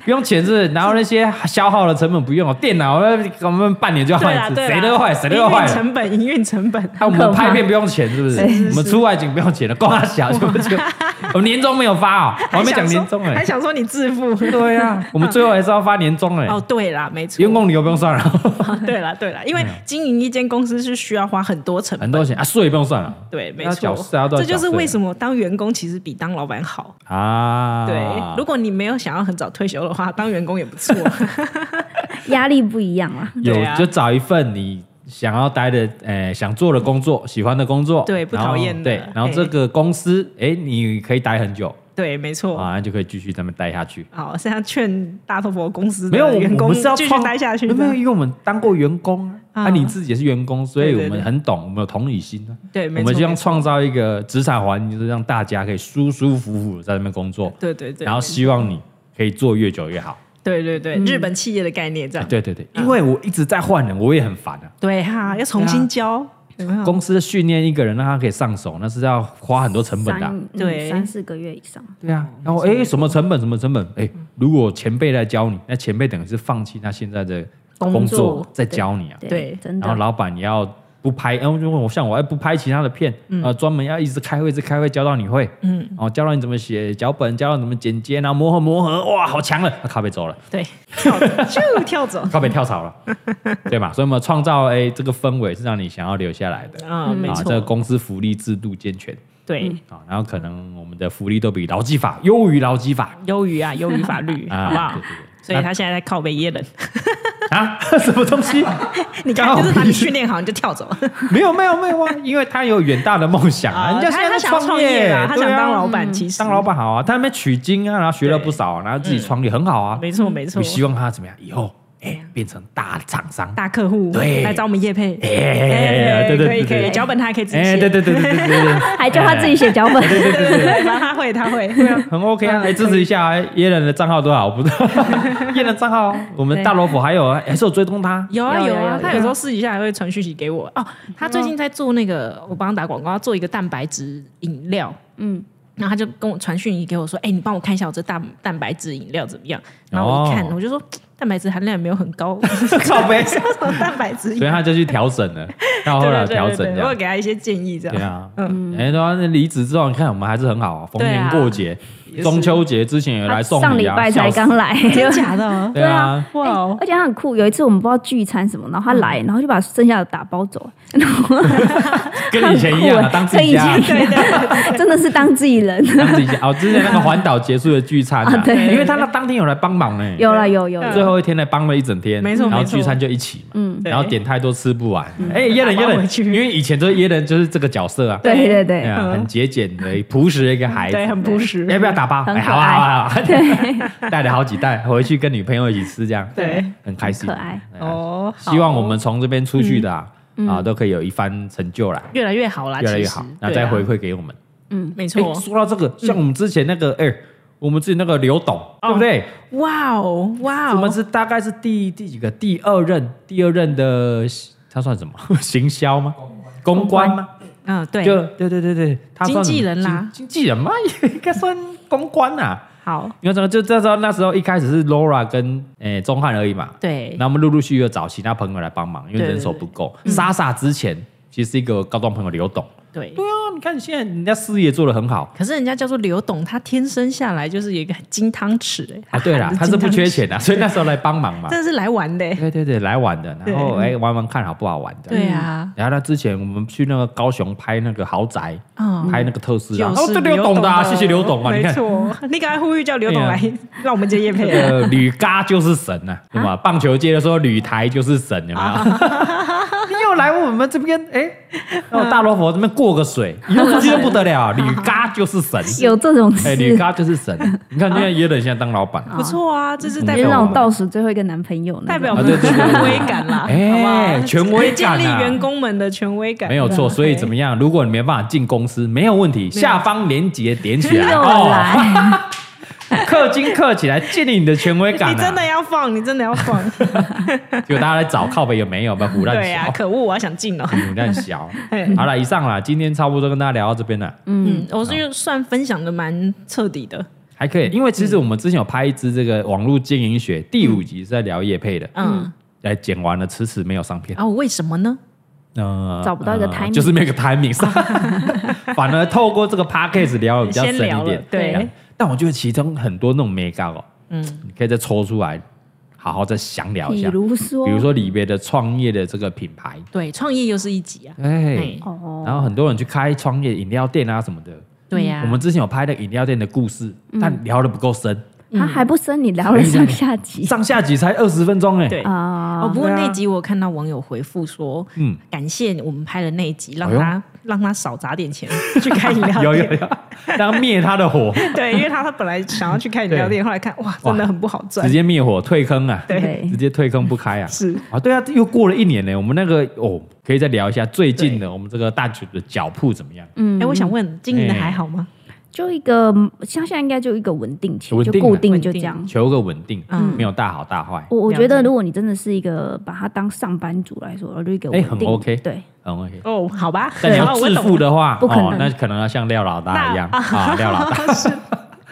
Speaker 1: 不用钱是不是，然后那些消耗的成本不用，电脑呃我们半年就要
Speaker 2: 对
Speaker 1: 换
Speaker 2: 啦
Speaker 1: 一次，
Speaker 2: 对啦，
Speaker 1: 谁都坏，谁都
Speaker 2: 营
Speaker 1: 坏
Speaker 2: 运
Speaker 1: 了。
Speaker 2: 成本，营运成本。
Speaker 1: 啊，我们
Speaker 3: 很可怕
Speaker 1: 拍片不用钱，是不是？我们出外景不用钱了，光他小就 就，我们年终没有发哦，我还没讲年终
Speaker 2: 还
Speaker 1: 哎。
Speaker 2: 想说你自负。
Speaker 1: 对呀、我们最后还是要发年终哎、
Speaker 2: 哦，对啦，没错。
Speaker 1: 员工旅游不用算了，
Speaker 2: 对啦，对啦，因为经营一间公司是需要花很多成
Speaker 1: 很
Speaker 2: 本。
Speaker 1: 多钱啊，税不用算了
Speaker 2: 对，没
Speaker 1: 要
Speaker 2: 错
Speaker 1: 缴税啊，都要
Speaker 2: 这就是
Speaker 1: 缴税
Speaker 2: 为什么当员工其实比当老板好。
Speaker 1: 啊。
Speaker 2: 对，如果你没有想要很早退 休的话，当员工也不错。
Speaker 3: 压力不一样啦。
Speaker 1: 有
Speaker 2: 对啊
Speaker 1: 就找一份你想要待的，呃，想做的工作，喜欢的工作，
Speaker 2: 对不
Speaker 1: 然后
Speaker 2: 讨厌的
Speaker 1: 对，然后
Speaker 2: 哎
Speaker 1: 这个公司，哎，你可以待很久
Speaker 2: 对，没错。
Speaker 1: 啊，那就可以继续在那边待下去。
Speaker 2: 好，现在劝大头佛公司的
Speaker 1: 没有，我
Speaker 2: 员
Speaker 1: 我
Speaker 2: 工
Speaker 1: 们是要
Speaker 2: 继续
Speaker 1: 创
Speaker 2: 待下去的，
Speaker 1: 没有，因为我们当过员工啊，啊
Speaker 2: 啊
Speaker 1: 你自己也是员工，所以
Speaker 2: 对对
Speaker 1: 我们
Speaker 2: 对
Speaker 1: 很懂，我们有同理心啊。
Speaker 2: 对，
Speaker 1: 我
Speaker 2: 没错，
Speaker 1: 们希望
Speaker 2: 没错
Speaker 1: 创造一个职场环境，就是让大家可以舒舒服服地在那边工作，
Speaker 2: 对对对，
Speaker 1: 然后嗯希望你可以做越久越好。
Speaker 2: 对对对，日本企业的概念这样，
Speaker 1: 对对对，因为我一直在换人，我也很烦啊。
Speaker 2: 对哈，要重新教，有没有？
Speaker 1: 哎公司训练一个人让他可以上手，那是要花很多成本的啊、
Speaker 3: 三嗯
Speaker 2: 对
Speaker 3: 三四个月以上，
Speaker 1: 对啊，
Speaker 2: 嗯
Speaker 1: 然后哎，什么成本？什么成本？哎，如果前辈来教你，那前辈等于是放弃他现在的工
Speaker 3: 工
Speaker 1: 作
Speaker 3: 作
Speaker 1: 在教你啊。
Speaker 2: 对
Speaker 3: 真
Speaker 1: 然后
Speaker 3: 的，
Speaker 1: 老板也要不拍，然后就问我像我，哎，不拍其他的片，
Speaker 2: 嗯
Speaker 1: 呃，专门要一直开会，一直开会，教到你会，嗯，然后教到你怎么写脚本，教到你怎么剪接，然后磨合磨合，哇，好强了，那靠背走 了，
Speaker 2: 对，跳走就跳 走，
Speaker 1: 靠背跳槽了，对吧？所以我们创造哎这个氛围是让你想要留下来的。
Speaker 2: 啊，没
Speaker 1: 啊，这个
Speaker 2: 错，
Speaker 1: 公司福利制度健全
Speaker 2: 对，
Speaker 1: 啊，然后可能我们的福利都比劳基法优于劳基法
Speaker 2: 优于啊，优于法律，
Speaker 1: 啊，
Speaker 2: 好不好
Speaker 1: 对？对对
Speaker 2: 所以他现在在靠北耶人，
Speaker 1: 啊， 什么东西？
Speaker 2: 你
Speaker 1: 刚
Speaker 2: 看
Speaker 1: 好
Speaker 2: 就是把
Speaker 1: 比
Speaker 2: 你训练好你就跳走，
Speaker 1: 没有没有没有啊，因为他有远大的梦想啊， 人
Speaker 2: 啊
Speaker 1: 家现在
Speaker 2: 他
Speaker 1: 在
Speaker 2: 他想要创业啊，他
Speaker 1: 对
Speaker 2: 想
Speaker 1: 啊
Speaker 2: 当老板，其实
Speaker 1: 当老板好啊，他在那边取经啊，然后学了不少啊、然后自己创业很好啊。
Speaker 2: 没错没
Speaker 1: 我
Speaker 2: 错，
Speaker 1: 希望他怎么样，以后哎、变成大厂商。
Speaker 2: 大客户
Speaker 1: 对
Speaker 2: 来找我们叶配，
Speaker 1: 哎、对对
Speaker 2: 可
Speaker 1: 对
Speaker 2: 以可以，
Speaker 1: 对，
Speaker 2: 脚本他还可以自己
Speaker 1: 哎、
Speaker 2: 写，
Speaker 1: 对对对对对对对，
Speaker 3: 还叫他自己写脚本，
Speaker 1: 对对对对对，
Speaker 2: 对， 反正他会他会，
Speaker 1: 很 OK 啊，来、支持一下啊耶人的账号多好，不知道耶人账号，我们大萝卜还有啊，还是有追踪他，
Speaker 2: 有啊
Speaker 3: 有
Speaker 2: 有
Speaker 3: 有
Speaker 2: 啊
Speaker 3: 有，
Speaker 2: 他
Speaker 3: 有
Speaker 2: 有时候私底下还会传讯息给我哦。他最近在做那个，我帮他打广告，他做一个蛋白质饮料，
Speaker 3: 嗯，
Speaker 2: 然后他就跟我传讯息给我说：“哎、你帮我看一下我这蛋蛋白质饮料怎么样？”然后我一看，
Speaker 1: 哦
Speaker 2: 我就说嘖蛋白质含量也没有很 高，
Speaker 1: 靠背，
Speaker 2: 叫什么蛋 白质饮
Speaker 1: 所以
Speaker 2: 料？
Speaker 1: 他就去调整了，到后来有
Speaker 2: 对
Speaker 1: 调
Speaker 2: 对对
Speaker 1: 整
Speaker 2: 对
Speaker 1: 这
Speaker 2: 对，我
Speaker 1: 样
Speaker 2: 有。给他一些建议，这
Speaker 1: 对
Speaker 2: 样
Speaker 1: 啊，嗯，哎，对啊，那离职之后，你看我们还是很好啊，逢年过节、
Speaker 2: 是
Speaker 1: 中秋节之前有来
Speaker 3: 他
Speaker 1: 送
Speaker 3: 上
Speaker 1: 礼
Speaker 3: 礼
Speaker 1: 啊，
Speaker 3: 拜
Speaker 1: 笑
Speaker 3: 才
Speaker 1: 死
Speaker 3: 刚来，
Speaker 2: 真假的？
Speaker 1: 对啊，
Speaker 2: 哇哦！
Speaker 3: 而且他很酷，有一次我们不知道聚餐什么，然后他来，然后就把剩下的打包走，
Speaker 1: 跟以前一样啊，当自
Speaker 3: 跟
Speaker 1: 己
Speaker 3: 以
Speaker 1: 家啊
Speaker 3: 前，一样，真的是当自己人。
Speaker 1: 当自己家。哦，之前那个环岛结束的聚餐啊
Speaker 3: 啊，对
Speaker 1: 因为他那当天有来帮忙呢，
Speaker 3: 有了有有
Speaker 1: 最
Speaker 3: 有，
Speaker 1: 后一天来帮了一整天，
Speaker 2: 没错
Speaker 1: 然后
Speaker 2: 没错
Speaker 1: 聚餐就一起嘛，
Speaker 3: 嗯，
Speaker 2: 对
Speaker 1: 然后点太多吃不完，哎，耶人耶
Speaker 2: 打包回
Speaker 1: 人，
Speaker 2: 去
Speaker 1: 因为以前就是耶人就是这个角色啊，
Speaker 3: 对对
Speaker 1: 对
Speaker 3: 对，
Speaker 1: 啊，
Speaker 2: 嗯
Speaker 1: 很节俭的朴实的一个孩子
Speaker 2: 对，，很朴实。
Speaker 1: 要不要打包？
Speaker 3: 很
Speaker 1: 哎
Speaker 3: 可
Speaker 1: 好啊
Speaker 3: 爱
Speaker 1: 好啊好啊， 带了好几袋回去跟女朋友一起吃，这样
Speaker 2: 对，
Speaker 1: 很开心，
Speaker 3: 很可爱
Speaker 1: 对啊
Speaker 2: 哦，好
Speaker 1: 希望我们从这边出去的啊，啊都可以有一番成就啦，
Speaker 2: 越来越好啦，
Speaker 1: 越来越
Speaker 2: 其实
Speaker 1: 好，那再回，
Speaker 2: 对啊
Speaker 1: 馈给我们。
Speaker 2: 没
Speaker 1: 哎，
Speaker 2: 错。嗯
Speaker 1: 说到这个，像我们之前那个，哎，我们之前那个刘董，
Speaker 2: 哦
Speaker 1: 对不对？
Speaker 2: 哇哦，哇
Speaker 1: 我们
Speaker 2: 哦！
Speaker 1: 是大概是第第几个？第二任，第二任的他算什么？ 行销吗？公关吗？
Speaker 2: 嗯，对，
Speaker 1: 就对对对对，他算
Speaker 2: 经纪
Speaker 1: 什么
Speaker 2: 人啦
Speaker 1: 经经纪人嘛，也应该算公关啊。
Speaker 2: 好，
Speaker 1: 因为这个就这时候那时候一开始是 Laura 跟诶钟汉而已嘛，
Speaker 2: 对
Speaker 1: 那，我们陆陆续续有找其他朋友来帮忙，因为
Speaker 2: 对嗯
Speaker 1: 人手不够。莎莎之前其实是一个高中朋友刘董，
Speaker 2: 对，
Speaker 1: 对啊，你看现在人家事业做得很好
Speaker 2: 可是人家叫做刘董，他天生下来就是有一个金汤匙、欸，
Speaker 1: 啊， 对啦，他
Speaker 2: 含
Speaker 1: 是
Speaker 2: 着金汤
Speaker 1: 不
Speaker 2: 匙
Speaker 1: 缺，钱啊的，所以那时候来帮忙嘛。嗯
Speaker 2: 但是来玩的、欸。
Speaker 1: 对对对，来玩的，然后
Speaker 2: 对
Speaker 1: 哎玩玩看好不好玩的。
Speaker 2: 对啊，
Speaker 1: 然后他之前我们去那个高雄拍那个豪宅，
Speaker 2: 嗯，
Speaker 1: 拍那个特斯拉，
Speaker 2: 就是
Speaker 1: 这刘董的啊，
Speaker 2: 刘
Speaker 1: 谢谢刘董啊，你
Speaker 2: 没
Speaker 1: 看
Speaker 2: 错，你赶快呼吁叫刘董来
Speaker 1: 对
Speaker 2: 让我们接叶
Speaker 1: 这
Speaker 2: 配啊。
Speaker 1: 个吕嘎呃就是神呐、啊，对吧？棒球界的说吕台就是神，有没
Speaker 2: 啊
Speaker 1: 有？又来我们这边，哎、
Speaker 2: 啊
Speaker 1: 那我大罗佛这边过个水，以后出去就不得了，吕嘎就是 神，
Speaker 3: 有这种
Speaker 1: 哎、吕
Speaker 3: 事，
Speaker 1: 嘎就是神。你看，现在耶伦现在当老板，
Speaker 2: 不错啊，这是代
Speaker 3: 就是
Speaker 1: 嗯
Speaker 3: 那
Speaker 2: 表
Speaker 3: 种倒数最后一个男朋友那种，
Speaker 2: 代表我
Speaker 1: 啊
Speaker 2: 们
Speaker 1: 对
Speaker 2: 的
Speaker 1: 对对对
Speaker 2: 权威感啦，好不
Speaker 1: 哎、
Speaker 2: 好？
Speaker 1: 权威
Speaker 2: 建
Speaker 1: 感
Speaker 2: 立
Speaker 1: 啊，
Speaker 2: 员工们的权威感，
Speaker 1: 没有错。所以怎么样？如果你没办法进公司，没有问题，下方连结点起来
Speaker 3: 又
Speaker 1: 哦，
Speaker 3: 来，
Speaker 1: 氪金氪起来，建立你的权威感、啊。
Speaker 2: 你 真的要放，你真的要放，
Speaker 1: 就大家来找靠北有没有？不要胡 乱
Speaker 2: 对
Speaker 1: 想
Speaker 2: 啊，，可恶，我要想进哦。
Speaker 1: 胡乱想。好了，以上啦，今天差不多跟大家聊到这边了。
Speaker 2: 嗯，我是算分享的蛮彻底的，
Speaker 1: 还可以，因为其实我们之前有拍一支这个网络经营学第五集是在聊叶配的，
Speaker 2: 嗯，
Speaker 1: 来剪完了，迟迟没有上片，
Speaker 2: 啊，为什么呢？
Speaker 1: 呃，
Speaker 3: 找不到一个
Speaker 1: 呃
Speaker 3: timing
Speaker 1: 就是没有一个 timing 上，反而透过这个 podcast 聊得比较
Speaker 2: 先
Speaker 1: 深
Speaker 2: 聊
Speaker 1: 一
Speaker 2: 了
Speaker 1: 点，
Speaker 2: 对
Speaker 1: 这样。但我觉得其中很多那种 mega 哦，
Speaker 2: 嗯
Speaker 1: 你可以再抽出来，好好再详聊一
Speaker 3: 比
Speaker 1: 下，比
Speaker 3: 如说，
Speaker 1: 如说里面的创业的这个品牌，
Speaker 2: 对，创业又是一集啊，
Speaker 1: 哎
Speaker 2: 哎，
Speaker 1: 然
Speaker 3: 哦，
Speaker 1: 后很多人去开创业饮料店啊什么的，
Speaker 2: 对呀，嗯
Speaker 1: 我们之前有拍那个饮料店的故事，但聊得不够深，
Speaker 3: 他还不深，你聊了上下集
Speaker 1: 上下集才二十分钟哎、
Speaker 2: 对。
Speaker 3: 啊
Speaker 2: 哦，不过
Speaker 1: 对啊
Speaker 2: 那集我看到网友回复说，
Speaker 1: 嗯，
Speaker 2: 感谢我们拍的那一集，让
Speaker 1: 哎呦
Speaker 2: 他让他少砸点钱去开饮料
Speaker 1: 有有
Speaker 2: 店。
Speaker 1: 有，当灭他的火，
Speaker 2: 对，因为他他本来想要去开饮料店，后来看哇，真的很不好赚
Speaker 1: 直。接灭火退坑啊，
Speaker 3: 对
Speaker 1: 直接退坑不开啊。
Speaker 2: 是，
Speaker 1: 啊，对啊，又过了一年呢。我们那个哦，可以再聊一下最近的我们这个大酒的脚铺怎么样？
Speaker 3: 嗯
Speaker 2: 哎，我想问，经营的
Speaker 1: 哎
Speaker 2: 还好吗？
Speaker 3: 就一个乡下应该就一个稳定期，
Speaker 1: 稳
Speaker 3: 就
Speaker 1: 定啊
Speaker 3: 固定就
Speaker 2: 稳
Speaker 3: 这
Speaker 2: 定
Speaker 3: 样。
Speaker 1: 求个稳定，
Speaker 2: 嗯
Speaker 1: 没有大好大坏，
Speaker 3: 我我
Speaker 2: 了
Speaker 3: 觉得
Speaker 2: 解
Speaker 3: 如果你真的是一个把它当上班族来说，就一个
Speaker 1: 哎
Speaker 3: 稳
Speaker 1: 很
Speaker 3: 定
Speaker 1: OK
Speaker 3: 对，
Speaker 1: 很 OK。
Speaker 2: 哦，好吧，
Speaker 1: 哎但你要
Speaker 2: 好我
Speaker 1: 致
Speaker 2: 懂
Speaker 1: 富的话，
Speaker 3: 不可
Speaker 1: 哦，
Speaker 3: 能
Speaker 1: 那可能要像廖老大一样
Speaker 2: 那
Speaker 1: 啊， 廖 老大，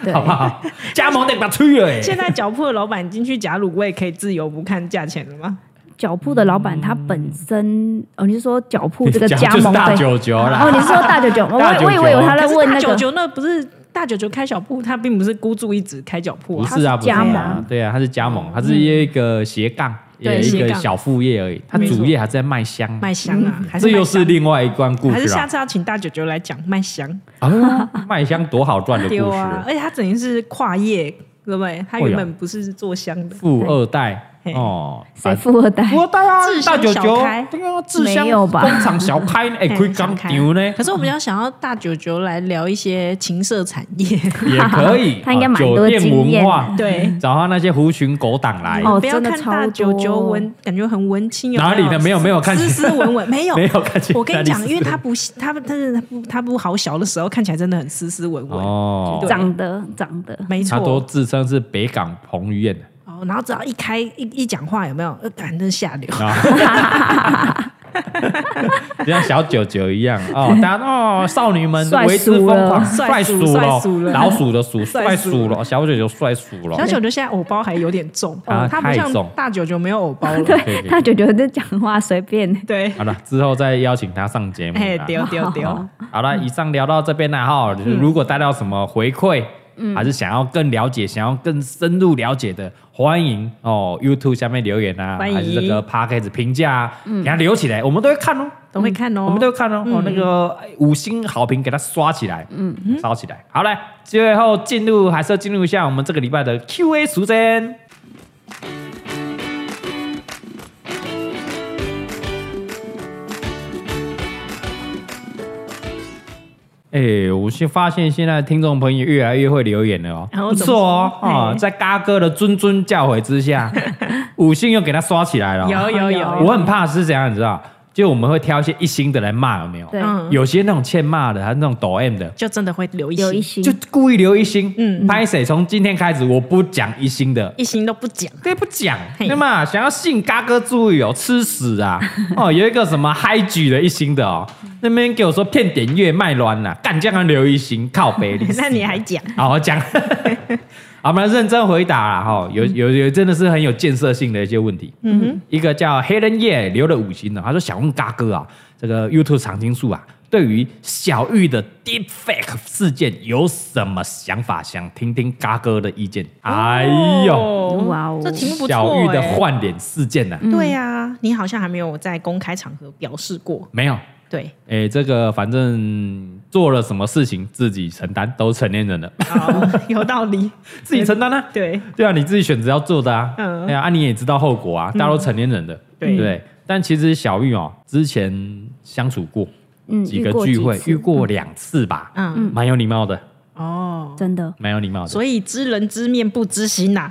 Speaker 3: 对，
Speaker 1: 好不好？加盟得把吹了哎，
Speaker 2: 哦现在脚铺的老板进去夹卤味可以自由不看价钱了吗？
Speaker 3: 脚铺的老板他本身，哦，你是说脚铺这个
Speaker 1: 讲
Speaker 3: 加
Speaker 1: 就是
Speaker 3: 盟
Speaker 1: 大
Speaker 3: 费？
Speaker 1: 九九啦，
Speaker 2: 啊
Speaker 3: 哦，你是说大九九吗？
Speaker 1: 大九
Speaker 3: 我我以
Speaker 1: 九
Speaker 3: 为有他在
Speaker 2: 可是
Speaker 3: 问
Speaker 2: 大
Speaker 3: 那
Speaker 2: 九
Speaker 3: 个
Speaker 2: 九那不是大九九开小铺，他并不是孤注一掷开脚铺
Speaker 1: 不
Speaker 2: 啊。
Speaker 1: 是啊，
Speaker 3: 他是
Speaker 1: 不是
Speaker 3: 加
Speaker 1: 啊
Speaker 3: 盟，
Speaker 1: 对啊，他是加盟，他是一个斜杠，
Speaker 3: 对
Speaker 1: 也一
Speaker 2: 嗯斜
Speaker 1: 个
Speaker 2: 杠
Speaker 1: 小副业而已，他
Speaker 2: 没错
Speaker 1: 主业还在卖香，
Speaker 2: 卖香啊，还
Speaker 1: 嗯
Speaker 2: 是
Speaker 1: 这
Speaker 2: 卖
Speaker 1: 又是
Speaker 2: 香
Speaker 1: 另外一段故
Speaker 2: 还是
Speaker 1: 事
Speaker 2: 下
Speaker 1: 了。
Speaker 2: 次要请大九九来讲卖香，
Speaker 1: 啊，卖香多好赚的
Speaker 2: 对
Speaker 1: 故事
Speaker 2: 啊
Speaker 1: 哦，，
Speaker 2: 而且他等于是跨业，对不对？他
Speaker 1: 哎
Speaker 2: 原
Speaker 1: 呀
Speaker 2: 本不是做香的，
Speaker 1: 富二代
Speaker 2: 嘿
Speaker 1: 哦，
Speaker 3: 谁富二代？
Speaker 1: 富二代啊
Speaker 2: 自，
Speaker 1: 大
Speaker 2: 相
Speaker 1: 九九
Speaker 2: 小开，
Speaker 1: 对啊，自
Speaker 3: 没
Speaker 1: 相
Speaker 3: 有吧，
Speaker 1: 工厂小开，哎，
Speaker 2: 嘿
Speaker 1: 开
Speaker 2: 小
Speaker 1: 钢
Speaker 2: 开
Speaker 1: 牛呢，
Speaker 2: 可是我们要想要大九九来聊一些情色产业，
Speaker 1: 也可以
Speaker 3: 他应该
Speaker 1: 啊
Speaker 3: 蛮多
Speaker 1: 酒店
Speaker 3: 经
Speaker 1: 文
Speaker 3: 验的
Speaker 1: 化，哎
Speaker 2: 对。
Speaker 1: 找他那些狐群狗党来，
Speaker 3: 哦
Speaker 2: 不要
Speaker 3: 真的
Speaker 2: 看
Speaker 3: 超
Speaker 2: 大九九
Speaker 3: 多
Speaker 2: 文，感觉很文青，有
Speaker 1: 哪里的没有没有看起
Speaker 2: 斯斯文文，没 有
Speaker 1: 没有看起来
Speaker 2: 我跟你
Speaker 1: 哪
Speaker 2: 讲，
Speaker 1: 里斯斯文文
Speaker 2: 因为他不他不但是他不他不好小的时候看起来真的很斯斯文文，
Speaker 1: 哦
Speaker 2: 对
Speaker 3: 长得长得，
Speaker 2: 没
Speaker 1: 他都
Speaker 2: 错。
Speaker 1: 自称是北港彭于晏啊的
Speaker 2: 哦，然后只要一开一一讲话，有没有？呃，感真下流。
Speaker 1: 啊，就像小九九一样 哦，大家哦，少女们
Speaker 3: 帅
Speaker 1: 为之
Speaker 3: 鼠
Speaker 1: 疯
Speaker 3: 了
Speaker 1: 狂，
Speaker 2: 帅
Speaker 1: 帅
Speaker 2: 鼠
Speaker 1: 鼠
Speaker 2: 帅鼠
Speaker 1: 了，
Speaker 2: 了
Speaker 1: 老鼠的鼠，
Speaker 2: 帅
Speaker 1: 帅
Speaker 2: 鼠
Speaker 1: 鼠了，小九九帅鼠了
Speaker 2: 小，九九现在偶包还有点重，
Speaker 1: 啊
Speaker 2: 哦他不
Speaker 1: 太
Speaker 2: 像
Speaker 1: 重
Speaker 2: 大九九没有偶包 了。
Speaker 1: 可以可以
Speaker 3: 他就觉得讲话随便。
Speaker 2: 对，
Speaker 1: 好了，之后再邀请他上节目
Speaker 2: 哎，
Speaker 1: 啦。
Speaker 2: 丢丢 丢
Speaker 3: 好，
Speaker 1: 哦好了，
Speaker 2: 嗯
Speaker 1: 以上聊到这边啦哈。如果大家有什么回馈，
Speaker 2: 嗯
Speaker 1: 还是想要更了解、想要更深入了解的，欢迎哦 YouTube 下面留言啊，
Speaker 2: 欢迎嗯
Speaker 1: 还是这个 Podcast 评价啊，给它留起来，我们都会看哦，
Speaker 2: 都会看哦。
Speaker 1: 我们都会看哦。哦，那个哎五星好评给它刷起来，嗯，烧起来。好嘞，最后进入还是要进入一下我们这个礼拜的 Q&A 时间。
Speaker 2: 嗯
Speaker 1: 哎、我是发现现在听众朋友越来越会留言了哦，
Speaker 2: 然后
Speaker 1: 不
Speaker 2: 怎么
Speaker 1: 错哦，
Speaker 2: 说
Speaker 1: 啊、
Speaker 2: 嘿
Speaker 1: 在嘎哥的谆谆教诲之 下，五星又给他刷起来了哦、
Speaker 2: 有有有，
Speaker 1: 我很怕是怎样，你知道？就我们会挑一些一星的来骂，有没有？
Speaker 3: 对，
Speaker 2: 嗯
Speaker 1: 有些那种欠骂的，还是那种抖 M 的，
Speaker 2: 就真的会留一
Speaker 3: 有一
Speaker 2: 星，
Speaker 3: 星
Speaker 1: 就故意留一星。
Speaker 2: 嗯
Speaker 1: 嗯，拍谁？从今天开始，我不讲一星的。
Speaker 2: 一星都不讲。
Speaker 1: 对，不讲，
Speaker 2: 嘿。
Speaker 1: 那么想要吸引嘎哥注意哦，吃屎啊！哦，有一个什么嗨举的一星的哦，那边给我说骗点阅卖卵呐、干这样留一星，啊靠北你
Speaker 2: 那你还讲？
Speaker 1: 好，我讲，好，我们来认真回答啦哈、有有有，真的是很有建设性的一些问题。
Speaker 2: 嗯哼，
Speaker 1: 一个叫黑人夜留了五星哦的，他说想问嘎哥啊，这个 YouTube 常青树啊，对于小玉的 Deepfake 事件有什么想法？想听听嘎哥的意见。哎呦，
Speaker 2: 哦
Speaker 3: 哇哦
Speaker 2: 这哦题目不错
Speaker 1: 小玉的
Speaker 2: 哎
Speaker 1: 换脸事件呢、啊？
Speaker 2: 对呀，你好像还没有在公开场合表示过。
Speaker 1: 没有，
Speaker 2: 对，
Speaker 1: 哎，这个反正做了什么事情自己承担，都成年人了，
Speaker 2: 好，有道理。
Speaker 1: 自己承担啊。
Speaker 2: 对，
Speaker 1: 对啊，你自己选择要做的啊。嗯，
Speaker 2: 嗯
Speaker 1: 哎呀，啊，你也知道后果啊，大家都成年人的，
Speaker 2: 对
Speaker 1: 不对？但其实小玉哦，之前相处过
Speaker 3: 嗯，
Speaker 1: 几
Speaker 3: 遇
Speaker 1: 个
Speaker 3: 过
Speaker 1: 聚
Speaker 3: 几
Speaker 1: 会，
Speaker 3: 次
Speaker 1: 遇过两次吧，
Speaker 2: 嗯，
Speaker 1: 蛮有礼貌的，
Speaker 2: 哦，
Speaker 3: 真的
Speaker 1: 蛮有礼貌的，
Speaker 2: 所以知人知面不知 心呐。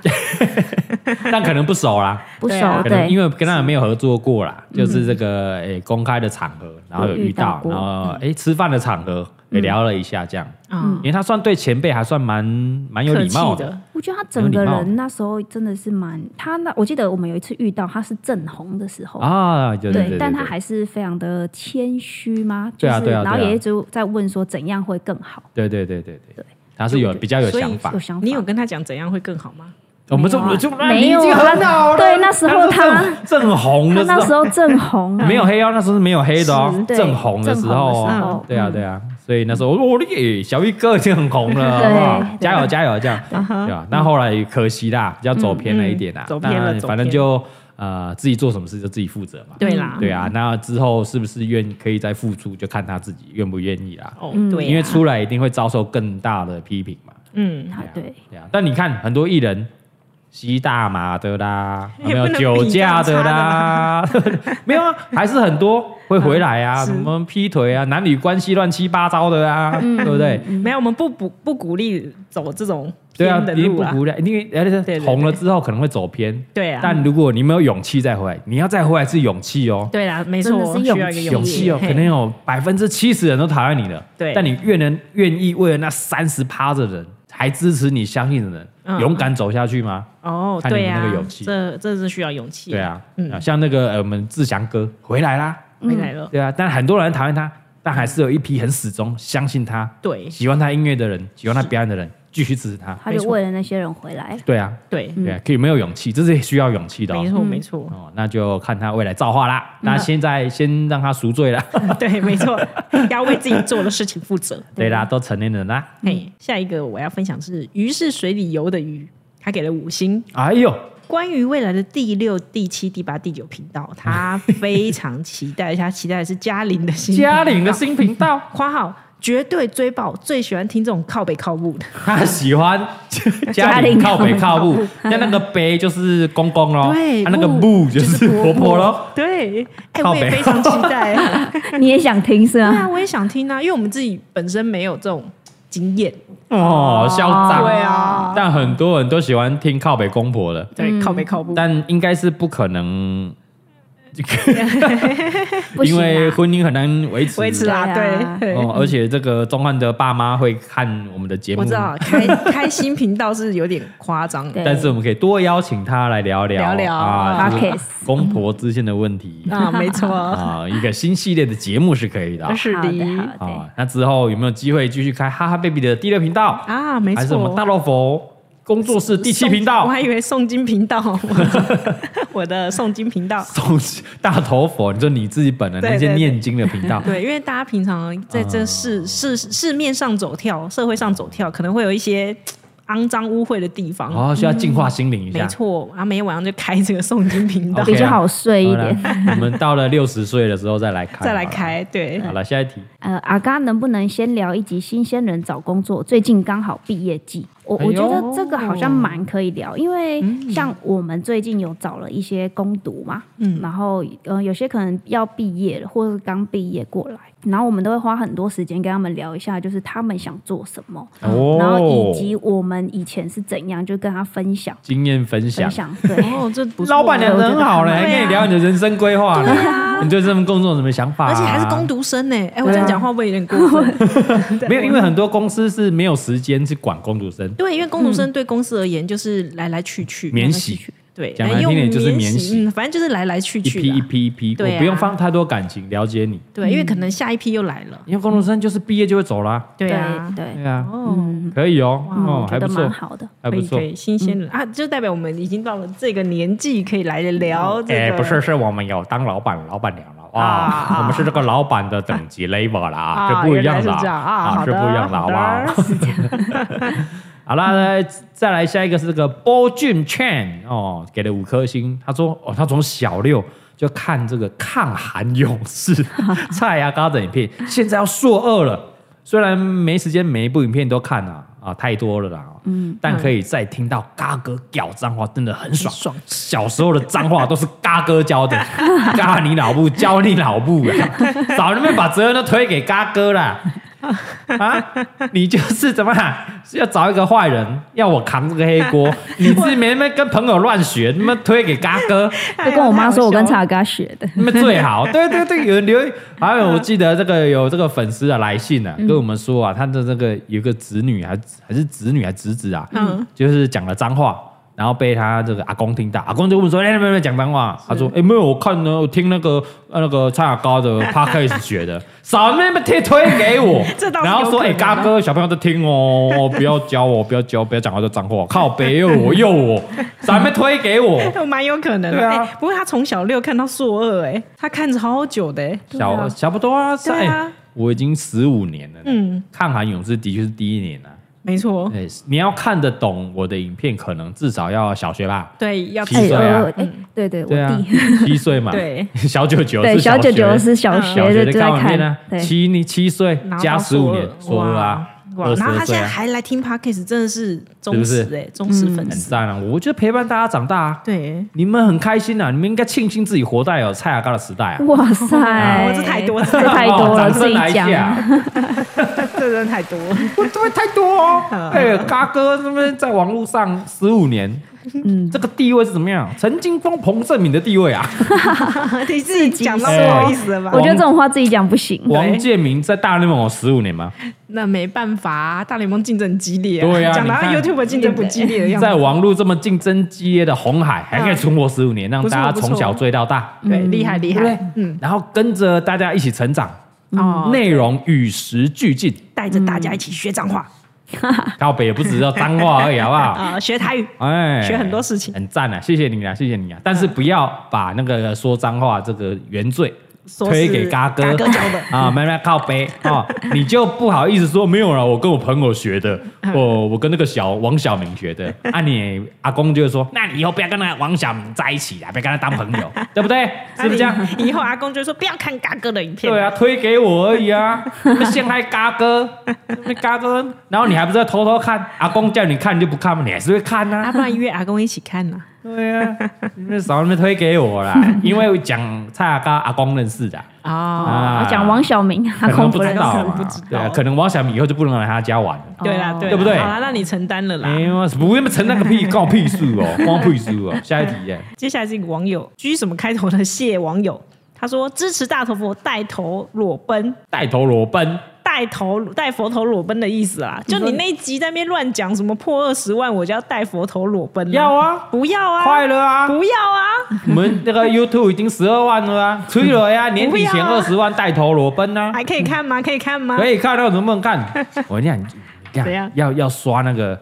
Speaker 1: 但可能不熟啦，
Speaker 3: 不
Speaker 2: 对
Speaker 3: 熟
Speaker 2: 啊，
Speaker 1: 可能因
Speaker 3: 为
Speaker 1: 为跟他没有合作过啦，就是这个诶公开的场合，然后有遇到，
Speaker 3: 有遇到过
Speaker 1: 然后诶吃饭的场合也聊了一下这样，
Speaker 2: 嗯
Speaker 1: 因，为他算对前辈还算蛮蛮嗯有
Speaker 2: 客
Speaker 1: 礼
Speaker 2: 气
Speaker 1: 貌的，
Speaker 2: 的，
Speaker 3: 我觉得他整个
Speaker 1: 有礼
Speaker 3: 人那时候真的是蛮他那，我记得我们有一次遇到他是正红的时候。
Speaker 1: 啊，对对对，
Speaker 3: 但
Speaker 1: 对
Speaker 3: 他还是非常的谦虚吗？
Speaker 1: 对啊
Speaker 3: 就是
Speaker 1: 对啊对啊
Speaker 3: 然后也一直在问说怎样会更好，
Speaker 1: 对对对对对，他是有比较有
Speaker 2: 所以
Speaker 1: 想法
Speaker 3: 有，想法。
Speaker 2: 你有跟他讲怎样会更好吗？
Speaker 1: 我们这
Speaker 3: 没有啊
Speaker 1: 就
Speaker 3: 没有啊
Speaker 1: 你已经很好了
Speaker 3: 对那时候他
Speaker 1: 正正红
Speaker 3: 他
Speaker 1: 的
Speaker 3: 那时
Speaker 1: 候。
Speaker 3: 候正红啊，
Speaker 1: 没有黑哦，那时候是没有黑的
Speaker 3: 是
Speaker 1: 哦，
Speaker 3: 对
Speaker 1: 正红的时候
Speaker 3: 正红的时
Speaker 1: 哦
Speaker 3: 候，嗯
Speaker 1: 对啊对啊，所以那时候我说我的耶小玉哥已经很红 了，好不好
Speaker 3: 对
Speaker 1: 加油加油 这样，
Speaker 2: 啊哈
Speaker 1: 对吧？那后来可惜啦，比较走偏了一点啦
Speaker 2: 嗯嗯，走偏了嗯
Speaker 1: 那
Speaker 2: 走
Speaker 1: 反正
Speaker 2: 偏
Speaker 1: 就呃自己做什么事就自己负责嘛，
Speaker 2: 对啦，
Speaker 1: 对啊，那之后是不是愿可以再付出，就看他自己愿不愿意啦，
Speaker 2: 哦，
Speaker 3: 嗯
Speaker 2: 对啊，
Speaker 1: 因为出来一定会遭受更大的批评嘛，
Speaker 2: 嗯，
Speaker 3: 啊对，
Speaker 1: 对啊，但你看很多艺人吸大麻的啦，有没
Speaker 2: 也
Speaker 1: 有
Speaker 2: 不能比
Speaker 1: 酒驾啦， 没有啊，还是很多会回来 啊，
Speaker 2: 嗯是
Speaker 1: 什么劈腿啊，男女关系乱七八糟的啊，
Speaker 2: 嗯
Speaker 1: 对不对？
Speaker 2: 没有，我们不不不鼓励走这种
Speaker 1: 对啊
Speaker 2: 偏，的
Speaker 1: 一定
Speaker 2: 路
Speaker 1: 不
Speaker 2: 啊，
Speaker 1: 鼓励，因为而且
Speaker 2: 对对
Speaker 1: 是红了之后可能会走偏，
Speaker 2: 对啊，
Speaker 1: 但如果你没有勇气再回来，你要再回来是勇气哦。
Speaker 2: 对啦，没错，
Speaker 3: 真的是
Speaker 2: 需要一个
Speaker 3: 勇
Speaker 1: 勇气哦，
Speaker 2: 嘿
Speaker 1: 可能有百分之七十人都讨厌你了，
Speaker 2: 对
Speaker 1: 但你越能愿意为了那三十趴的人，还支持你、相信的人，
Speaker 2: 嗯
Speaker 1: 勇敢走下去吗？
Speaker 2: 哦，
Speaker 1: 看你
Speaker 2: 对
Speaker 1: 有没有
Speaker 2: 啊
Speaker 1: 那个勇，气
Speaker 2: 这这是需要勇气，
Speaker 1: 对，啊，
Speaker 2: 嗯
Speaker 1: 啊像那个呃，我们志祥哥回来啦，
Speaker 2: 回来了，
Speaker 1: 对啊，但很多人讨厌他，但还是有一批很始终相信他、
Speaker 2: 对
Speaker 1: 喜欢他音乐的人、喜欢他表演的人，继续支持他。
Speaker 3: 他
Speaker 2: 没
Speaker 3: 就
Speaker 2: 错
Speaker 3: 为了那些人回来，
Speaker 1: 对啊，
Speaker 2: 对，
Speaker 1: 对啊，可以没有勇气，这是需要勇气的
Speaker 2: 没
Speaker 1: 哦。
Speaker 2: 错
Speaker 3: 嗯
Speaker 2: 没错，
Speaker 1: 哦，那就看他未来造化啦。那现在先让他赎罪啦。
Speaker 2: 对没错，要为自己做的事情负责。
Speaker 1: 对啦，都成年人啦。
Speaker 2: 嘿，下一个我要分享是鱼是水里游的鱼，他给了五星。
Speaker 1: 哎呦，
Speaker 2: 关于未来的第六、第七、第八、第九频道， 他非常期待，他期待的是嘉玲的新频道
Speaker 1: 嘉玲的新频道，
Speaker 2: 括号绝对追爆，最喜欢听这种靠北靠步的。
Speaker 1: 他喜欢嘉
Speaker 3: 嘉
Speaker 1: 玲
Speaker 3: 玲
Speaker 1: 靠北靠
Speaker 3: 靠
Speaker 1: 步，那那个北就是公公咯，
Speaker 2: 对
Speaker 1: 啊那个
Speaker 2: 布
Speaker 1: 布就是
Speaker 2: 就是
Speaker 1: 婆
Speaker 2: 婆
Speaker 1: 婆咯。
Speaker 2: 对，哎、
Speaker 1: 靠
Speaker 2: 我
Speaker 1: 北
Speaker 2: 也非常期待。啊
Speaker 3: 你也想听是
Speaker 2: 对
Speaker 3: 吗？
Speaker 2: 啊，我也想听啊，因为我们自己本身没有这种经验。
Speaker 1: 哦，嚣张。
Speaker 2: 对啊，
Speaker 1: 但很多人都喜欢听靠北公婆的，
Speaker 3: 嗯
Speaker 2: 对，靠北靠步。
Speaker 1: 但应该是不可能，
Speaker 3: 不
Speaker 1: 因
Speaker 3: 行啊
Speaker 1: 为婚姻很难维持。
Speaker 2: 维持啦，
Speaker 3: 对啊
Speaker 2: 对，
Speaker 1: 哦，而且这个钟汉德爸妈会看我们的节目，
Speaker 2: 我知道开开新频道是有点夸张，
Speaker 3: 对
Speaker 1: 但是我们可以多邀请他来聊聊
Speaker 2: 聊聊
Speaker 1: 啊，就是
Speaker 3: Podcast
Speaker 1: 公婆之间的问题
Speaker 2: 啊，没错，
Speaker 1: 啊，一个新系列的节目是可以的啊。
Speaker 2: 是
Speaker 3: 好
Speaker 2: 的
Speaker 3: 的好的，
Speaker 1: 啊，那之后有没有机会继续开哈哈 baby 的第六频道，
Speaker 2: 啊，没
Speaker 1: 还是我们大
Speaker 2: 错。
Speaker 1: 老佛工作室第七频道
Speaker 2: 我？还以为诵经频道， 我的诵经频道。
Speaker 1: 送大头佛，你说你自己本人
Speaker 2: 对
Speaker 1: 那些
Speaker 2: 对对
Speaker 1: 念经的频道，
Speaker 2: 对，因为大家平常在
Speaker 1: 啊
Speaker 2: 这市市市面上走跳、社会上走跳，可能会有一些肮脏污秽的地方。
Speaker 1: 哦，需要净化心灵一
Speaker 2: 没
Speaker 1: 下。
Speaker 2: 错，然后每天晚上就开这个诵经频道
Speaker 1: 哦 OK 啊
Speaker 3: 比较好睡一
Speaker 1: 好了
Speaker 3: 点。
Speaker 1: 我们到了六十岁的时候再来开，
Speaker 2: 再来。开。嗯对，
Speaker 1: 好了，下一题。
Speaker 3: 呃，阿嘎能不能先聊一集新鲜人找工作？最近刚好毕业季，我我觉
Speaker 1: 哎
Speaker 3: 得
Speaker 1: 呦嗯
Speaker 3: 这个好像蛮可以聊，因为像我们最近有找了一些攻读嘛，嗯，然后呃有些可能要毕业了，或是刚毕业过来，然后我们都会花很多时间跟他们聊一下，就是他们想做什么，
Speaker 1: 哦，
Speaker 3: 然后以及我们以前是怎样，就跟他分享
Speaker 1: 经验分享
Speaker 3: 分。享，对。
Speaker 2: 哦，这不错
Speaker 1: 老板娘
Speaker 3: 我觉得
Speaker 1: 人好嘞，还
Speaker 2: 对啊啊
Speaker 1: 跟你聊你的人生规划呢。你对这份工作有什么想法啊？
Speaker 2: 而且还是攻读生呢。哎，我
Speaker 3: 对啊
Speaker 2: 这样讲话会不会有点过分？
Speaker 1: 没有，因为很多公司是没有时间去管工读生，
Speaker 2: 对，因为工读生对公司而言就是来来去去，
Speaker 1: 嗯免洗
Speaker 2: 来来去去对，
Speaker 1: 讲
Speaker 2: 哎
Speaker 1: 难听
Speaker 2: 用
Speaker 1: 点就是免
Speaker 2: 免
Speaker 1: 洗
Speaker 2: 嗯，反正就是来来去
Speaker 1: 一
Speaker 2: 去
Speaker 1: 批
Speaker 2: 啦
Speaker 1: 一批一批，
Speaker 2: 对啊
Speaker 1: 我不用放太多感情了解你，
Speaker 2: 对，因为可能下一批又来了。
Speaker 1: 因为工读生就是毕业就会走啦。
Speaker 2: 对
Speaker 3: 对
Speaker 2: 啊，
Speaker 3: 对，
Speaker 1: 对啊，
Speaker 2: 哦，
Speaker 1: 可以哦，
Speaker 3: 嗯
Speaker 1: 哦
Speaker 3: 我，觉
Speaker 1: 还
Speaker 3: 得
Speaker 1: 不
Speaker 3: 蛮
Speaker 1: 错，
Speaker 3: 好的。
Speaker 1: 啊还
Speaker 2: 可
Speaker 1: 不
Speaker 2: 以
Speaker 1: 错嗯
Speaker 2: 可。以，新鲜人啊，就代表我们已经到了这个年纪，可以来聊这
Speaker 1: 哎，
Speaker 2: 个。
Speaker 1: 不是，是我们有当老板、老板娘了啊
Speaker 2: 啊，
Speaker 1: 我们是这个老板的等级 level 了啊，
Speaker 2: 啊
Speaker 1: 这不一样的
Speaker 2: 原来是这样啊
Speaker 1: 啊，
Speaker 2: 好
Speaker 1: 是
Speaker 2: 的
Speaker 1: 不一样的，好
Speaker 2: 好
Speaker 1: 不
Speaker 2: 的
Speaker 1: 好？ 好啦，来再来下一个是这个 Bo Jun Chan 哦，给了五颗星。他说哦，他从小六就看这个抗韩勇士蔡阿嘎的影 片，现在要硕二了。虽然没时间每一部影片都看啊啊，太多了啦。嗯，但可以再听到嘎哥屌脏话，真的很爽。
Speaker 2: 嗯爽
Speaker 1: 小时候的脏话都是嘎哥教 的，嘎你老布，教你老布啊！ 早那边把责任都推给嘎哥啦。 啊，你就是怎么啊是要找一个坏人，要我扛这个黑锅？你自己没没跟朋友乱学，那么推给嘎哥，
Speaker 2: 哎
Speaker 3: 就
Speaker 2: 呦
Speaker 3: 跟我妈说，我跟
Speaker 2: 太好笑了
Speaker 3: 查嘎学的。
Speaker 1: 那么最好。对对对，有人留言，还有我记得这个有这个粉丝啊来信啊，跟我们说啊，他的这个有一个侄女还还是侄女还侄子啊，
Speaker 2: 嗯
Speaker 1: 就是讲了脏话。然后被他这个阿公听到，阿公就问说：“哎、有没有没有讲脏话？”他说：“哎、没有，我看呢，我听那个呃那个蔡雅高 的 podcast 学的，少那边贴推给我。
Speaker 2: 这倒是
Speaker 1: 然后说：“哎、
Speaker 2: 有可能啊
Speaker 1: 嘎哥，小朋友都听哦，哦 不要教我，不要教，不要讲话这脏话， 靠北又我又我，少那边推给我。”
Speaker 2: 有哎蛮有可能的。
Speaker 1: 对啊
Speaker 2: 哎不过他从小六看到硕二，哎，他看超久的，哎
Speaker 1: 小、
Speaker 3: 对啊
Speaker 1: 小不多啊，
Speaker 2: 对啊
Speaker 1: 哎我已经十五年了。嗯
Speaker 2: 嗯，
Speaker 1: 看韩勇士的确是第一年啊。
Speaker 2: 没错，
Speaker 1: 对，你要看得懂我的影片，可能至少要小学吧，
Speaker 2: 对，要
Speaker 1: 七岁啊
Speaker 3: 哎，哎对对，我
Speaker 1: 对啊
Speaker 3: 弟。，
Speaker 1: 七岁嘛，
Speaker 2: 对
Speaker 1: 小九九
Speaker 3: 对，
Speaker 1: 是
Speaker 3: 小
Speaker 1: 学
Speaker 3: 九九是小
Speaker 1: 小
Speaker 3: 学
Speaker 1: 学
Speaker 3: 的
Speaker 1: 的
Speaker 3: 就在
Speaker 1: 高影片
Speaker 3: 看
Speaker 1: 啊，，
Speaker 3: 对，
Speaker 1: 七你七岁
Speaker 2: 然后
Speaker 1: 加
Speaker 2: 到
Speaker 1: 十
Speaker 2: 硕
Speaker 1: 五
Speaker 2: 二
Speaker 1: 年，说了啊，
Speaker 2: 哇，
Speaker 1: 22
Speaker 2: 然后他现
Speaker 1: 岁
Speaker 2: 在
Speaker 1: 啊
Speaker 2: 还来听 podcast，真的是忠
Speaker 1: 不是
Speaker 2: 实哎、忠实粉
Speaker 1: 很
Speaker 2: 丝。
Speaker 1: 赞啊！我觉得陪伴大家长大、啊，
Speaker 2: 对，
Speaker 1: 你们很开心啊，你们应该庆幸自己活在有蔡雅嘎的时代啊！
Speaker 3: 哇塞，
Speaker 2: 哇，哦这太多，
Speaker 3: 这太多了，
Speaker 1: 哦掌
Speaker 3: 自
Speaker 1: 声
Speaker 3: 己
Speaker 1: 来一
Speaker 3: 讲。
Speaker 1: 下。
Speaker 2: 这真的太多。
Speaker 1: 不对，太多哦。哎，嘎哥是不是在网络上十五年？嗯，这个地位是怎么样？陈金峰、彭正敏的地位啊，
Speaker 2: 你自己讲到
Speaker 1: 说
Speaker 2: 不好意思了吧？
Speaker 3: 我觉得这种话自己讲不行。
Speaker 1: 王建民在大联盟有十五年吗？
Speaker 2: 那没办法、啊大联盟竞争激烈、
Speaker 1: 对啊
Speaker 2: 讲到
Speaker 1: 你看
Speaker 2: YouTube 竞争不激烈的样
Speaker 1: 在
Speaker 2: 子，
Speaker 1: 网络这么竞争激烈的红海，还可以存活十五年，让
Speaker 2: 不错
Speaker 1: 大家
Speaker 2: 不错
Speaker 1: 从小追到大，
Speaker 2: 对，厉害厉
Speaker 1: 对不对
Speaker 2: 害，？嗯，
Speaker 1: 然后跟着大家一起成长，
Speaker 2: 哦，
Speaker 1: 内容与时俱进。
Speaker 2: 带着大家一起学脏话
Speaker 1: 靠北也不只要脏话而已，好不 好？
Speaker 2: 啊、学台语，
Speaker 1: 哎，
Speaker 2: 学很多事情嗯
Speaker 1: 很赞啊！谢谢你啊，谢谢你啊！但是不要把那个说脏话这个原罪
Speaker 2: 说
Speaker 1: 推
Speaker 2: 是
Speaker 1: 给嘎哥，
Speaker 2: 嘎哥教的
Speaker 1: 啊，慢慢靠背哦，你就不好意思说没有了，我跟我朋友学的，哦，我跟那个小王小明学的。啊，你阿公就会说，那你以后不要跟那个王小明在一起啊，不要跟他当朋友，对不对？ 是不是这样？
Speaker 2: 啊以后阿公就说不要看嘎哥的影片，
Speaker 1: 对啊，推给我而已啊，那陷害嘎哥，那嘎哥，然后你还不是在偷偷看？阿公叫你看你就不看吗？你还是会看啊
Speaker 2: 啊，。不然约阿公一起看呐、
Speaker 1: 对呀、啊，你们少那边推给我啦，因为讲蔡阿嘎阿公认识的
Speaker 2: 哦，
Speaker 1: 啊
Speaker 3: 我，讲王小明，
Speaker 1: 可
Speaker 3: 他
Speaker 1: 能
Speaker 3: 空
Speaker 1: 不
Speaker 3: 不
Speaker 1: 知
Speaker 3: 认识
Speaker 1: 道
Speaker 2: 可能
Speaker 1: 啊
Speaker 2: 不知道，
Speaker 1: 对啊，可能王小明以后就不能来他家 玩了。
Speaker 2: 对啦
Speaker 3: 哦
Speaker 2: 对啦，
Speaker 1: 对不对
Speaker 2: 好啦，那你承担了啦。
Speaker 1: 哎呦，不用承那个屁，关我屁事哦，关我屁事哦。下一题耶，
Speaker 2: 接下来是一个网友居什么开头的谢网友，他说支持大头佛带头裸奔，
Speaker 1: 带头裸奔，
Speaker 2: 带头带佛头裸奔的意思啦。就你那一集在那边乱讲什么破二十万，我就要带佛头裸奔、
Speaker 1: 要，啊，
Speaker 2: 不要啊？
Speaker 1: 快了啊，
Speaker 2: 不要啊！
Speaker 1: 我们那个 YouTube 已经十二万了啊，吹了 呀，年底前
Speaker 2: 不要
Speaker 1: 二
Speaker 2: 啊
Speaker 1: 十万带头裸奔啊，
Speaker 2: 还可以看吗？可以看吗？
Speaker 1: 可以看到能不能 看？我跟你讲，你
Speaker 2: 怎
Speaker 1: 这样
Speaker 2: 样
Speaker 1: 要要刷那个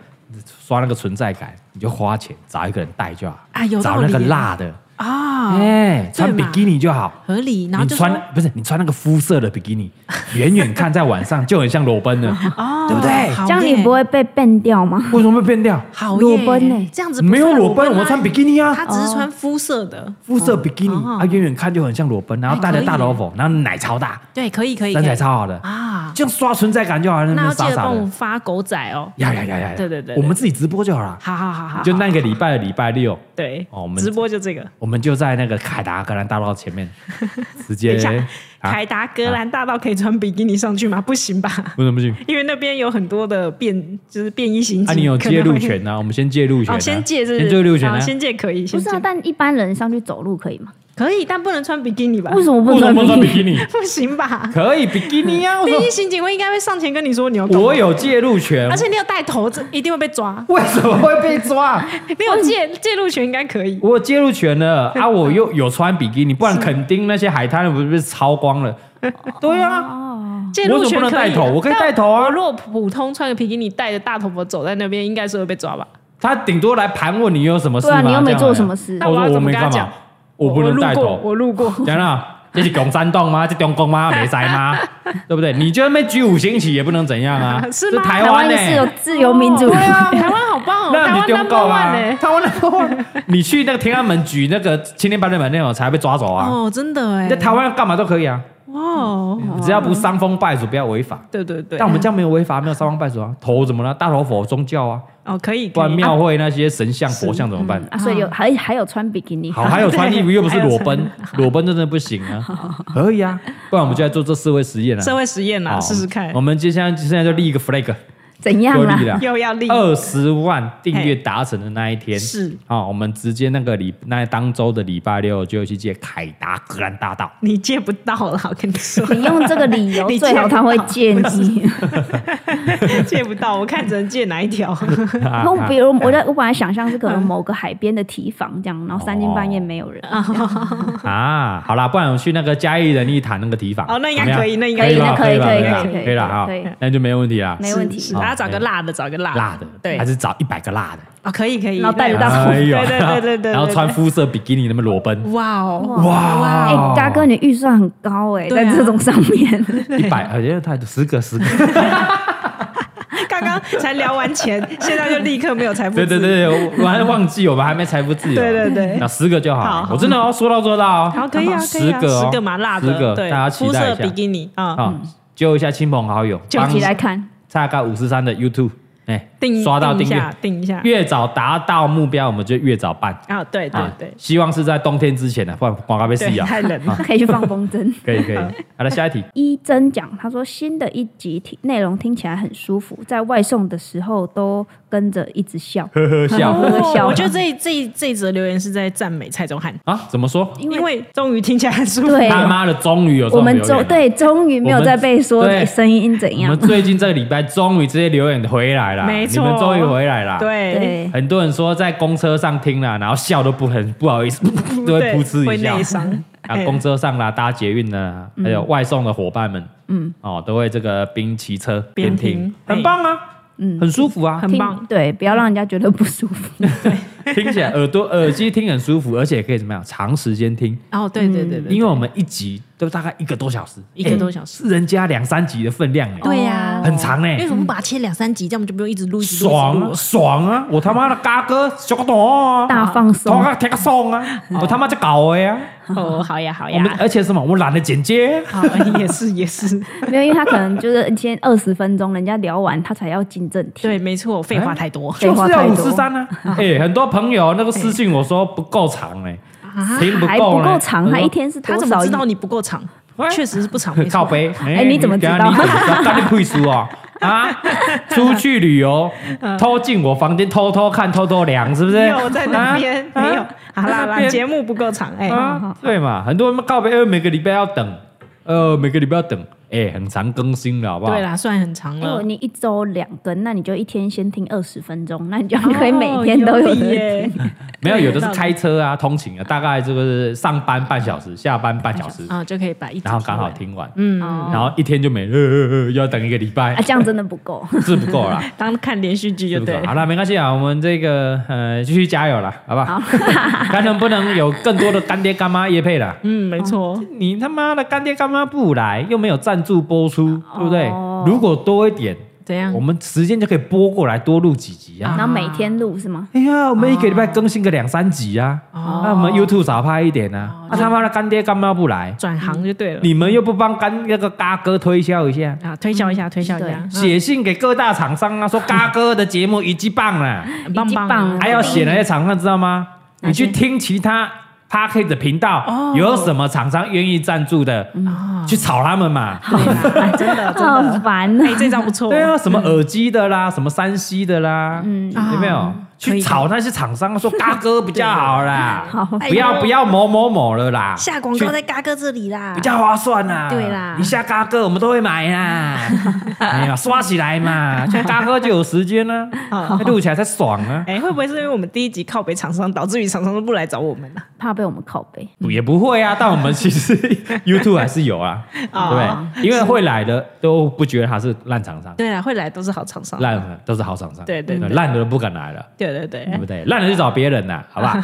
Speaker 1: 刷那个存在感，你就花钱找一个人带就好
Speaker 2: 啊有道
Speaker 1: 找
Speaker 2: 理
Speaker 1: 那个
Speaker 2: 耶
Speaker 1: 辣的。
Speaker 2: 啊，
Speaker 1: 哎、穿比
Speaker 2: 嘛
Speaker 1: 基尼就好。
Speaker 2: 合理。然后
Speaker 1: 你
Speaker 2: 就说
Speaker 1: 穿不是你穿那个肤色的比基尼， 远远看在晚上就很像裸奔了，
Speaker 2: 哦，
Speaker 1: 对不对
Speaker 2: 好
Speaker 3: 这样你
Speaker 2: 耶
Speaker 3: 不会被变掉吗？
Speaker 1: 为什么会变掉？
Speaker 2: 好耶
Speaker 3: 裸奔呢
Speaker 2: 这样子不
Speaker 1: 没有
Speaker 2: 算
Speaker 1: 裸奔，我
Speaker 2: 啊
Speaker 1: 们穿比基尼啊，
Speaker 2: 他只是穿肤色的。
Speaker 1: 肤色比基尼
Speaker 2: 哦
Speaker 1: 啊，远远看就很像裸奔，然后戴着大老婆，然后奶超大，
Speaker 2: 对，可以可以
Speaker 1: 身材
Speaker 2: 可以
Speaker 1: 超好的，
Speaker 2: 啊。
Speaker 1: 这样刷存在感就好了，
Speaker 2: 那
Speaker 1: 那
Speaker 2: 要记
Speaker 1: 傻
Speaker 2: 得
Speaker 1: 傻
Speaker 2: 帮我
Speaker 1: 的，
Speaker 2: 发狗仔哦。
Speaker 1: 呀呀呀呀，
Speaker 2: 对对对
Speaker 1: 我
Speaker 2: 对
Speaker 1: 们自己直播就好了，
Speaker 2: 好好好好，
Speaker 1: 就
Speaker 2: 好
Speaker 1: 那个礼拜的礼拜六，
Speaker 2: 对
Speaker 1: 哦我们
Speaker 2: 直播就这个。
Speaker 1: 我们就在那个凯达格兰大道前面， 直接
Speaker 2: 等一下，
Speaker 1: 啊
Speaker 2: 凯达格兰大道可以穿比基尼上去吗？不行吧，
Speaker 1: 为什么不行？
Speaker 2: 因为那边有很多的变，就是变异型。
Speaker 1: 啊，你有借路权呐，我们先借路权
Speaker 2: 哦，
Speaker 1: 啊，
Speaker 2: 先借是不是
Speaker 1: 先借路权
Speaker 2: 好
Speaker 1: 啊，
Speaker 2: 先借可以，
Speaker 3: 不
Speaker 2: 先
Speaker 3: 是
Speaker 2: 借
Speaker 3: 啊，但一般人上去走路可以吗？
Speaker 2: 可以，但不能穿比基尼吧？
Speaker 3: 为什么不
Speaker 1: 为什
Speaker 3: 能
Speaker 1: 么不穿比 基尼？
Speaker 2: 不行吧？
Speaker 1: 可以比基尼啊！我
Speaker 2: 变
Speaker 1: 说
Speaker 2: 异型警卫应该会上前跟你说你要干嘛
Speaker 1: 我，有介入权，
Speaker 2: 而且你有带头，哦啊这一定会被抓。
Speaker 1: 为什么会被 抓？
Speaker 2: 没有借借路权应该可以。
Speaker 1: 我有介入权了啊！我又有穿比基尼，不然垦丁那些海滩不是被抄光了？对啊，
Speaker 3: 哦，
Speaker 2: 借路
Speaker 1: 我怎
Speaker 2: 权
Speaker 1: 么不能带头
Speaker 2: 啊
Speaker 1: 我可以带头啊
Speaker 2: 但我如果普通穿个比基尼，带着大头佛走在那边，应该是会被抓吧？
Speaker 1: 他顶多来盘问你有什么事
Speaker 3: 对啊
Speaker 1: 吗
Speaker 3: 你又没
Speaker 1: 这样
Speaker 3: 做什么
Speaker 1: 我
Speaker 3: 事
Speaker 2: 那我
Speaker 1: 说
Speaker 2: 要
Speaker 1: 我
Speaker 2: 怎么
Speaker 1: 没
Speaker 2: 跟他
Speaker 1: 干嘛
Speaker 2: 讲，
Speaker 1: 我不能带
Speaker 2: 我路过
Speaker 1: 头。
Speaker 2: 我路过。
Speaker 1: 讲了，这是共山洞 吗？这中共吗？没塞吗？对不对？你就那边举五星旗也不能怎样啊！
Speaker 2: 是
Speaker 1: 这
Speaker 2: 吗
Speaker 1: 台
Speaker 3: 台
Speaker 1: 湾
Speaker 3: 湾
Speaker 1: 呢、
Speaker 3: 是有自由民主
Speaker 2: 对，啊，台湾好棒 哦，台
Speaker 1: 那你
Speaker 2: 湾
Speaker 1: 丢
Speaker 2: number
Speaker 1: 够
Speaker 2: one 欸
Speaker 1: 啊
Speaker 2: 呢？
Speaker 1: 台湾 number one，你 去那个天安门举那个青天白日满那种才被抓走啊！
Speaker 2: 哦，真的哎，
Speaker 1: 你在台湾要干嘛都可以啊，
Speaker 2: 哇哦，
Speaker 1: 只要不伤风败俗，不要违法。
Speaker 2: 对对对，
Speaker 1: 但我们这样没有违法，没有伤风败俗啊。头怎么了？大头佛宗教啊，
Speaker 2: 哦可以，
Speaker 1: 不然
Speaker 2: 可以
Speaker 1: 庙会那些神像、佛像怎么
Speaker 2: 嗯
Speaker 1: 办？
Speaker 3: 啊所以有还还有穿比基尼，
Speaker 1: 好，还有穿衣服
Speaker 2: 对
Speaker 1: 又不是裸
Speaker 2: 还有
Speaker 1: 奔，裸奔真的不行 啊。可以啊，不然我们就来做这社会实验
Speaker 2: 社
Speaker 1: 啊。
Speaker 2: 会实验啦，
Speaker 1: 好
Speaker 2: 试试看
Speaker 1: 我，们接下来现在就立一个 flag，
Speaker 3: 怎样啊
Speaker 1: 就
Speaker 3: 啦
Speaker 1: 立？了
Speaker 2: 又要立
Speaker 1: 二十万订阅达成的那一天
Speaker 2: 是。
Speaker 1: 好，我们直接那个礼那当周的礼拜六就去借凯达格兰大道。
Speaker 2: 你借不到了，我跟你说，
Speaker 3: 你用这个理由，
Speaker 2: 你
Speaker 3: 最好他会
Speaker 2: 借
Speaker 3: 借
Speaker 2: 不
Speaker 3: 你。
Speaker 2: 借不到，我看只能借哪一条。
Speaker 1: 啊
Speaker 3: 然后比如我在我本来想象是可
Speaker 2: 嗯
Speaker 3: 能某个海边的提防这样，然后三更半夜没有人，
Speaker 1: 啊，好啦，不然我去那个嘉义仁义堂那个提法。
Speaker 2: 哦那应该
Speaker 1: 怎么样
Speaker 2: 可以那应该
Speaker 1: 可以吧
Speaker 3: 可以
Speaker 1: 吧
Speaker 3: 可以
Speaker 1: 吧
Speaker 3: 可以可以
Speaker 1: 可以了
Speaker 3: 可以
Speaker 1: 哈
Speaker 3: 可以，
Speaker 1: 那就 没问题啦。
Speaker 3: 没问题
Speaker 2: 是是大家找个辣的，找个辣
Speaker 1: 辣的，
Speaker 2: 对
Speaker 1: 还，是找一百个辣的，
Speaker 2: 哦，可以可以，
Speaker 3: 然后带着
Speaker 2: 对
Speaker 3: 大头
Speaker 1: 哎呦
Speaker 2: 对对对对对，
Speaker 1: 然后
Speaker 2: 对
Speaker 1: 穿，肤色比基尼那么裸奔，
Speaker 2: 哇哦，
Speaker 1: 哇
Speaker 3: 哎，大哥，你预算很高哎，
Speaker 2: 对
Speaker 3: 在
Speaker 2: 啊
Speaker 3: 这种上面，
Speaker 1: 一 百，好像太多，十个十个，
Speaker 2: 刚刚才聊 完钱，现在就立刻没有财富，
Speaker 1: 对对， 对，我我还忘记我们还没财富自由，
Speaker 2: 对对对
Speaker 1: 那十个就好
Speaker 2: 好
Speaker 1: 了，
Speaker 2: 好
Speaker 1: 我真的要说到做到
Speaker 2: 好，
Speaker 1: 哦，
Speaker 2: 可以啊，可以
Speaker 1: 十
Speaker 2: 啊，
Speaker 1: 个哦
Speaker 2: 十个嘛，辣的，
Speaker 1: 十个
Speaker 2: 对，
Speaker 1: 大家期
Speaker 2: 肤
Speaker 1: 待
Speaker 2: 色
Speaker 1: 哦一下
Speaker 2: 比基尼啊，
Speaker 1: 啊，揪一下亲朋好友，
Speaker 3: 一
Speaker 1: 帮
Speaker 3: 起来看。
Speaker 1: 大概五十三的 YouTube，哎，
Speaker 2: 定
Speaker 1: 刷到订
Speaker 2: 定一下
Speaker 1: 阅，，
Speaker 2: 定一下。
Speaker 1: 越早达到目标，我们就越早办
Speaker 2: 啊，对对
Speaker 1: 啊
Speaker 2: 对。
Speaker 1: 希望是在冬天之前呢，不然广告被
Speaker 2: 对，
Speaker 1: 吸啊。
Speaker 2: 太冷了。
Speaker 3: 那 可以去放风筝。
Speaker 1: 可以可以，好了，下一题。
Speaker 3: 一真讲，他说新的一集听内容听起来很舒服，在外送的时候都跟着一 直笑。
Speaker 1: 呵呵笑
Speaker 3: 哦笑
Speaker 2: 我觉得这一这一这一则留言是在赞美蔡宗翰，
Speaker 1: 啊？怎么说？
Speaker 3: 因为
Speaker 2: 因为终于听起来很舒服。
Speaker 3: 对，
Speaker 1: 他妈的，终于有这
Speaker 3: 我
Speaker 1: 种
Speaker 3: 们
Speaker 1: 留言
Speaker 3: 终
Speaker 1: 了。
Speaker 3: 对终于没有再被
Speaker 1: 啊我
Speaker 3: 说
Speaker 1: 们对
Speaker 3: 声音怎
Speaker 1: 我
Speaker 3: 样
Speaker 1: 们。最近这个礼拜终于这些留言回来了，
Speaker 2: 没错
Speaker 1: 你们终于回来了。，
Speaker 2: 啊对，
Speaker 3: 对，
Speaker 1: 很多人说在公车上听了，然后笑都不很不好意 思， 都会噗嗤
Speaker 2: 会
Speaker 1: 一笑
Speaker 2: 内。伤。 嗯
Speaker 1: 啊，公车上啦，搭捷运啦，还有外送的伙伴们，嗯，哦，都会这个边骑车边
Speaker 2: 边听
Speaker 1: 听，
Speaker 2: 哎
Speaker 1: 很棒啊，
Speaker 3: 嗯
Speaker 1: 很舒服啊，
Speaker 2: 很棒
Speaker 3: 听对，不要让人家觉得不舒服。
Speaker 1: 听起来耳朵耳机听很舒服，而且也可以怎么样，长时间听，
Speaker 2: 哦，对对对对，
Speaker 1: 因为我们一集都大概一个多小时，
Speaker 2: 一个多小时
Speaker 1: 哎是人家两三集的分量
Speaker 3: 哦
Speaker 1: 哎，
Speaker 2: 对呀
Speaker 1: 很长哎
Speaker 2: 为，什么不把它切两三集，这样我们就不用一直录一直录一直
Speaker 1: 爽
Speaker 2: 录
Speaker 1: 啊爽啊！我他妈的嘎哥小个懂啊，
Speaker 3: 大放松
Speaker 1: 头啊听个松啊，我他妈在搞的呀，
Speaker 2: 哦，好呀好
Speaker 1: 我们
Speaker 2: 呀，
Speaker 1: 而且什么，我懒得剪接，
Speaker 2: 好 也是也是，
Speaker 3: 没有，因为他可能就是先二十分钟，人家聊完他才要进正题。
Speaker 2: 对，没错，废
Speaker 1: 嗯
Speaker 2: 话太多
Speaker 3: 对
Speaker 1: 就是要
Speaker 3: 废话太
Speaker 1: 五
Speaker 3: 多
Speaker 1: 十三啊！哎，很多朋友那个私信我说不够长哎，
Speaker 2: 啊。
Speaker 1: 听
Speaker 3: 还
Speaker 1: 够欸
Speaker 3: 不
Speaker 1: 呢
Speaker 3: 够长，他一。天 是
Speaker 2: 他
Speaker 3: 多
Speaker 2: 怎么
Speaker 3: 少
Speaker 2: 知
Speaker 3: 一？
Speaker 2: 道你不够长
Speaker 1: 喂？
Speaker 2: 确实是不长，
Speaker 1: 我
Speaker 2: 没错
Speaker 1: 靠背，
Speaker 3: 哎你怎么知道
Speaker 1: 你怎么知 道？干你屁事哦！啊，出去旅游，
Speaker 3: 嗯
Speaker 1: 偷进我房间偷偷看、偷偷量，是不
Speaker 2: 没
Speaker 1: 是？
Speaker 2: 有在那边，
Speaker 1: 啊
Speaker 2: 没有。好啦，好
Speaker 1: 那
Speaker 2: 啦
Speaker 1: 边
Speaker 2: 节目不够长，哎，
Speaker 1: 啊，对嘛，很多人告别，呃，每个礼拜要等，呃，每个礼拜要等，哎、很常更新了，好不好？
Speaker 2: 对啦，算很长
Speaker 3: 如果
Speaker 2: 了。
Speaker 3: 你一周两更，那你就一天先听二十分钟，那你就可以每天都有
Speaker 2: 哦理
Speaker 3: 的。
Speaker 2: 耶，
Speaker 1: 没有，
Speaker 2: 对
Speaker 1: 有的是
Speaker 2: 有道理
Speaker 1: 开车啊，通勤啊，大概这个是上班半小时，下班半小时，
Speaker 3: 嗯
Speaker 2: 啊，就可以把一集
Speaker 1: 然后刚好
Speaker 2: 完，
Speaker 1: 听完，
Speaker 3: 哦
Speaker 1: 然后一天就没，呃呃呃，又要等一个礼拜
Speaker 3: 啊，，这样真的不 够。
Speaker 1: 是不够啦。
Speaker 2: 当看连续剧
Speaker 1: 是
Speaker 2: 就
Speaker 1: 不够
Speaker 2: 对了。
Speaker 1: 好了，没关系啊，我们这个呃继续加油啦，好不好？ 看能不能有更多的干爹干妈夜配啦？
Speaker 2: 嗯，没错，
Speaker 1: 你他妈的干爹干妈不来，又没有赞助播出，对不对
Speaker 3: 哦？
Speaker 1: 如果多一点，
Speaker 2: 怎样
Speaker 1: 我？们时间就可以拨过来多录几集啊。
Speaker 3: 然后每天录是吗？
Speaker 1: 哎呀，我们一个礼拜更新个两三集啊，那我们 YouTube 少拍一点啊。那他妈的干爹干妈不来，
Speaker 2: 转行就对了。
Speaker 1: 你们又不帮干那个嘎哥推销一下，
Speaker 2: 啊，推销一下，推销一下，
Speaker 1: 写信给各大厂商啊，说嘎哥的节目一级棒啦，
Speaker 2: 很棒
Speaker 3: 已经棒
Speaker 2: 棒啊
Speaker 3: 了
Speaker 1: 还要写那些厂商知道吗？你去听其他 p a r k 的频
Speaker 2: 哦
Speaker 1: 道，有什么厂商愿意赞助的，
Speaker 2: 啊！
Speaker 1: 去炒他们嘛。
Speaker 2: 对 啦，真的真
Speaker 3: 好
Speaker 2: 的，
Speaker 3: 烦
Speaker 2: 哎，
Speaker 3: 啊！
Speaker 2: 这张不错，
Speaker 1: 对啊，什么耳机的啦，什么山西的啦，
Speaker 3: 嗯
Speaker 1: 有没有
Speaker 2: 啊可
Speaker 1: 去
Speaker 2: 以
Speaker 1: 炒那些厂商说嘎哥比较好啦，
Speaker 3: 好
Speaker 1: 不
Speaker 2: 哎
Speaker 1: 要不要某某某了啦，
Speaker 2: 下广告在嘎哥这里啦
Speaker 1: 比，较划算啦，
Speaker 2: 对啦
Speaker 1: 你下嘎哥我们都会买 啦，哎呀，刷起来嘛，现在嘎哥就有时间啦，
Speaker 2: 好
Speaker 1: 录起来才爽啊，
Speaker 2: 哎，会不会是因为我们第一集靠北厂商，导致于厂商都不来找我们呢？
Speaker 3: 怕被我们拷贝。
Speaker 1: 也不会啊，但我们其 实 YouTube 还是有啊，对不
Speaker 2: 哦
Speaker 1: 对？因为会来的都不觉得他是烂厂商，
Speaker 2: 对啦，会来都是好厂商，
Speaker 1: 烂的都是好厂商，
Speaker 2: 对对对
Speaker 1: 烂的都不敢来了。
Speaker 2: 对对对
Speaker 1: 对，不对？烂人就找别人呐， 好不好？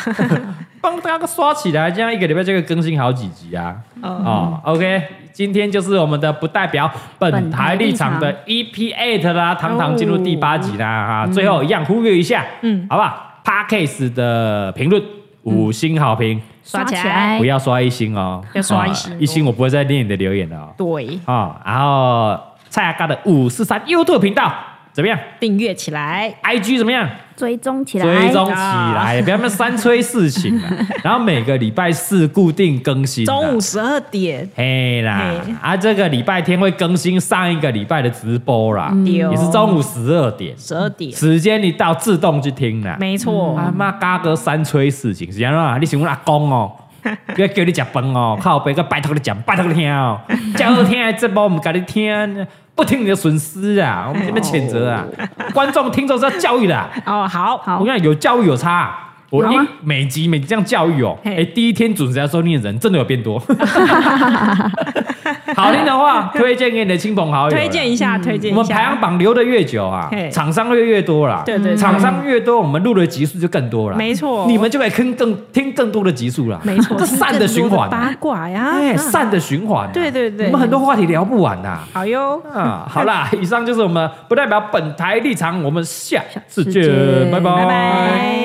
Speaker 1: 帮大家刷起来，这样一个礼拜就可以更新好几集啊！哦，OK，今天就是我们的不代表本台立场的 EP Eight 啦，堂堂进入第八集啦啊！最后一样忽略一下，嗯，好嗯不好？Parkes 的评论五星好评，
Speaker 2: 刷起来
Speaker 1: 不要刷一星哦，
Speaker 2: 哎要刷一
Speaker 1: 哦
Speaker 2: 星哦
Speaker 1: 一星我不会再念你的留言了哦。
Speaker 2: 对，
Speaker 1: 哦，然后蔡阿嘎的五四三 YouTube 频道怎么样
Speaker 2: 订阅起来，
Speaker 1: ？IG 怎么样？
Speaker 3: 追踪起来，
Speaker 1: 追踪起
Speaker 2: 啊
Speaker 1: 来，不要那么三催四请 啊。然后每个礼拜四固定更新，
Speaker 2: 中午。十二点，
Speaker 1: 嘿啦
Speaker 2: 嘿，
Speaker 1: 啊，这个礼拜天会更新上一个礼拜的直播啦，
Speaker 2: 丢
Speaker 1: 也是中午十二点，
Speaker 2: 十二点，
Speaker 1: 时间一到自动去听啦。
Speaker 2: 没错，
Speaker 1: 啊妈，嘎哥三催四请，是安怎样？你想我阿公哦，不要叫你食饭哦，靠背个拜托你讲，拜托你听哦，叫好听的节目唔甲你听，不听你的损失啊，我们这边谴责啊，观众听众是要教育的啊。
Speaker 2: 哦，好，
Speaker 3: 好
Speaker 1: 我跟你讲，有教育有差啊、我
Speaker 3: 有
Speaker 1: 一
Speaker 3: 吗
Speaker 1: 每集每集这样教育哦，哎、
Speaker 2: 嘿
Speaker 1: 第一天准时来收听的人真的有变多。好听的话，推荐给你的亲朋好友，
Speaker 2: 推荐。一下，推荐
Speaker 1: 我
Speaker 2: 一
Speaker 1: 们排
Speaker 2: 下
Speaker 1: 行，榜留的越久啊
Speaker 2: 嘿，
Speaker 1: 厂商会越多啦。
Speaker 2: 对对对
Speaker 1: 厂商越多，我们录的集数就更多了。
Speaker 2: 没错
Speaker 1: 你们就可以听更听更多的集数啦。
Speaker 2: 没错，
Speaker 1: 这善的循环啊
Speaker 2: 八，卦呀，
Speaker 1: 哎，
Speaker 2: 嗯
Speaker 1: 善的循环啊。
Speaker 2: 对对对
Speaker 1: 我们很多话题聊不完呐。
Speaker 2: 好哟，
Speaker 1: 啊，好啦，以上就是我们不代表本台立场，我们下次
Speaker 3: 下次
Speaker 1: 见，
Speaker 3: 见
Speaker 1: 拜拜
Speaker 2: 拜拜。